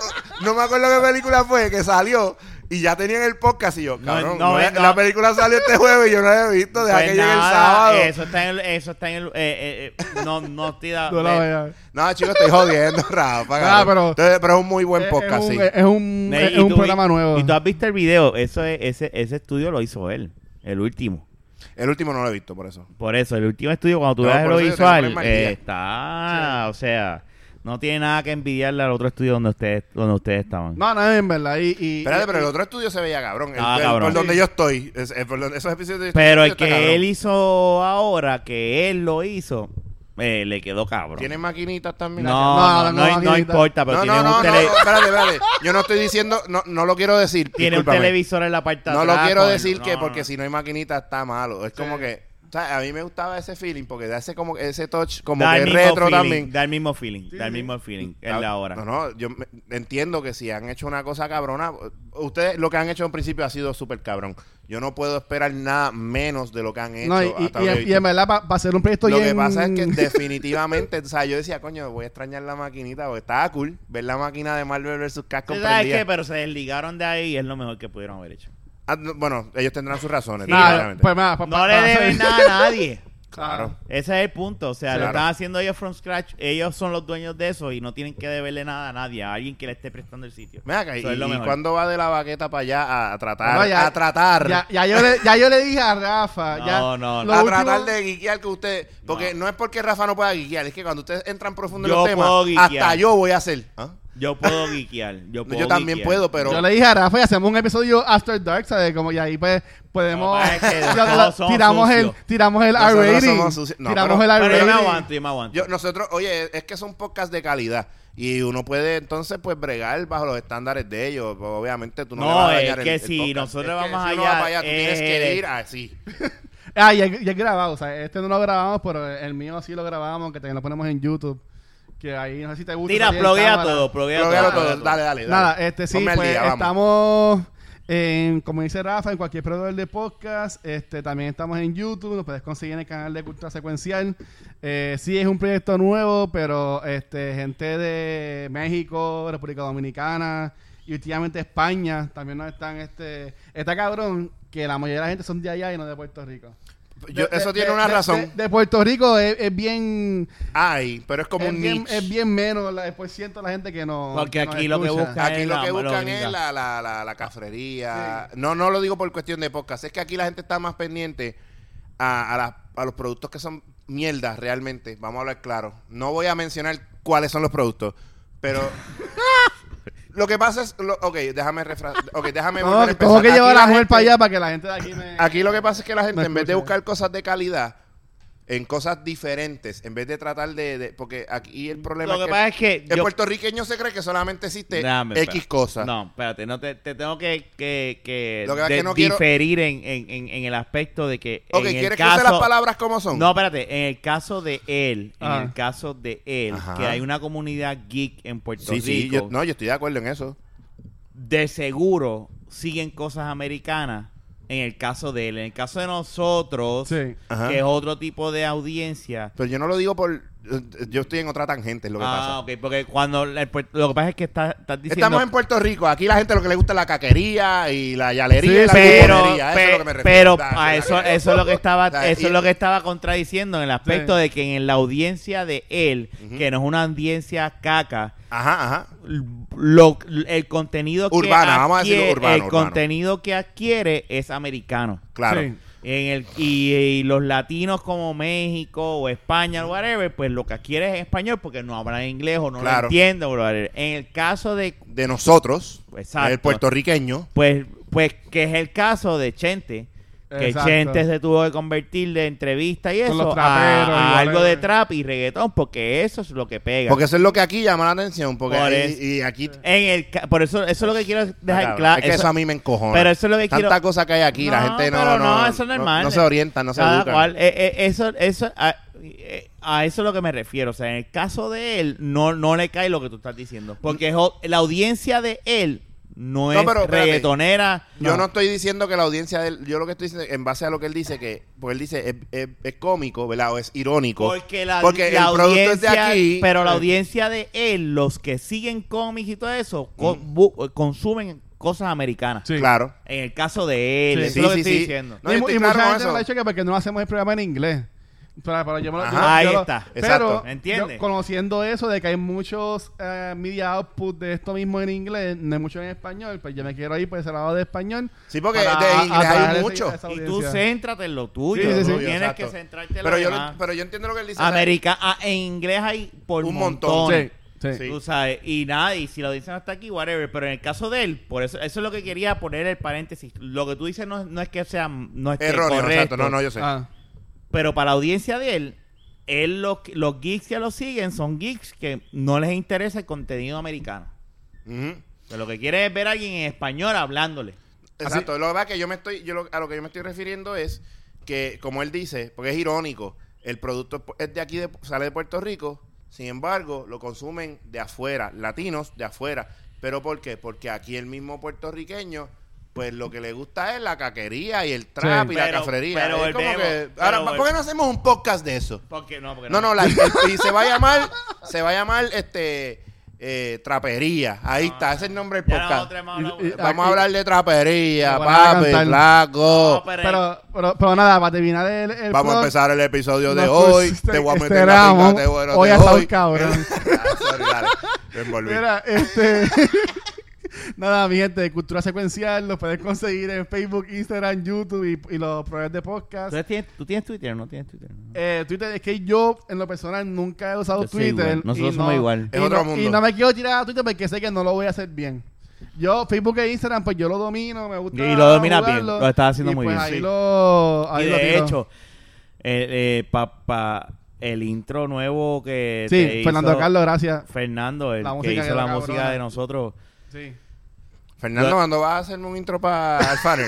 no me acuerdo qué película fue que salió y ya tenían el podcast y yo, cabrón, no, eh, no he- no. la película salió este jueves y yo no la he visto, deja Pues que llegue el nada, sábado. Eso está en el. Eso está en el eh, eh, eh, no, no estoy da- No la eh, veas. No, chicos, estoy jodiendo, Rafa. cabrón. pero- Entonces, pero es un muy buen podcast, es, sí. un, es un, Ney, es y un tú- programa y- nuevo. Y tú has visto el video. Eso es, ese, ese estudio lo hizo él. El último. El último no lo he visto, por eso. Por eso, el último estudio, cuando tú No, veas por lo eso yo tengo visual, problemas al día. eh, está. O sea, no tiene nada que envidiarle al otro estudio donde ustedes, donde ustedes estaban. No, no, en verdad. Y, y, Espérate, pero el otro estudio se veía cabrón. El- Ah, el- cabrón. Por donde yo estoy. es- es por donde- esos episodios de- Pero el está cabrón. que él hizo ahora, que él lo hizo, eh, le quedó cabrón. Tiene maquinitas también. No, no, no, No, no, no no, importa, pero no, tiene no, no, un, tele- no, espérate, espérate. Yo no estoy diciendo, no, no lo quiero decir. tiene un discúlpame. televisor en la parte de No lo atrás quiero con- decir que no, porque si no hay maquinita está malo. Es como que, o sea, a mí me gustaba ese feeling porque da ese como ese touch como Da que el mismo retro feeling, también. Ah, Da el mismo feeling, da el mismo feeling en la hora. No, no, yo me- entiendo que si han hecho una cosa cabrona, ustedes lo que han hecho en principio ha sido súper cabrón. Yo no puedo esperar nada menos de lo que han hecho. no, y, y, hasta y- hoy. y en verdad, para hacer un proyecto Lo bien- que pasa es que definitivamente, o sea, yo decía, coño, voy a extrañar la maquinita, porque estaba cool ver la máquina de Marvel vs. Capcom ¿Tú ¿Sabes prendida. qué? Pero se desligaron de ahí y es lo mejor que pudieron haber hecho. Ah, no, bueno, ellos tendrán sus razones, Sí, Nada, definitivamente. pues ah, nada, pa- No pa- le pa- deben nada a nadie. Claro. Ese es el punto. O sea, lo Claro. están haciendo ellos from scratch. Ellos son los dueños de eso y no tienen que deberle nada a nadie, a alguien que le esté prestando el sitio. Ven acá, y, Eso es lo y mejor. cuándo va de la baqueta para allá a, a tratar? No, ya- a tratar. Ya, ya, yo le, ya yo le dije a Rafa. No, ya, no, no. lo a último- tratar de guiquear que usted. Porque no. es porque Rafa no pueda guiquear, es que cuando ustedes entran profundo en Yo los temas, puedo guiquear. hasta yo voy a hacer. ¿Ah? Yo puedo guiquear. Yo, No, puedo yo también guiquear. puedo, pero. Yo le dije a Rafa y hacemos un episodio After Dark, ¿sabes? Como, y ahí pues podemos. No, parece que Ya, todos la- somos tiramos, el, sucios. tiramos el Nosotros R-rating. somos sucios. No, tiramos pero- el Pero yo me R-rating. aguanto, yo me aguanto. Yo- nosotros, oye, es que son podcasts de calidad. Y uno puede entonces pues bregar bajo los estándares de ellos. Pues, Obviamente tú no, No, le vas a es dañar el- que el si podcast. nosotros Es que vamos si uno va allá, para allá, tú eh, tienes que ir así. Ah, ya, ya es grabado, o sea, este no lo grabamos, pero el mío sí lo grabamos, que también lo ponemos en YouTube. Que ahí no sé si te gusta. Tira, salir en pluguea cámara. todo, pluguea Pero todo. véalo todo. pluguea todo. Dale, dale, dale. Nada, este sí, Ponme al pues día, vamos. estamos en, como dice Rafa, en cualquier proveedor de podcast. Este, también estamos en YouTube, nos puedes conseguir en el canal de Cultura Secuencial. Eh, sí, es un proyecto nuevo, pero este, gente de México, República Dominicana y últimamente España también nos están. Este, está cabrón que la mayoría de la gente son de allá y no de Puerto Rico. Yo- De- eso de- tiene de- una de- razón. De, de Puerto Rico es, es bien. Ay, pero es como es, un bien niche. es bien menos la, por ciento la gente que no. Porque nos aquí lo que escucha. busca- Aquí es lo la que buscan gringa. es la, la, la, la Ah, cafrería. No, no lo digo por cuestión de podcast. Es que aquí la gente está más pendiente a, a, las- a los productos que son mierdas realmente. Vamos a hablar claro. No voy a mencionar cuáles son los productos, pero... lo que pasa es... lo- ok, déjame refra- Ok, déjame No, volver a tengo empezar. que llevar Aquí a la mujer gente- Ah, para allá para que la gente de aquí me. Aquí lo que pasa es que la gente, Me en vez de escucha. buscar cosas de calidad, en cosas diferentes, en vez de tratar de... de- porque aquí el problema Lo que es que... pasa es que el yo- puertorriqueño se cree que solamente existe Déjame, X espérate. cosas. No, espérate, no te, te tengo que, que, que Lo que pasa es de- que no quiero- diferir en, en, en, en el aspecto de que. Ok, en el ¿quieres que caso... use las palabras como son? No, espérate, en el caso de él, Ah. en el caso de él, Ajá. que hay una comunidad geek en Puerto sí, Rico, sí, yo, no, yo estoy de acuerdo en eso. de seguro siguen cosas americanas. En el caso de él, en el caso de nosotros, Sí. Ajá. que es otro tipo de audiencia. Pero yo no lo digo por... Yo estoy en otra tangente, es lo que Ah, ok, porque cuando el puer- lo que pasa es que está- estás pasa. diciendo Estamos en Puerto Rico. Aquí la gente lo que le gusta es la caquería y la yalería Sí, y la pero, cuponería. Eso pe- es lo que me refiero. pero Da, a da, eso, da. eso es lo que estaba, Da, eso y- es lo que estaba contradiciendo en el aspecto Sí. de que en la audiencia de él, que no es una audiencia caca, Ajá, ajá. lo, el contenido que Urbana, vamos a adquiere- decirlo urbano, el urbano. contenido que adquiere es americano. Claro. Sí. En el, y, y los latinos como México o España o whatever, pues lo que adquiere es español porque no hablan inglés o no lo Claro. entienden. whatever. En el caso de De nosotros, Exacto. el puertorriqueño, pues, pues que es el caso de Chente. Que Exacto. Chente se tuvo que convertir de entrevista y Con los eso traperos y a, a algo de whatever. trap y reggaetón, porque eso es lo que pega. porque eso es lo que aquí llama la atención. Porque Por y- eso. Eh, y, aquí... En el ca- por eso, eso es lo que quiero dejar Ah, cabrón, claro. es que eso, a mí me encojona. pero eso es lo que Tanta quiero- cosa que hay aquí, la gente no, pero no, eso es normal. no se orienta, no se Cada educa. cual. Eh, eh, eso, eso, a, eh, a eso es lo que me refiero. O sea, en el caso de él, no, no le cae lo que tú estás diciendo. Porque jo- la audiencia de él no, Mm. No, es pero espérate. reggaetonera. Yo no estoy diciendo que la audiencia de él, yo lo que estoy diciendo, en base a lo que él dice, que, porque él dice, es, es- es cómico, ¿verdad? O es irónico. Porque la, Porque la el producto es de audiencia- aquí. Pero la Eh. audiencia de él, los que siguen cómics y todo eso, Mm. co- bu- consumen cosas americanas. Sí. Claro. En el caso de él, Sí. eso Sí, es lo que sí, estoy sí. diciendo. No, y yo mu- estoy y claro mucha con gente eso. me lo ha dicho que porque no hacemos el programa en inglés. Para, para, yo me lo- yo Ajá, lo- ahí yo lo- está. Pero Exacto. ¿Entiendes? yo conociendo eso de que hay muchos eh, media output de esto mismo en inglés, no hay mucho en español, pues yo me quiero ir por ese lado de español. Sí, porque para de inglés atraer ese- hay mucho. esa Y tú audiencia. céntrate en lo tuyo. Sí, sí, sí. Tú Tienes Exacto. que centrarte en lo Pero yo, demás. lo- pero yo entiendo lo que él dice. o sea, América, ah, en inglés hay por Un montón. montones. Sí, sí. Sí. Tú sabes, y nada, y si la audiencia no está aquí, whatever. Pero en el caso de él, por eso, eso es lo que quería poner el paréntesis. Lo que tú dices no, no es que sea no es que Erróneo, correcto, exacto. No, no, yo sé. Ah, Pero para la audiencia de él, él los, los geeks que lo siguen son geeks que no les interesa el contenido americano. Ujú. Pero lo que quiere es ver a alguien en español hablándole. Exacto. Lo que pasa es que yo me estoy, yo lo- a lo que yo me estoy refiriendo es que, como él dice, porque es irónico, el producto es de aquí, de- sale de Puerto Rico, sin embargo, lo consumen de afuera, latinos de afuera. ¿Pero por qué? Porque aquí el mismo puertorriqueño, pues lo que le gusta es la caquería y el trap Sí. y la Pero- cafrería. pero Es como volvemos, que- pero ahora, vol- ¿por qué no hacemos un podcast de eso? Porque no, porque No, no, la- el- y se va a llamar, se va a llamar, este, eh, trapería. Ahí No, está, ese es el nombre del Ya nosotros podcast. hemos Y- hablado- y- Vamos a Eh, Aquí- hablar de trapería, Lo van a papi, cantar. flaco. No, pero- oh, pero, pero, pero nada, para terminar el, el Vamos a blog, empezar el episodio de nos hoy. pusiste- Te voy a este meter era la un- pinga, te voy a- hoy de ha estado cabrón. Ah, sorry, dale. Me envolví. Mira, este. Nada, mi gente, Cultura Secuencial lo puedes conseguir en Facebook, Instagram, YouTube y, y los programas de podcast. ¿Tú tienes, tú tienes Twitter o no tienes Twitter? Eh, Twitter, es que yo en lo personal nunca he usado Yo soy Twitter. igual. Nosotros y somos no- igual. Es y otro no- mundo. Y no me quiero tirar a Twitter porque sé que no lo voy a hacer bien. Yo, Facebook e Instagram, pues yo lo domino, me gusta. Y lo dominas bien, jugarlo, lo estás haciendo y muy pues bien, Ahí sí. lo. Ahí y lo de tiro. hecho, eh, eh, pa- pa- el intro nuevo que te Sí, este, hizo Fernando Carlos, gracias. Fernando, el La que música hizo quedó la cabrona. música de nosotros. Sí. Fernando, Yo- ¿cuándo vas a hacerme un intro para Alfaner?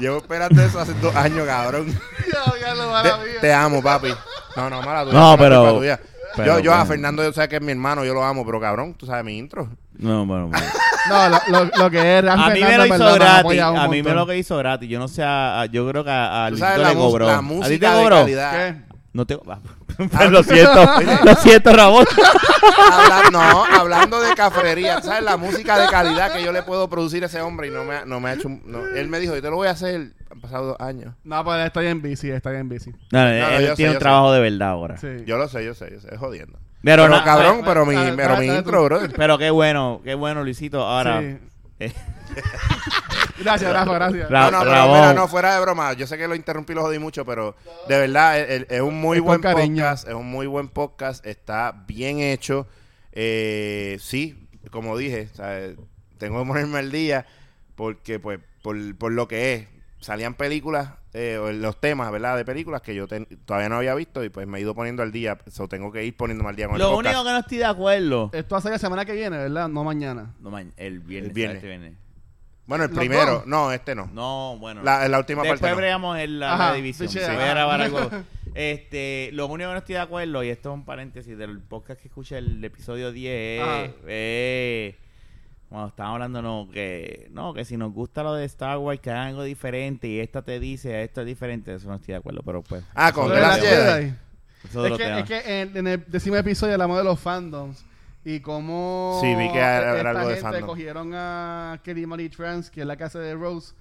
Llevo esperando eso hace dos años, cabrón. ya lo va Te, la vida. te amo, papi. No, no, mala tuya. No, mala pero- culpa tuya. pero yo yo a bueno. Fernando, yo sé que es mi hermano, yo lo amo, pero cabrón, tú sabes mi intro. No, bueno, bueno. No, lo, lo, lo que es Ram a mí me Fernando, lo en hizo verdad, nos gratis. apoya un A mí me montón. lo que hizo gratis. Yo no sé, a- a- yo creo que a, a Tú Luisito sabes le la, mus- cobró. la ¿A ti te música de cobró? calidad. ¿Qué? No te. Pues lo siento, Oye. lo siento, Ramón. Habla- no, hablando de cafrería, ¿sabes? La música de calidad que yo le puedo producir a ese hombre y no me ha, no me ha hecho... un- no. Él me dijo, yo te lo voy a hacer. Han pasado dos años. No, pues está bien bici, está bien bici. No, no, él yo sé, tiene un yo sé. trabajo de verdad ahora. Sí. Yo lo sé, yo sé, yo sé, es jodiendo. Pero, Pero, na- cabrón, bueno, pero mi, dale, pero dale, mi dale intro, tú. brother. Pero qué bueno, qué bueno, Luisito. Ahora. Sí. eh, Gracias, Rafa, gracias. Ra- No, no, pero Ramón. mira, no, fuera de broma. Yo sé que lo interrumpí, lo jodí mucho, pero de verdad es, es- es un muy Es con buen cariño. podcast. Es un muy buen podcast. Está bien hecho. Eh, sí, como dije, o sea, tengo que ponerme al día porque, pues, por, por lo que es, salían películas eh, o los temas, ¿verdad? De películas que yo ten- todavía no había visto y pues me he ido poniendo al día. So, tengo que ir poniéndome al día con Lo el único podcast. que no estoy de acuerdo. Esto hace la semana que viene, ¿verdad? No mañana. No, man, el viernes. El viernes. este Bueno, el Los primero. dos. No, este no. No, bueno. La, la última Después parte. no. bregamos en la, Ajá, la división. sí, Voy a ajá. grabar algo. Este, lo único que no estoy de acuerdo, y esto es un paréntesis del podcast que escuché el episodio 10, Ajá. eh, cuando estaban hablando, no, que no, que si nos gusta lo de Star Wars, que hagan algo diferente, y esta te dice, esto es diferente, eso no estoy de acuerdo, pero pues. Ah, con Lo eso de es la Gracias. otro- Jedi. eso es Es otro que, tema. es que en, en el décimo episodio hablamos de los fandoms y cómo Sí, vi que era- esta era algo de gente fandom. cogieron a Kelly Marie Trans, que es la casa de Rose,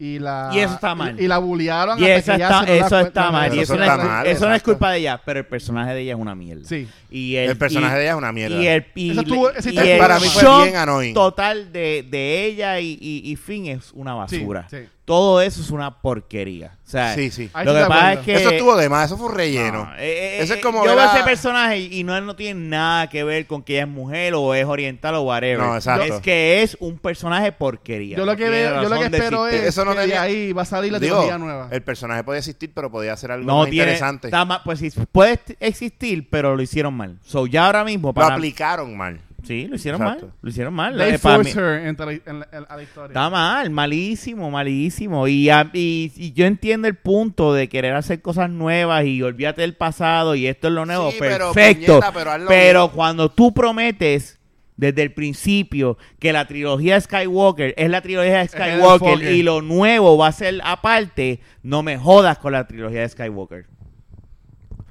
y la Y eso está mal. Y, la bullearon Y hasta eso que ella está, se lo da eso cuenta. está mal. Pero y eso eso no está es- mal, eso no es exacto. culpa de ella, pero el personaje de ella es una mierda. Sí. Y el, El personaje y- de ella es una mierda. Y el, y, Eso estuvo- ese y tema el para mí fue shock bien annoying. total de, de ella y, y, y Finn es una basura. Sí, sí. Todo eso es una porquería. O sea, Sí, sí. Ahí lo estoy que de pasa es acuerdo. que... Eso estuvo de más, eso fue un No, relleno. eh, eh, Eso es eh, como yo ver veo a- ese personaje y no, no tiene nada que ver con que ella es mujer o es oriental o whatever. No, exacto. Es que es un personaje porquería. Yo lo No que tiene veo, yo lo que razón de espero existir. es Eso no que de tenía- ahí va a salir la Digo, tecnología nueva. El personaje podía existir, pero podía hacer algo no más tiene interesante. está ma- pues sí, puede est- existir, pero lo hicieron mal. So ya ahora mismo Lo para aplicaron mal. Sí, lo hicieron Exacto. mal, lo hicieron mal. They Eh, para forced mí- her into la- en la- en la- a la historia. Está mal, malísimo, malísimo. Y, a- y, y yo entiendo el punto de querer hacer cosas nuevas y olvídate del pasado y esto es lo nuevo. Sí, pero, Perfecto. Pero, puñeta, pero hazlo bien. cuando tú prometes desde el principio que la trilogía de Skywalker es la trilogía de el Skywalker enfoque. y lo nuevo va a ser aparte, no me jodas con la trilogía de Skywalker.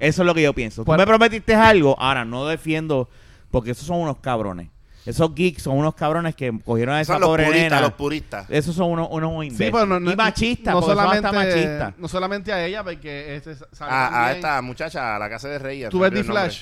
Eso es lo que yo pienso. Por- Tú me prometiste algo, ahora no defiendo, porque esos son unos cabrones. Esos geeks son unos cabrones que cogieron a esa Son los pobre puristas, nena. los puristas. Esos son unos, unos Sí, imbéciles. pero no, no- y machistas, no porque son hasta solamente, machistas. no solamente a ella, porque este sale A, a también. esta muchacha, a la casa de Reyes. Tú ves The Flash,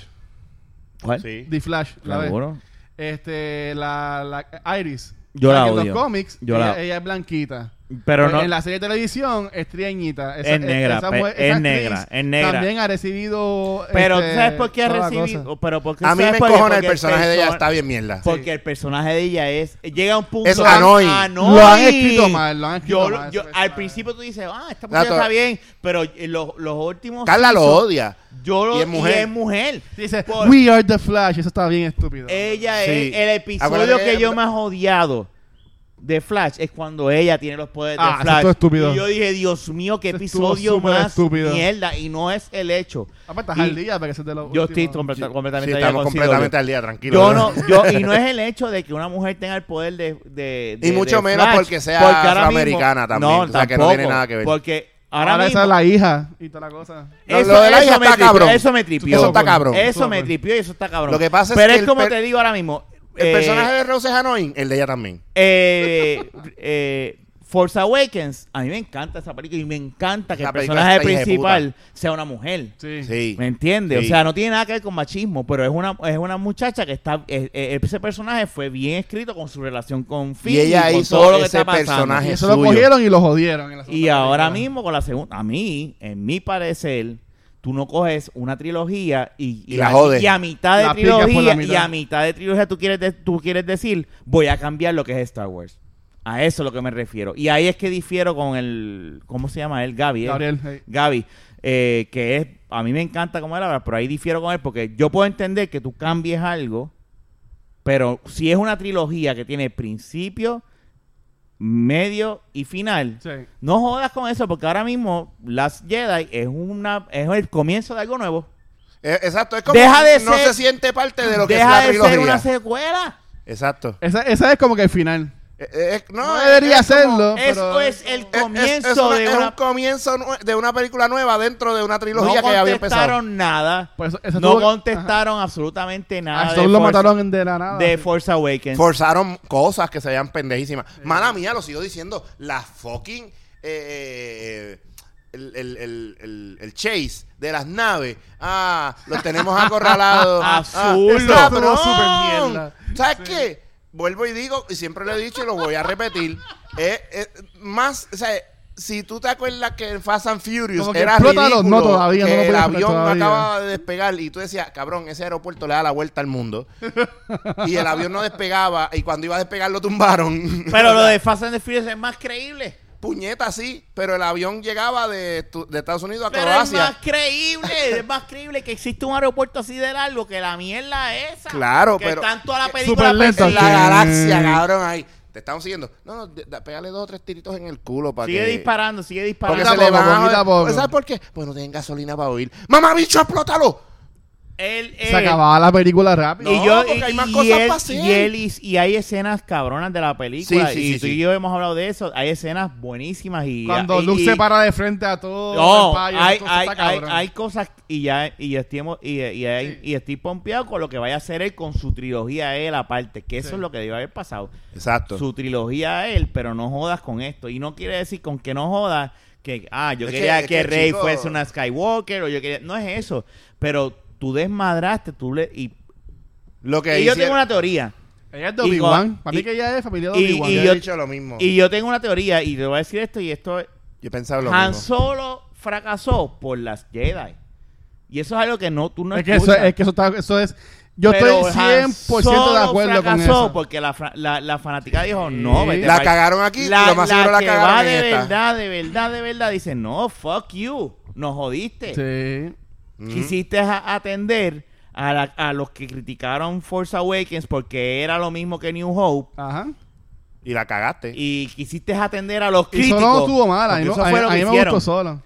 ¿Cuál? Sí. The Flash, la ves. Seguro. Este, la, la Iris. Yo la Que En odio. los cómics, Yo ella, la- ella es blanquita. Pero Pues no. En la serie de televisión es trieñita. Esa- Es negra, pe- mujer- es esa negra, actriz es negra. También ha recibido. Pero este, ¿tú sabes por qué ha toda la recibido? cosa. Pero porque, A mí me ¿sabes por qué? encojona el Porque personaje de ella, perso- está bien mierda. Porque el personaje de ella es. Llega a un punto. Es annoying. annoying. Lo han escrito mal, lo han escrito Yo- mal, yo- ese al personaje. principio tú dices, ah, esta muchacha Dato- está bien. Pero eh, los, los últimos. Carla lo seasons, odia. Yo lo, Y es mujer. mujer. Dice, Por- Eh, We are the Flash. Eso está bien estúpido. Ella Sí. es el episodio Acuérdate que que- yo más odiado de Flash es cuando ella tiene los poderes Ah, de eso Flash. estuvo estúpido. Y yo dije, Dios mío, qué Eso estuvo episodio súper más estúpido. mierda. Y no es el hecho. Aparte, estás Y al día porque eso es de los Yo últimos. estoy completa- Sí, completamente de estamos acuerdo contigo, completamente yo. al día, tranquilo. Yo no, yo, y no es el hecho de que una mujer tenga el poder de. de- de- Y mucho de menos Flash, porque sea ahora afroamericana también, No, o sea, que no tampoco, tiene nada que ver. Porque ahora, Ahora, mismo. esa es la hija y toda la cosa. No, lo de la hija me está tripió, cabrón. Eso me tripió. Eso está cabrón. Eso me Súper. tripió y eso está cabrón. Lo que pasa es Pero que es el como per- te digo ahora mismo. El eh, personaje de Rose es annoying, el de ella también. eh, eh, Force Awakens, a mí me encanta esa película y me encanta que La el película personaje está hija de principal sea una mujer. Sí. Sí. ¿Me entiendes? Sí. O sea, no tiene nada que ver con machismo, pero es una, es una muchacha que está. eh, eh, ese personaje fue bien escrito con su relación con Finn Y ella con hizo ese pasando. personaje. Y Es eso lo suyo. cogieron y lo jodieron. en la Y segunda ahora película. mismo con la segunda, a mí, en mi parecer, tú no coges una trilogía y, Y la a, jodes. y a mitad de La picas por la trilogía mitad. y a mitad de trilogía tú quieres de- tú quieres decir voy a cambiar lo que es Star Wars. A eso es lo que me refiero. Y ahí es que difiero con el ¿cómo se llama él? Gaby. ¿eh? Gabriel, hey. Gaby, eh, que es a mí me encanta cómo él habla, pero ahí difiero con él porque yo puedo entender que tú cambies algo, pero si es una trilogía que tiene principio, medio y final, Sí. no jodas con eso, porque ahora mismo Last Jedi es una es el comienzo de algo nuevo. Eh, Exacto, es como Deja de no ser- se siente parte de lo que es Deja de la ser trilogía. una secuela. Exacto. Esa, esa es como que el final. Eh, eh, No, es- debería es como- serlo. Eso pero- es el es- es- comienzo es una- de es una, un comienzo nue- de una película nueva dentro de una no trilogía que ya había empezado. contestaron nada. Por eso- eso no tuvo que- contestaron Ah, absolutamente A nada. Saul de lo Force- mataron de la nada. de Force Awakens. Forzaron cosas que se veían pendejísimas. Mala mía, lo sigo diciendo. La fucking. eh, eh, el, el- el- el- el chase de las naves. Ah, los tenemos acorralados. Ah, Azul, es lo- cabrón. súper mierda. ¿Sabes qué? Vuelvo y digo, y siempre lo he dicho y lo voy a repetir. eh, eh, más, o sea, si tú te acuerdas que en Fast and Furious Como que era explótalo, ridículo, no, todavía, no que lo el puedes explotar avión todavía. acaba de despegar y tú decías, cabrón, ese aeropuerto le da la vuelta al mundo y el avión no despegaba y cuando iba a despegar lo tumbaron. Pero lo de Fast and the Furious es más creíble. Puñeta sí, pero el avión llegaba de, tu- de Estados Unidos a Pero es más Croacia. creíble, es más creíble que existe un aeropuerto así de largo que la mierda esa. Claro, que pero- tanto a la película Súper lento. En la Sí. galaxia, cabrón, ahí. Te estamos siguiendo. No, no, de- de- pégale dos o tres tiritos en el culo para Sigue que... disparando, sigue Porque disparando. se Poquito le a poco, va poquito a poco. ¿Sabes por qué? Pues no tienen gasolina para huir. ¡Mamá, bicho, explótalo! Él, Se él- acababa la película rápido. y No, yo porque y, hay más y cosas él- pa' hacer. y él y, y hay escenas cabronas de la película Sí, sí, y sí, tú sí. y yo hemos hablado de eso hay escenas buenísimas y Cuando y- Luke y- se para de frente a todo. No, el payo, hay, entonces hay, está hay, cabrón. hay cosas y ya y yo estoy, emo- y, y- y- y estoy pompeado con lo que vaya a hacer él con su trilogía él aparte, que eso Sí. es lo que debió haber pasado. Exacto. Su trilogía él, pero no jodas con esto. Y no quiere decir con que no jodas que, ah, yo Es que- quería es que, que, Rey chico- fuese una Skywalker o yo quería... No es eso, pero tú desmadraste, tú le... Y, Lo que y yo hice- tengo una teoría. Ella es de y Obi-Wan. con- Para mí y- que ella es familia de y- Obi-Wan. y Yo yo- he dicho lo mismo. Y yo tengo una teoría y te voy a decir esto y esto es... yo he pensado lo Han mismo. Solo fracasó por las Jedi. Y eso es algo que no, tú no es, que eso, escuchas. es que eso está- eso es... Yo Pero estoy Han 100% de Solo acuerdo con fracasó eso. porque la, fra- la, la fanática dijo, no, vete La pa'l- cagaron aquí, lo más seguro la que cagaron va en de esta. verdad, de verdad, de verdad, dice, no, fuck you, nos jodiste. Sí. Ujú. Quisiste a- atender a, la- a los que criticaron Force Awakens porque era lo mismo que New Hope Ajá. Y la cagaste. y quisiste atender a los Y críticos. solo no estuvo mal. A mí, porque no- eso a- fue lo a que mí me hicieron. gustó solo.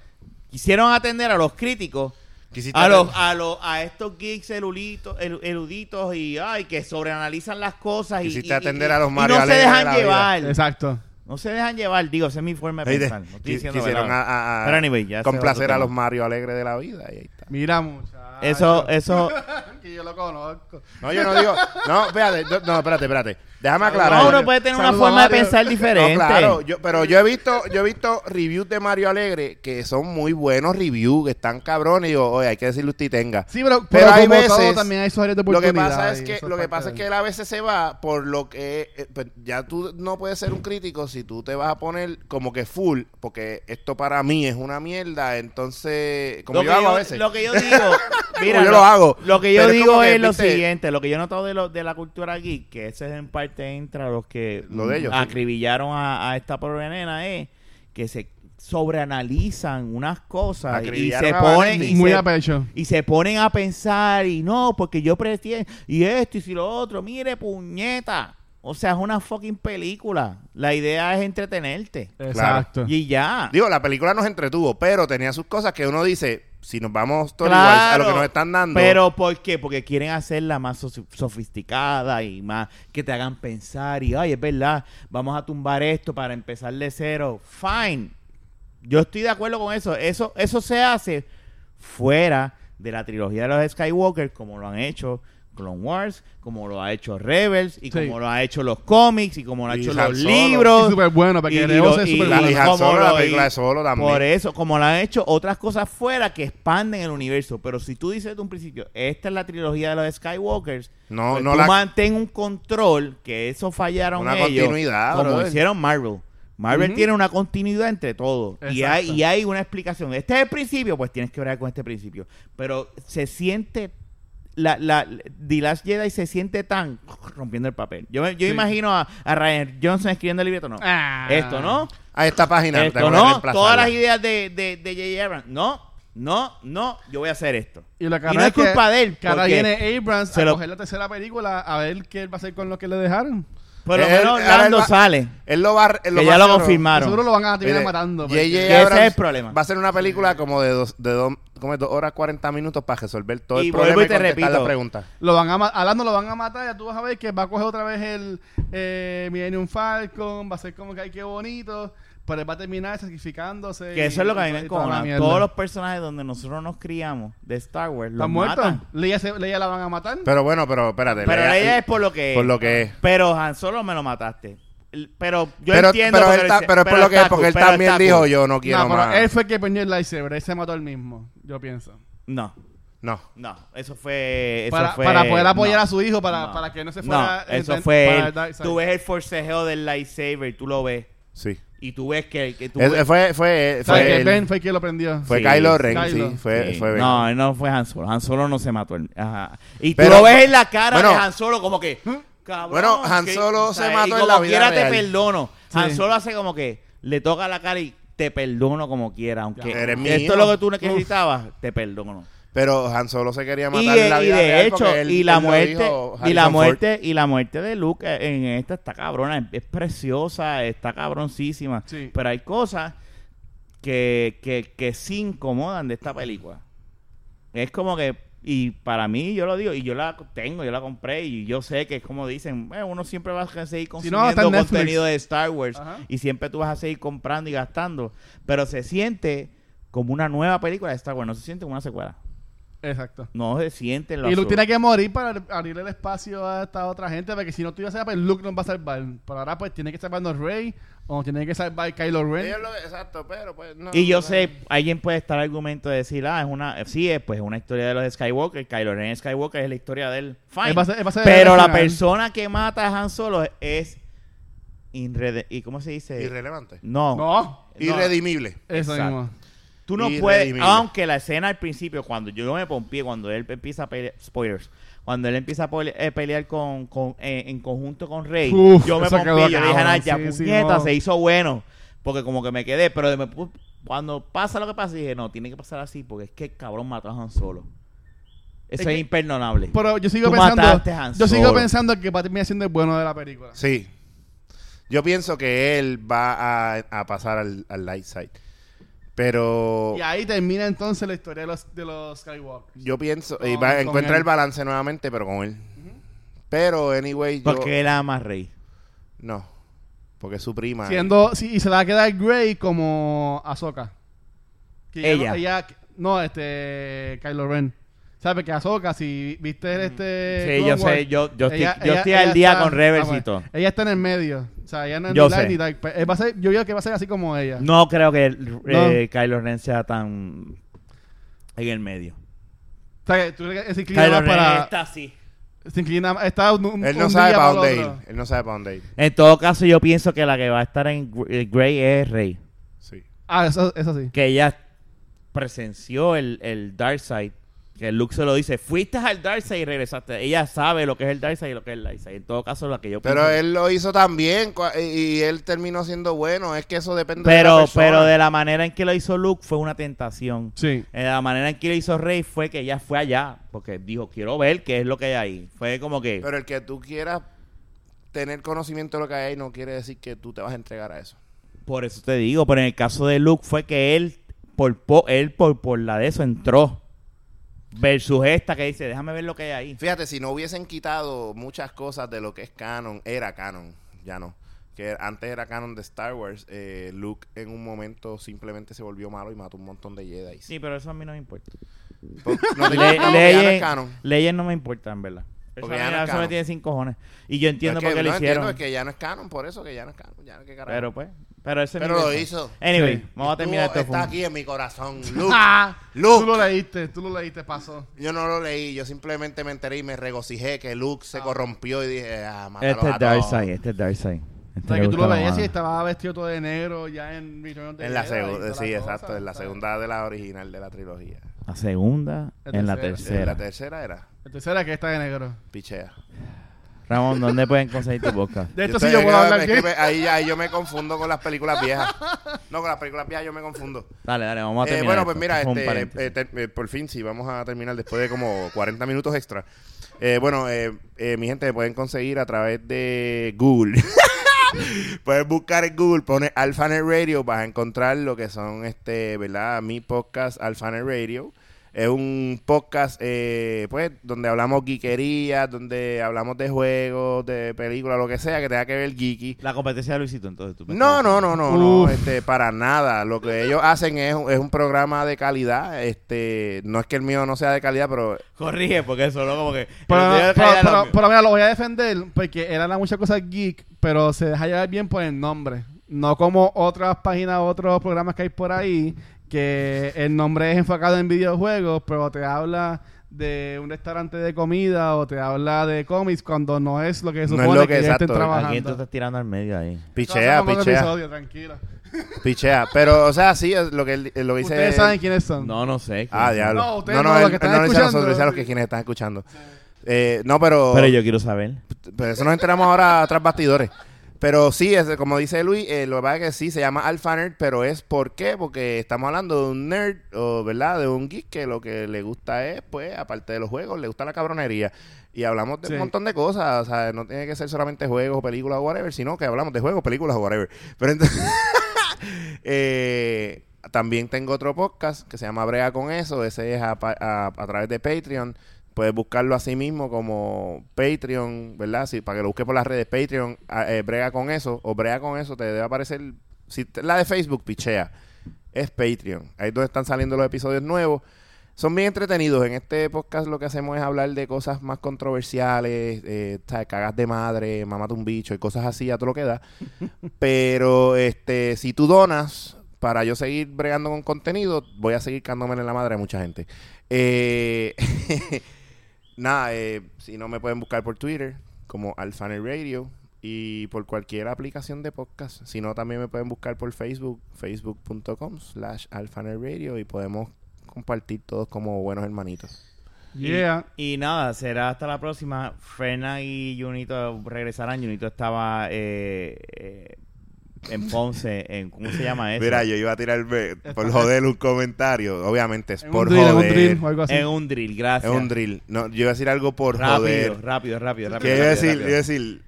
Quisieron atender a los críticos Quisiste A, los, hacer- a, los, a estos geeks elulitos, el- eruditos y ay, que sobreanalizan las cosas y, Quisiste y- y- atender a los y Mario no se Alegre de dejan la vida. llevar. Exacto. No se dejan llevar, digo, esa es mi forma de Ey, de- pensar. No estoy qui- diciendo quisieron verdad. a- a- Pero anyway, ya ese es complacer otro a los tema. Mario Alegre de la vida y ahí está. Mira, muchacho. Eso, eso. Que yo lo conozco. No, yo no digo. No, espérate, yo- no, espérate, espérate. Déjame aclarar. No, uno Mario. puede tener una Saludos, forma de Mario. pensar diferente. No, claro, yo- pero yo he visto, yo he visto reviews de Mario Alegre que son muy buenos reviews, que están cabrones, y digo, oye, hay que decirle usted y tenga. Sí, pero, Pero hay como veces- todo, también hay sus áreas de Lo oportunidad. que pasa es y que, eso lo que parte pasa es que del- él a veces se va por lo que eh, pues, ya tú no puedes ser un crítico si tú te vas a poner como que full, porque esto para mí es una mierda, entonces como Lo yo que hago a veces. Lo que yo digo, mira, yo lo hago. Lo que yo Pero es digo como que, es lo viste- siguiente, lo que yo he notado de, lo, de la cultura geek, que ese en parte entra los que Lo de ellos, sí. acribillaron a, a esta pobre nena, es que se sobreanalizan unas cosas y Acribillaron se a ponen Vanity. y Muy se- a pecho. y se ponen a pensar y no, porque yo prefiero y esto y si lo otro, mire puñeta. O sea, es una fucking película. La idea es entretenerte. Exacto. Y ya. Digo, la película nos entretuvo, pero tenía sus cosas que uno dice, si nos vamos todo a lo que nos están dando. Pero ¿por qué? Porque quieren hacerla más so- sofisticada y más que te hagan pensar y, ay, es verdad, vamos a tumbar esto para empezar de cero. Fine. Yo estoy de acuerdo con eso. Eso, eso se hace fuera de la trilogía de los Skywalker, como lo han hecho Clone Wars, como lo ha hecho Rebels, y Sí. como lo ha hecho los cómics, y como lo ha Y hecho Han los Solo. libros. Es súper bueno, para que Y- y Leo lo- sea y súper la bueno. hija como solo, la lo- película y- de solo también. Por eso, como lo han hecho otras cosas fuera que expanden el universo. Pero si tú dices de un principio, esta es la trilogía de los Skywalkers, No, pues no tú la- mantén un control, que eso fallaron Una ellos, continuidad, como brother. hicieron Marvel. Marvel Ujú. tiene una continuidad entre todo. Y Exacto. hay, y hay una explicación. Este es el principio, pues tienes que hablar con este principio. Pero se siente... La, la, The Last Jedi se siente tan rompiendo el papel. Yo, me- yo Sí. imagino a, a Ryan Johnson escribiendo el libreto, no. Ah. Esto, ¿no? a esta página Esto tengo que no, reemplazarla. todas las ideas de de de J.J. Abrams. No, no, no, yo voy a hacer esto. Y, la cara no es culpa de él, que ahora porque- viene eh, Abrams se a lo- coger la tercera película a ver qué él va a hacer con lo que le dejaron. Por lo Él- menos él- Lando él va- sale. Él lo va, él Que va ya a lo hacer- confirmaron. Seguro lo van a terminar Mire, matando. J.J. porque- Que ese Abrams es el problema. Va a ser una película como de dos, de dos, como de dos horas 40 minutos para resolver todo Y el problema vuelvo y y te contestar repito. la pregunta. Lo van a ma- a Lando lo van a matar, ya tú vas a ver que va a coger otra vez el eh, Millennium Falcon, va a ser como que hay que bonito, pero él va a terminar sacrificándose. Que eso es lo que a mí me encojona. con Todos los personajes donde nosotros nos criamos de Star Wars los ¿Están muertos? matan. Leia, se- Leia la van a matar. Pero bueno, pero espérate. Pero Leia- ella es por lo que por lo que es. Pero Han Solo me lo mataste. El- Pero yo pero, entiendo pero, por él qué ta- dice- pero es por lo que es, está porque cool, él pero también está cool. dijo yo no no, quiero pero más. él fue el que prendió el lightsaber, él se mató él mismo, yo pienso. No, No. no, eso fue eso Para, fue- para poder apoyar no. a su hijo, para, No. para que no se fuera. No, eso enten- fue para él. el dark side. Tú ves el forcejeo del lightsaber, tú lo ves. Sí. Y tú ves que, que tú Es- ves- fue fue, O sea, que fue, él. Ben fue quien lo prendió. fue Sí, Kylo Ren, Kylo. sí. Fue, Sí. fue Ben. no, no fue Han Solo. Han Solo no se mató. el- Ajá. Y tú Pero- lo ves en la cara de bueno. Han Solo como que... ¿Eh? Cabrón, Bueno, Han que- Solo o sea, se mató y en como la vida quiera te real. perdono. Sí. Han Solo hace como que le toca la cara y te perdono como quiera. Aunque Ya. Eres mi esto hijo. es lo que tú necesitabas, te perdono. Pero Han Solo se quería Y, matar en la y vida de real hecho, porque él- y la él lo muerte, dijo y la Harrison Ford. muerte, y la muerte de Luke eh, en esta está cabrona, es, es preciosa, está cabroncísima. Sí. Pero hay cosas que, que, que sí incomodan de esta película. Es como que, y para mí, yo lo digo, y yo la tengo, yo la compré, y yo sé que es como dicen, "Bueno, uno siempre va a seguir Si no, consumiendo va a estar en Netflix. contenido de Star Wars, Ajá. y siempre tú vas a seguir comprando y gastando. Pero se siente como una nueva película de Star Wars, no se siente como una secuela. Exacto. No se siente en lo Y Luke absoluto. tiene que morir para abrir el espacio a esta otra gente, porque si no tú ya sabes, pues Luke nos va a salvar. Por ahora, pues tiene que salvarnos Rey, o tiene que salvar Kylo Ren. Ellos lo- Exacto, pero pues no. Y yo no. sé, alguien puede estar argumento de decir, ah, es una, sí, es pues una historia de los Skywalker, Kylo Ren Skywalker es la historia de él. Fine. Él va a ser- él va a ser Pero el la final. persona que mata a Han Solo es irrede- ¿y cómo se dice? Irrelevante. eh, no. No, Irredimible. eso Exacto. mismo. Tú no Irredimible. puedes, aunque la escena al principio, cuando yo me pompié, cuando él empieza a pelear, spoilers, cuando él empieza a pole- eh, pelear con, con- eh, en conjunto con Rey, Uf, yo me eso pompié, quedó yo le dije, "Nah, cabrón, ya, sí, sí, puñeta, no". se hizo bueno, porque como que me quedé, pero me pu- cuando pasa lo que pasa, dije, no, tiene que pasar así, porque es que el cabrón mató a Han Solo. Eso es, Es que- imperdonable. Pero yo sigo Tú mataste a Han pensando. Yo sigo Solo. pensando que va a terminar siendo el bueno de la película. Sí. Yo pienso que él va a, a pasar al, al light side. Pero Y ahí termina entonces la historia de los, de los Skywalkers. yo pienso, y Con- va- con encuentra él. el balance nuevamente, pero con él. Pero, anyway, yo... Porque él ama a Rey. No, porque es su prima. Siendo, sí, y se la va a quedar Grey como Ahsoka. Que ya Ella. no- ella. No, este. Kylo Ren. ¿Sabes? Que Ahsoka, si viste Mm. el este. Sí, Clone yo sé, Wars, yo- yo estoy- yo estoy al día con Rebels y ah, bueno, todo. Ella está en el medio. O sea, ella no es Yo ni light sé. ni dark. Pero él va a ser- yo digo que va a ser así como ella. No creo que el- eh, Kylo Ren sea tan en el medio. O sea, que tú crees que se inclina Kylo más Ren para. está así. Se inclina Está un, un- Él no un sabe día para el dónde ir. otro. Él no sabe para dónde ir. En todo caso, yo pienso que la que va a estar en Gr- eh, Grey es Rey. Sí. Ah, eso, eso sí. Que ella presenció el, el Dark Side. Que Luke se lo dice, fuiste al Dark Side y regresaste. Ella sabe lo que es el Dark Side y lo que es el Light Side. En todo caso, la que yo Pero pienso- él lo hizo también cua- y y él terminó siendo bueno. Es que eso depende de la pero, persona. pero de la manera en que lo hizo Luke fue una tentación. Sí. Eh, la manera en que lo hizo Rey fue que ella fue allá. Porque dijo, quiero ver qué es lo que hay ahí. Fue como que... Pero el que tú quieras tener conocimiento de lo que hay ahí no quiere decir que tú te vas a entregar a eso. Por eso te digo, pero en el caso de Luke fue que él por po- él por, por la de eso entró. Versus esta que dice, déjame ver lo que hay ahí. Fíjate, si no hubiesen quitado muchas cosas de lo que es canon, era canon, ya no. Que antes era canon de Star Wars, eh, Luke en un momento simplemente se volvió malo y mató un montón de Jedi. Sí, pero eso a mí no me importa. Po- No, te- no, porque ya Le- no es leyes, canon. leyes no me importan, ¿verdad? Eso, Porque a ya mí- no es eso me canon. tiene sin cojones. Y yo entiendo Es que por qué no lo entiendo, hicieron. es que ya no es canon, por eso que ya no es canon. Ya, ¿qué carajo? Pero pues, pero ese Pero nivel lo no. hizo. Anyway, Sí. vamos a terminar este Estuvo- esto. Está fun. aquí en mi corazón, Luke. Ah, Tú Luke. lo leíste, tú lo leíste, pasó. Yo no lo leí, yo simplemente me enteré y me regocijé que Luke Ah. se corrompió y dije, ah, mátalos Este a es Dark todos. Side, este es Dark Side. O Este sea, le que tú gusta lo la veías y mamada. estaba vestido todo de negro ya en Return of the En la Jedi y toda segunda, la sí, cosa, exacto, en la o sea. segunda de la original de la trilogía. La segunda, La en la tercera. En tercera. La tercera era La tercera que está de negro. pichea. Ramón, ¿dónde pueden conseguir tu podcast? De esto estoy- sí yo puedo eh, es que- hablar es que bien. me- ahí, ahí yo me confundo con las películas viejas. No, con las películas viejas yo me confundo. Dale, dale, vamos a Eh, bueno, terminar. pues esto. mira, Esto fue un este, paréntesis. eh, ter- eh, por fin sí, vamos a terminar después de como 40 minutos extra. Eh, bueno, eh, eh, mi gente, me pueden conseguir a través de Google. Puedes buscar en Google, pone AlphaNet Radio, vas a encontrar lo que son, este, ¿verdad? Mi podcast AlphaNet Radio. Es un podcast, eh, pues, donde hablamos geekería, donde hablamos de juegos, de películas, lo que sea que tenga que ver geeky. La competencia de Luisito, entonces tú. me No, estás no, diciendo. no, no, no, Pues Uf. este, para nada. Lo que ellos hacen es, un- es un programa de calidad. Este, no es que el mío no sea de calidad, pero Corrige, porque eso luego como que. Pero, el día de pero- caída pero- lo- pero mira, lo voy a defender porque él habla muchas cosas geek, pero se deja llevar bien por el nombre. No como otras páginas, otros programas que hay por ahí, que el nombre es enfocado en videojuegos, pero te habla de un restaurante de comida o te habla de cómics cuando no es lo que No supone es lo que que, ellos estén exacto. ¿A quién tú trabajando. estás tirando al medio ahí? pichea, Estamos en un pichea, episodio, tranquilo. pichea. Pero, o sea, sí, es lo que él- lo que dice. Ustedes saben quiénes son. No, no sé. Ah, diablo. No, No, ustedes no, no, él- los que están no lo dice a nosotros, escuchando. dice a los que quienes están escuchando. Eh, no, pero, Pero yo quiero saber. pero Pues eso nos enteramos ahora tras bastidores. Pero sí, es, como dice Luis, eh, lo que pasa es que sí, se llama Alpha Nerd, pero es ¿por qué? Porque estamos hablando de un nerd, o, ¿verdad? De un geek que lo que le gusta es, pues, aparte de los juegos, le gusta la cabronería. Y hablamos de Sí. un montón de cosas, o sea, no tiene que ser solamente juegos o películas o whatever, sino que hablamos de juegos, películas o whatever. Pero entonces... Eh, también tengo otro podcast que se llama Brea con eso. Ese es a, pa- a- a través de Patreon. Puedes buscarlo así mismo como Patreon, ¿verdad? Si, para que lo busques por las redes Patreon, a- eh, Brea con eso o Brea con eso, te debe aparecer. Si te- la de Facebook, pichea. Es Patreon. Ahí es donde están saliendo los episodios nuevos. Son bien entretenidos. En este podcast lo que hacemos es hablar de cosas más controversiales, eh, ¿sabes? cagas de madre, mamate un bicho y cosas así a todo lo que da. Pero este, si tú donas para yo seguir bregando con contenido, voy a seguir cándome en la madre a mucha gente. Eh, nada, eh, si no me pueden buscar por Twitter como Alphanet Radio y por cualquier aplicación de podcast. Si no, también me pueden buscar por Facebook, facebook.com slash Alphanet Radio y podemos compartir todos como buenos hermanitos. Yeah. Y nada, será hasta la próxima. Frena y Junito regresarán. Junito estaba eh, eh, en Ponce, en ¿cómo se llama eso? Mira, yo iba a tirarme por joder un comentario. Obviamente es En por un drill, en un joder. drill o algo así. en un drill, Es gracias. un drill. No, yo iba a decir algo por Rápido, joder. rápido, rápido, rápido. Que iba a rápido, decir, rápido. iba a decir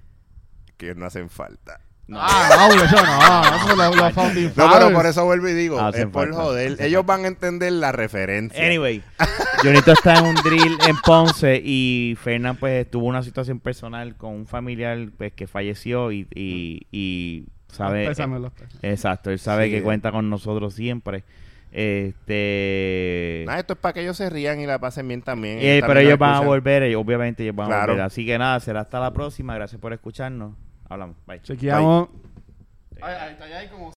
que no hacen falta. No. Ah, no, eso no. Eso es lo, lo founding No, pero fathers. por eso vuelvo y digo, Ah, pues. Hacen es por falta, joder. hacen Ellos van a entender la referencia. Anyway, Jonito está en un drill en Ponce y Fernan pues tuvo una situación personal con un familiar pues que falleció y, y, y sabe... Pésame, los pésames. Exacto, él sabe Sí. eh. que cuenta con nosotros siempre. Este... Nada, Ah, esto es para que ellos se rían y la pasen bien también. Eh, También pero la ellos van a excusa. volver, ellos- obviamente ellos van a Claro. volver. Así que nada, será hasta la próxima. Gracias por escucharnos. Hablamos. Bye. Chequeamos. Bye. Ay, ay, está ya hay como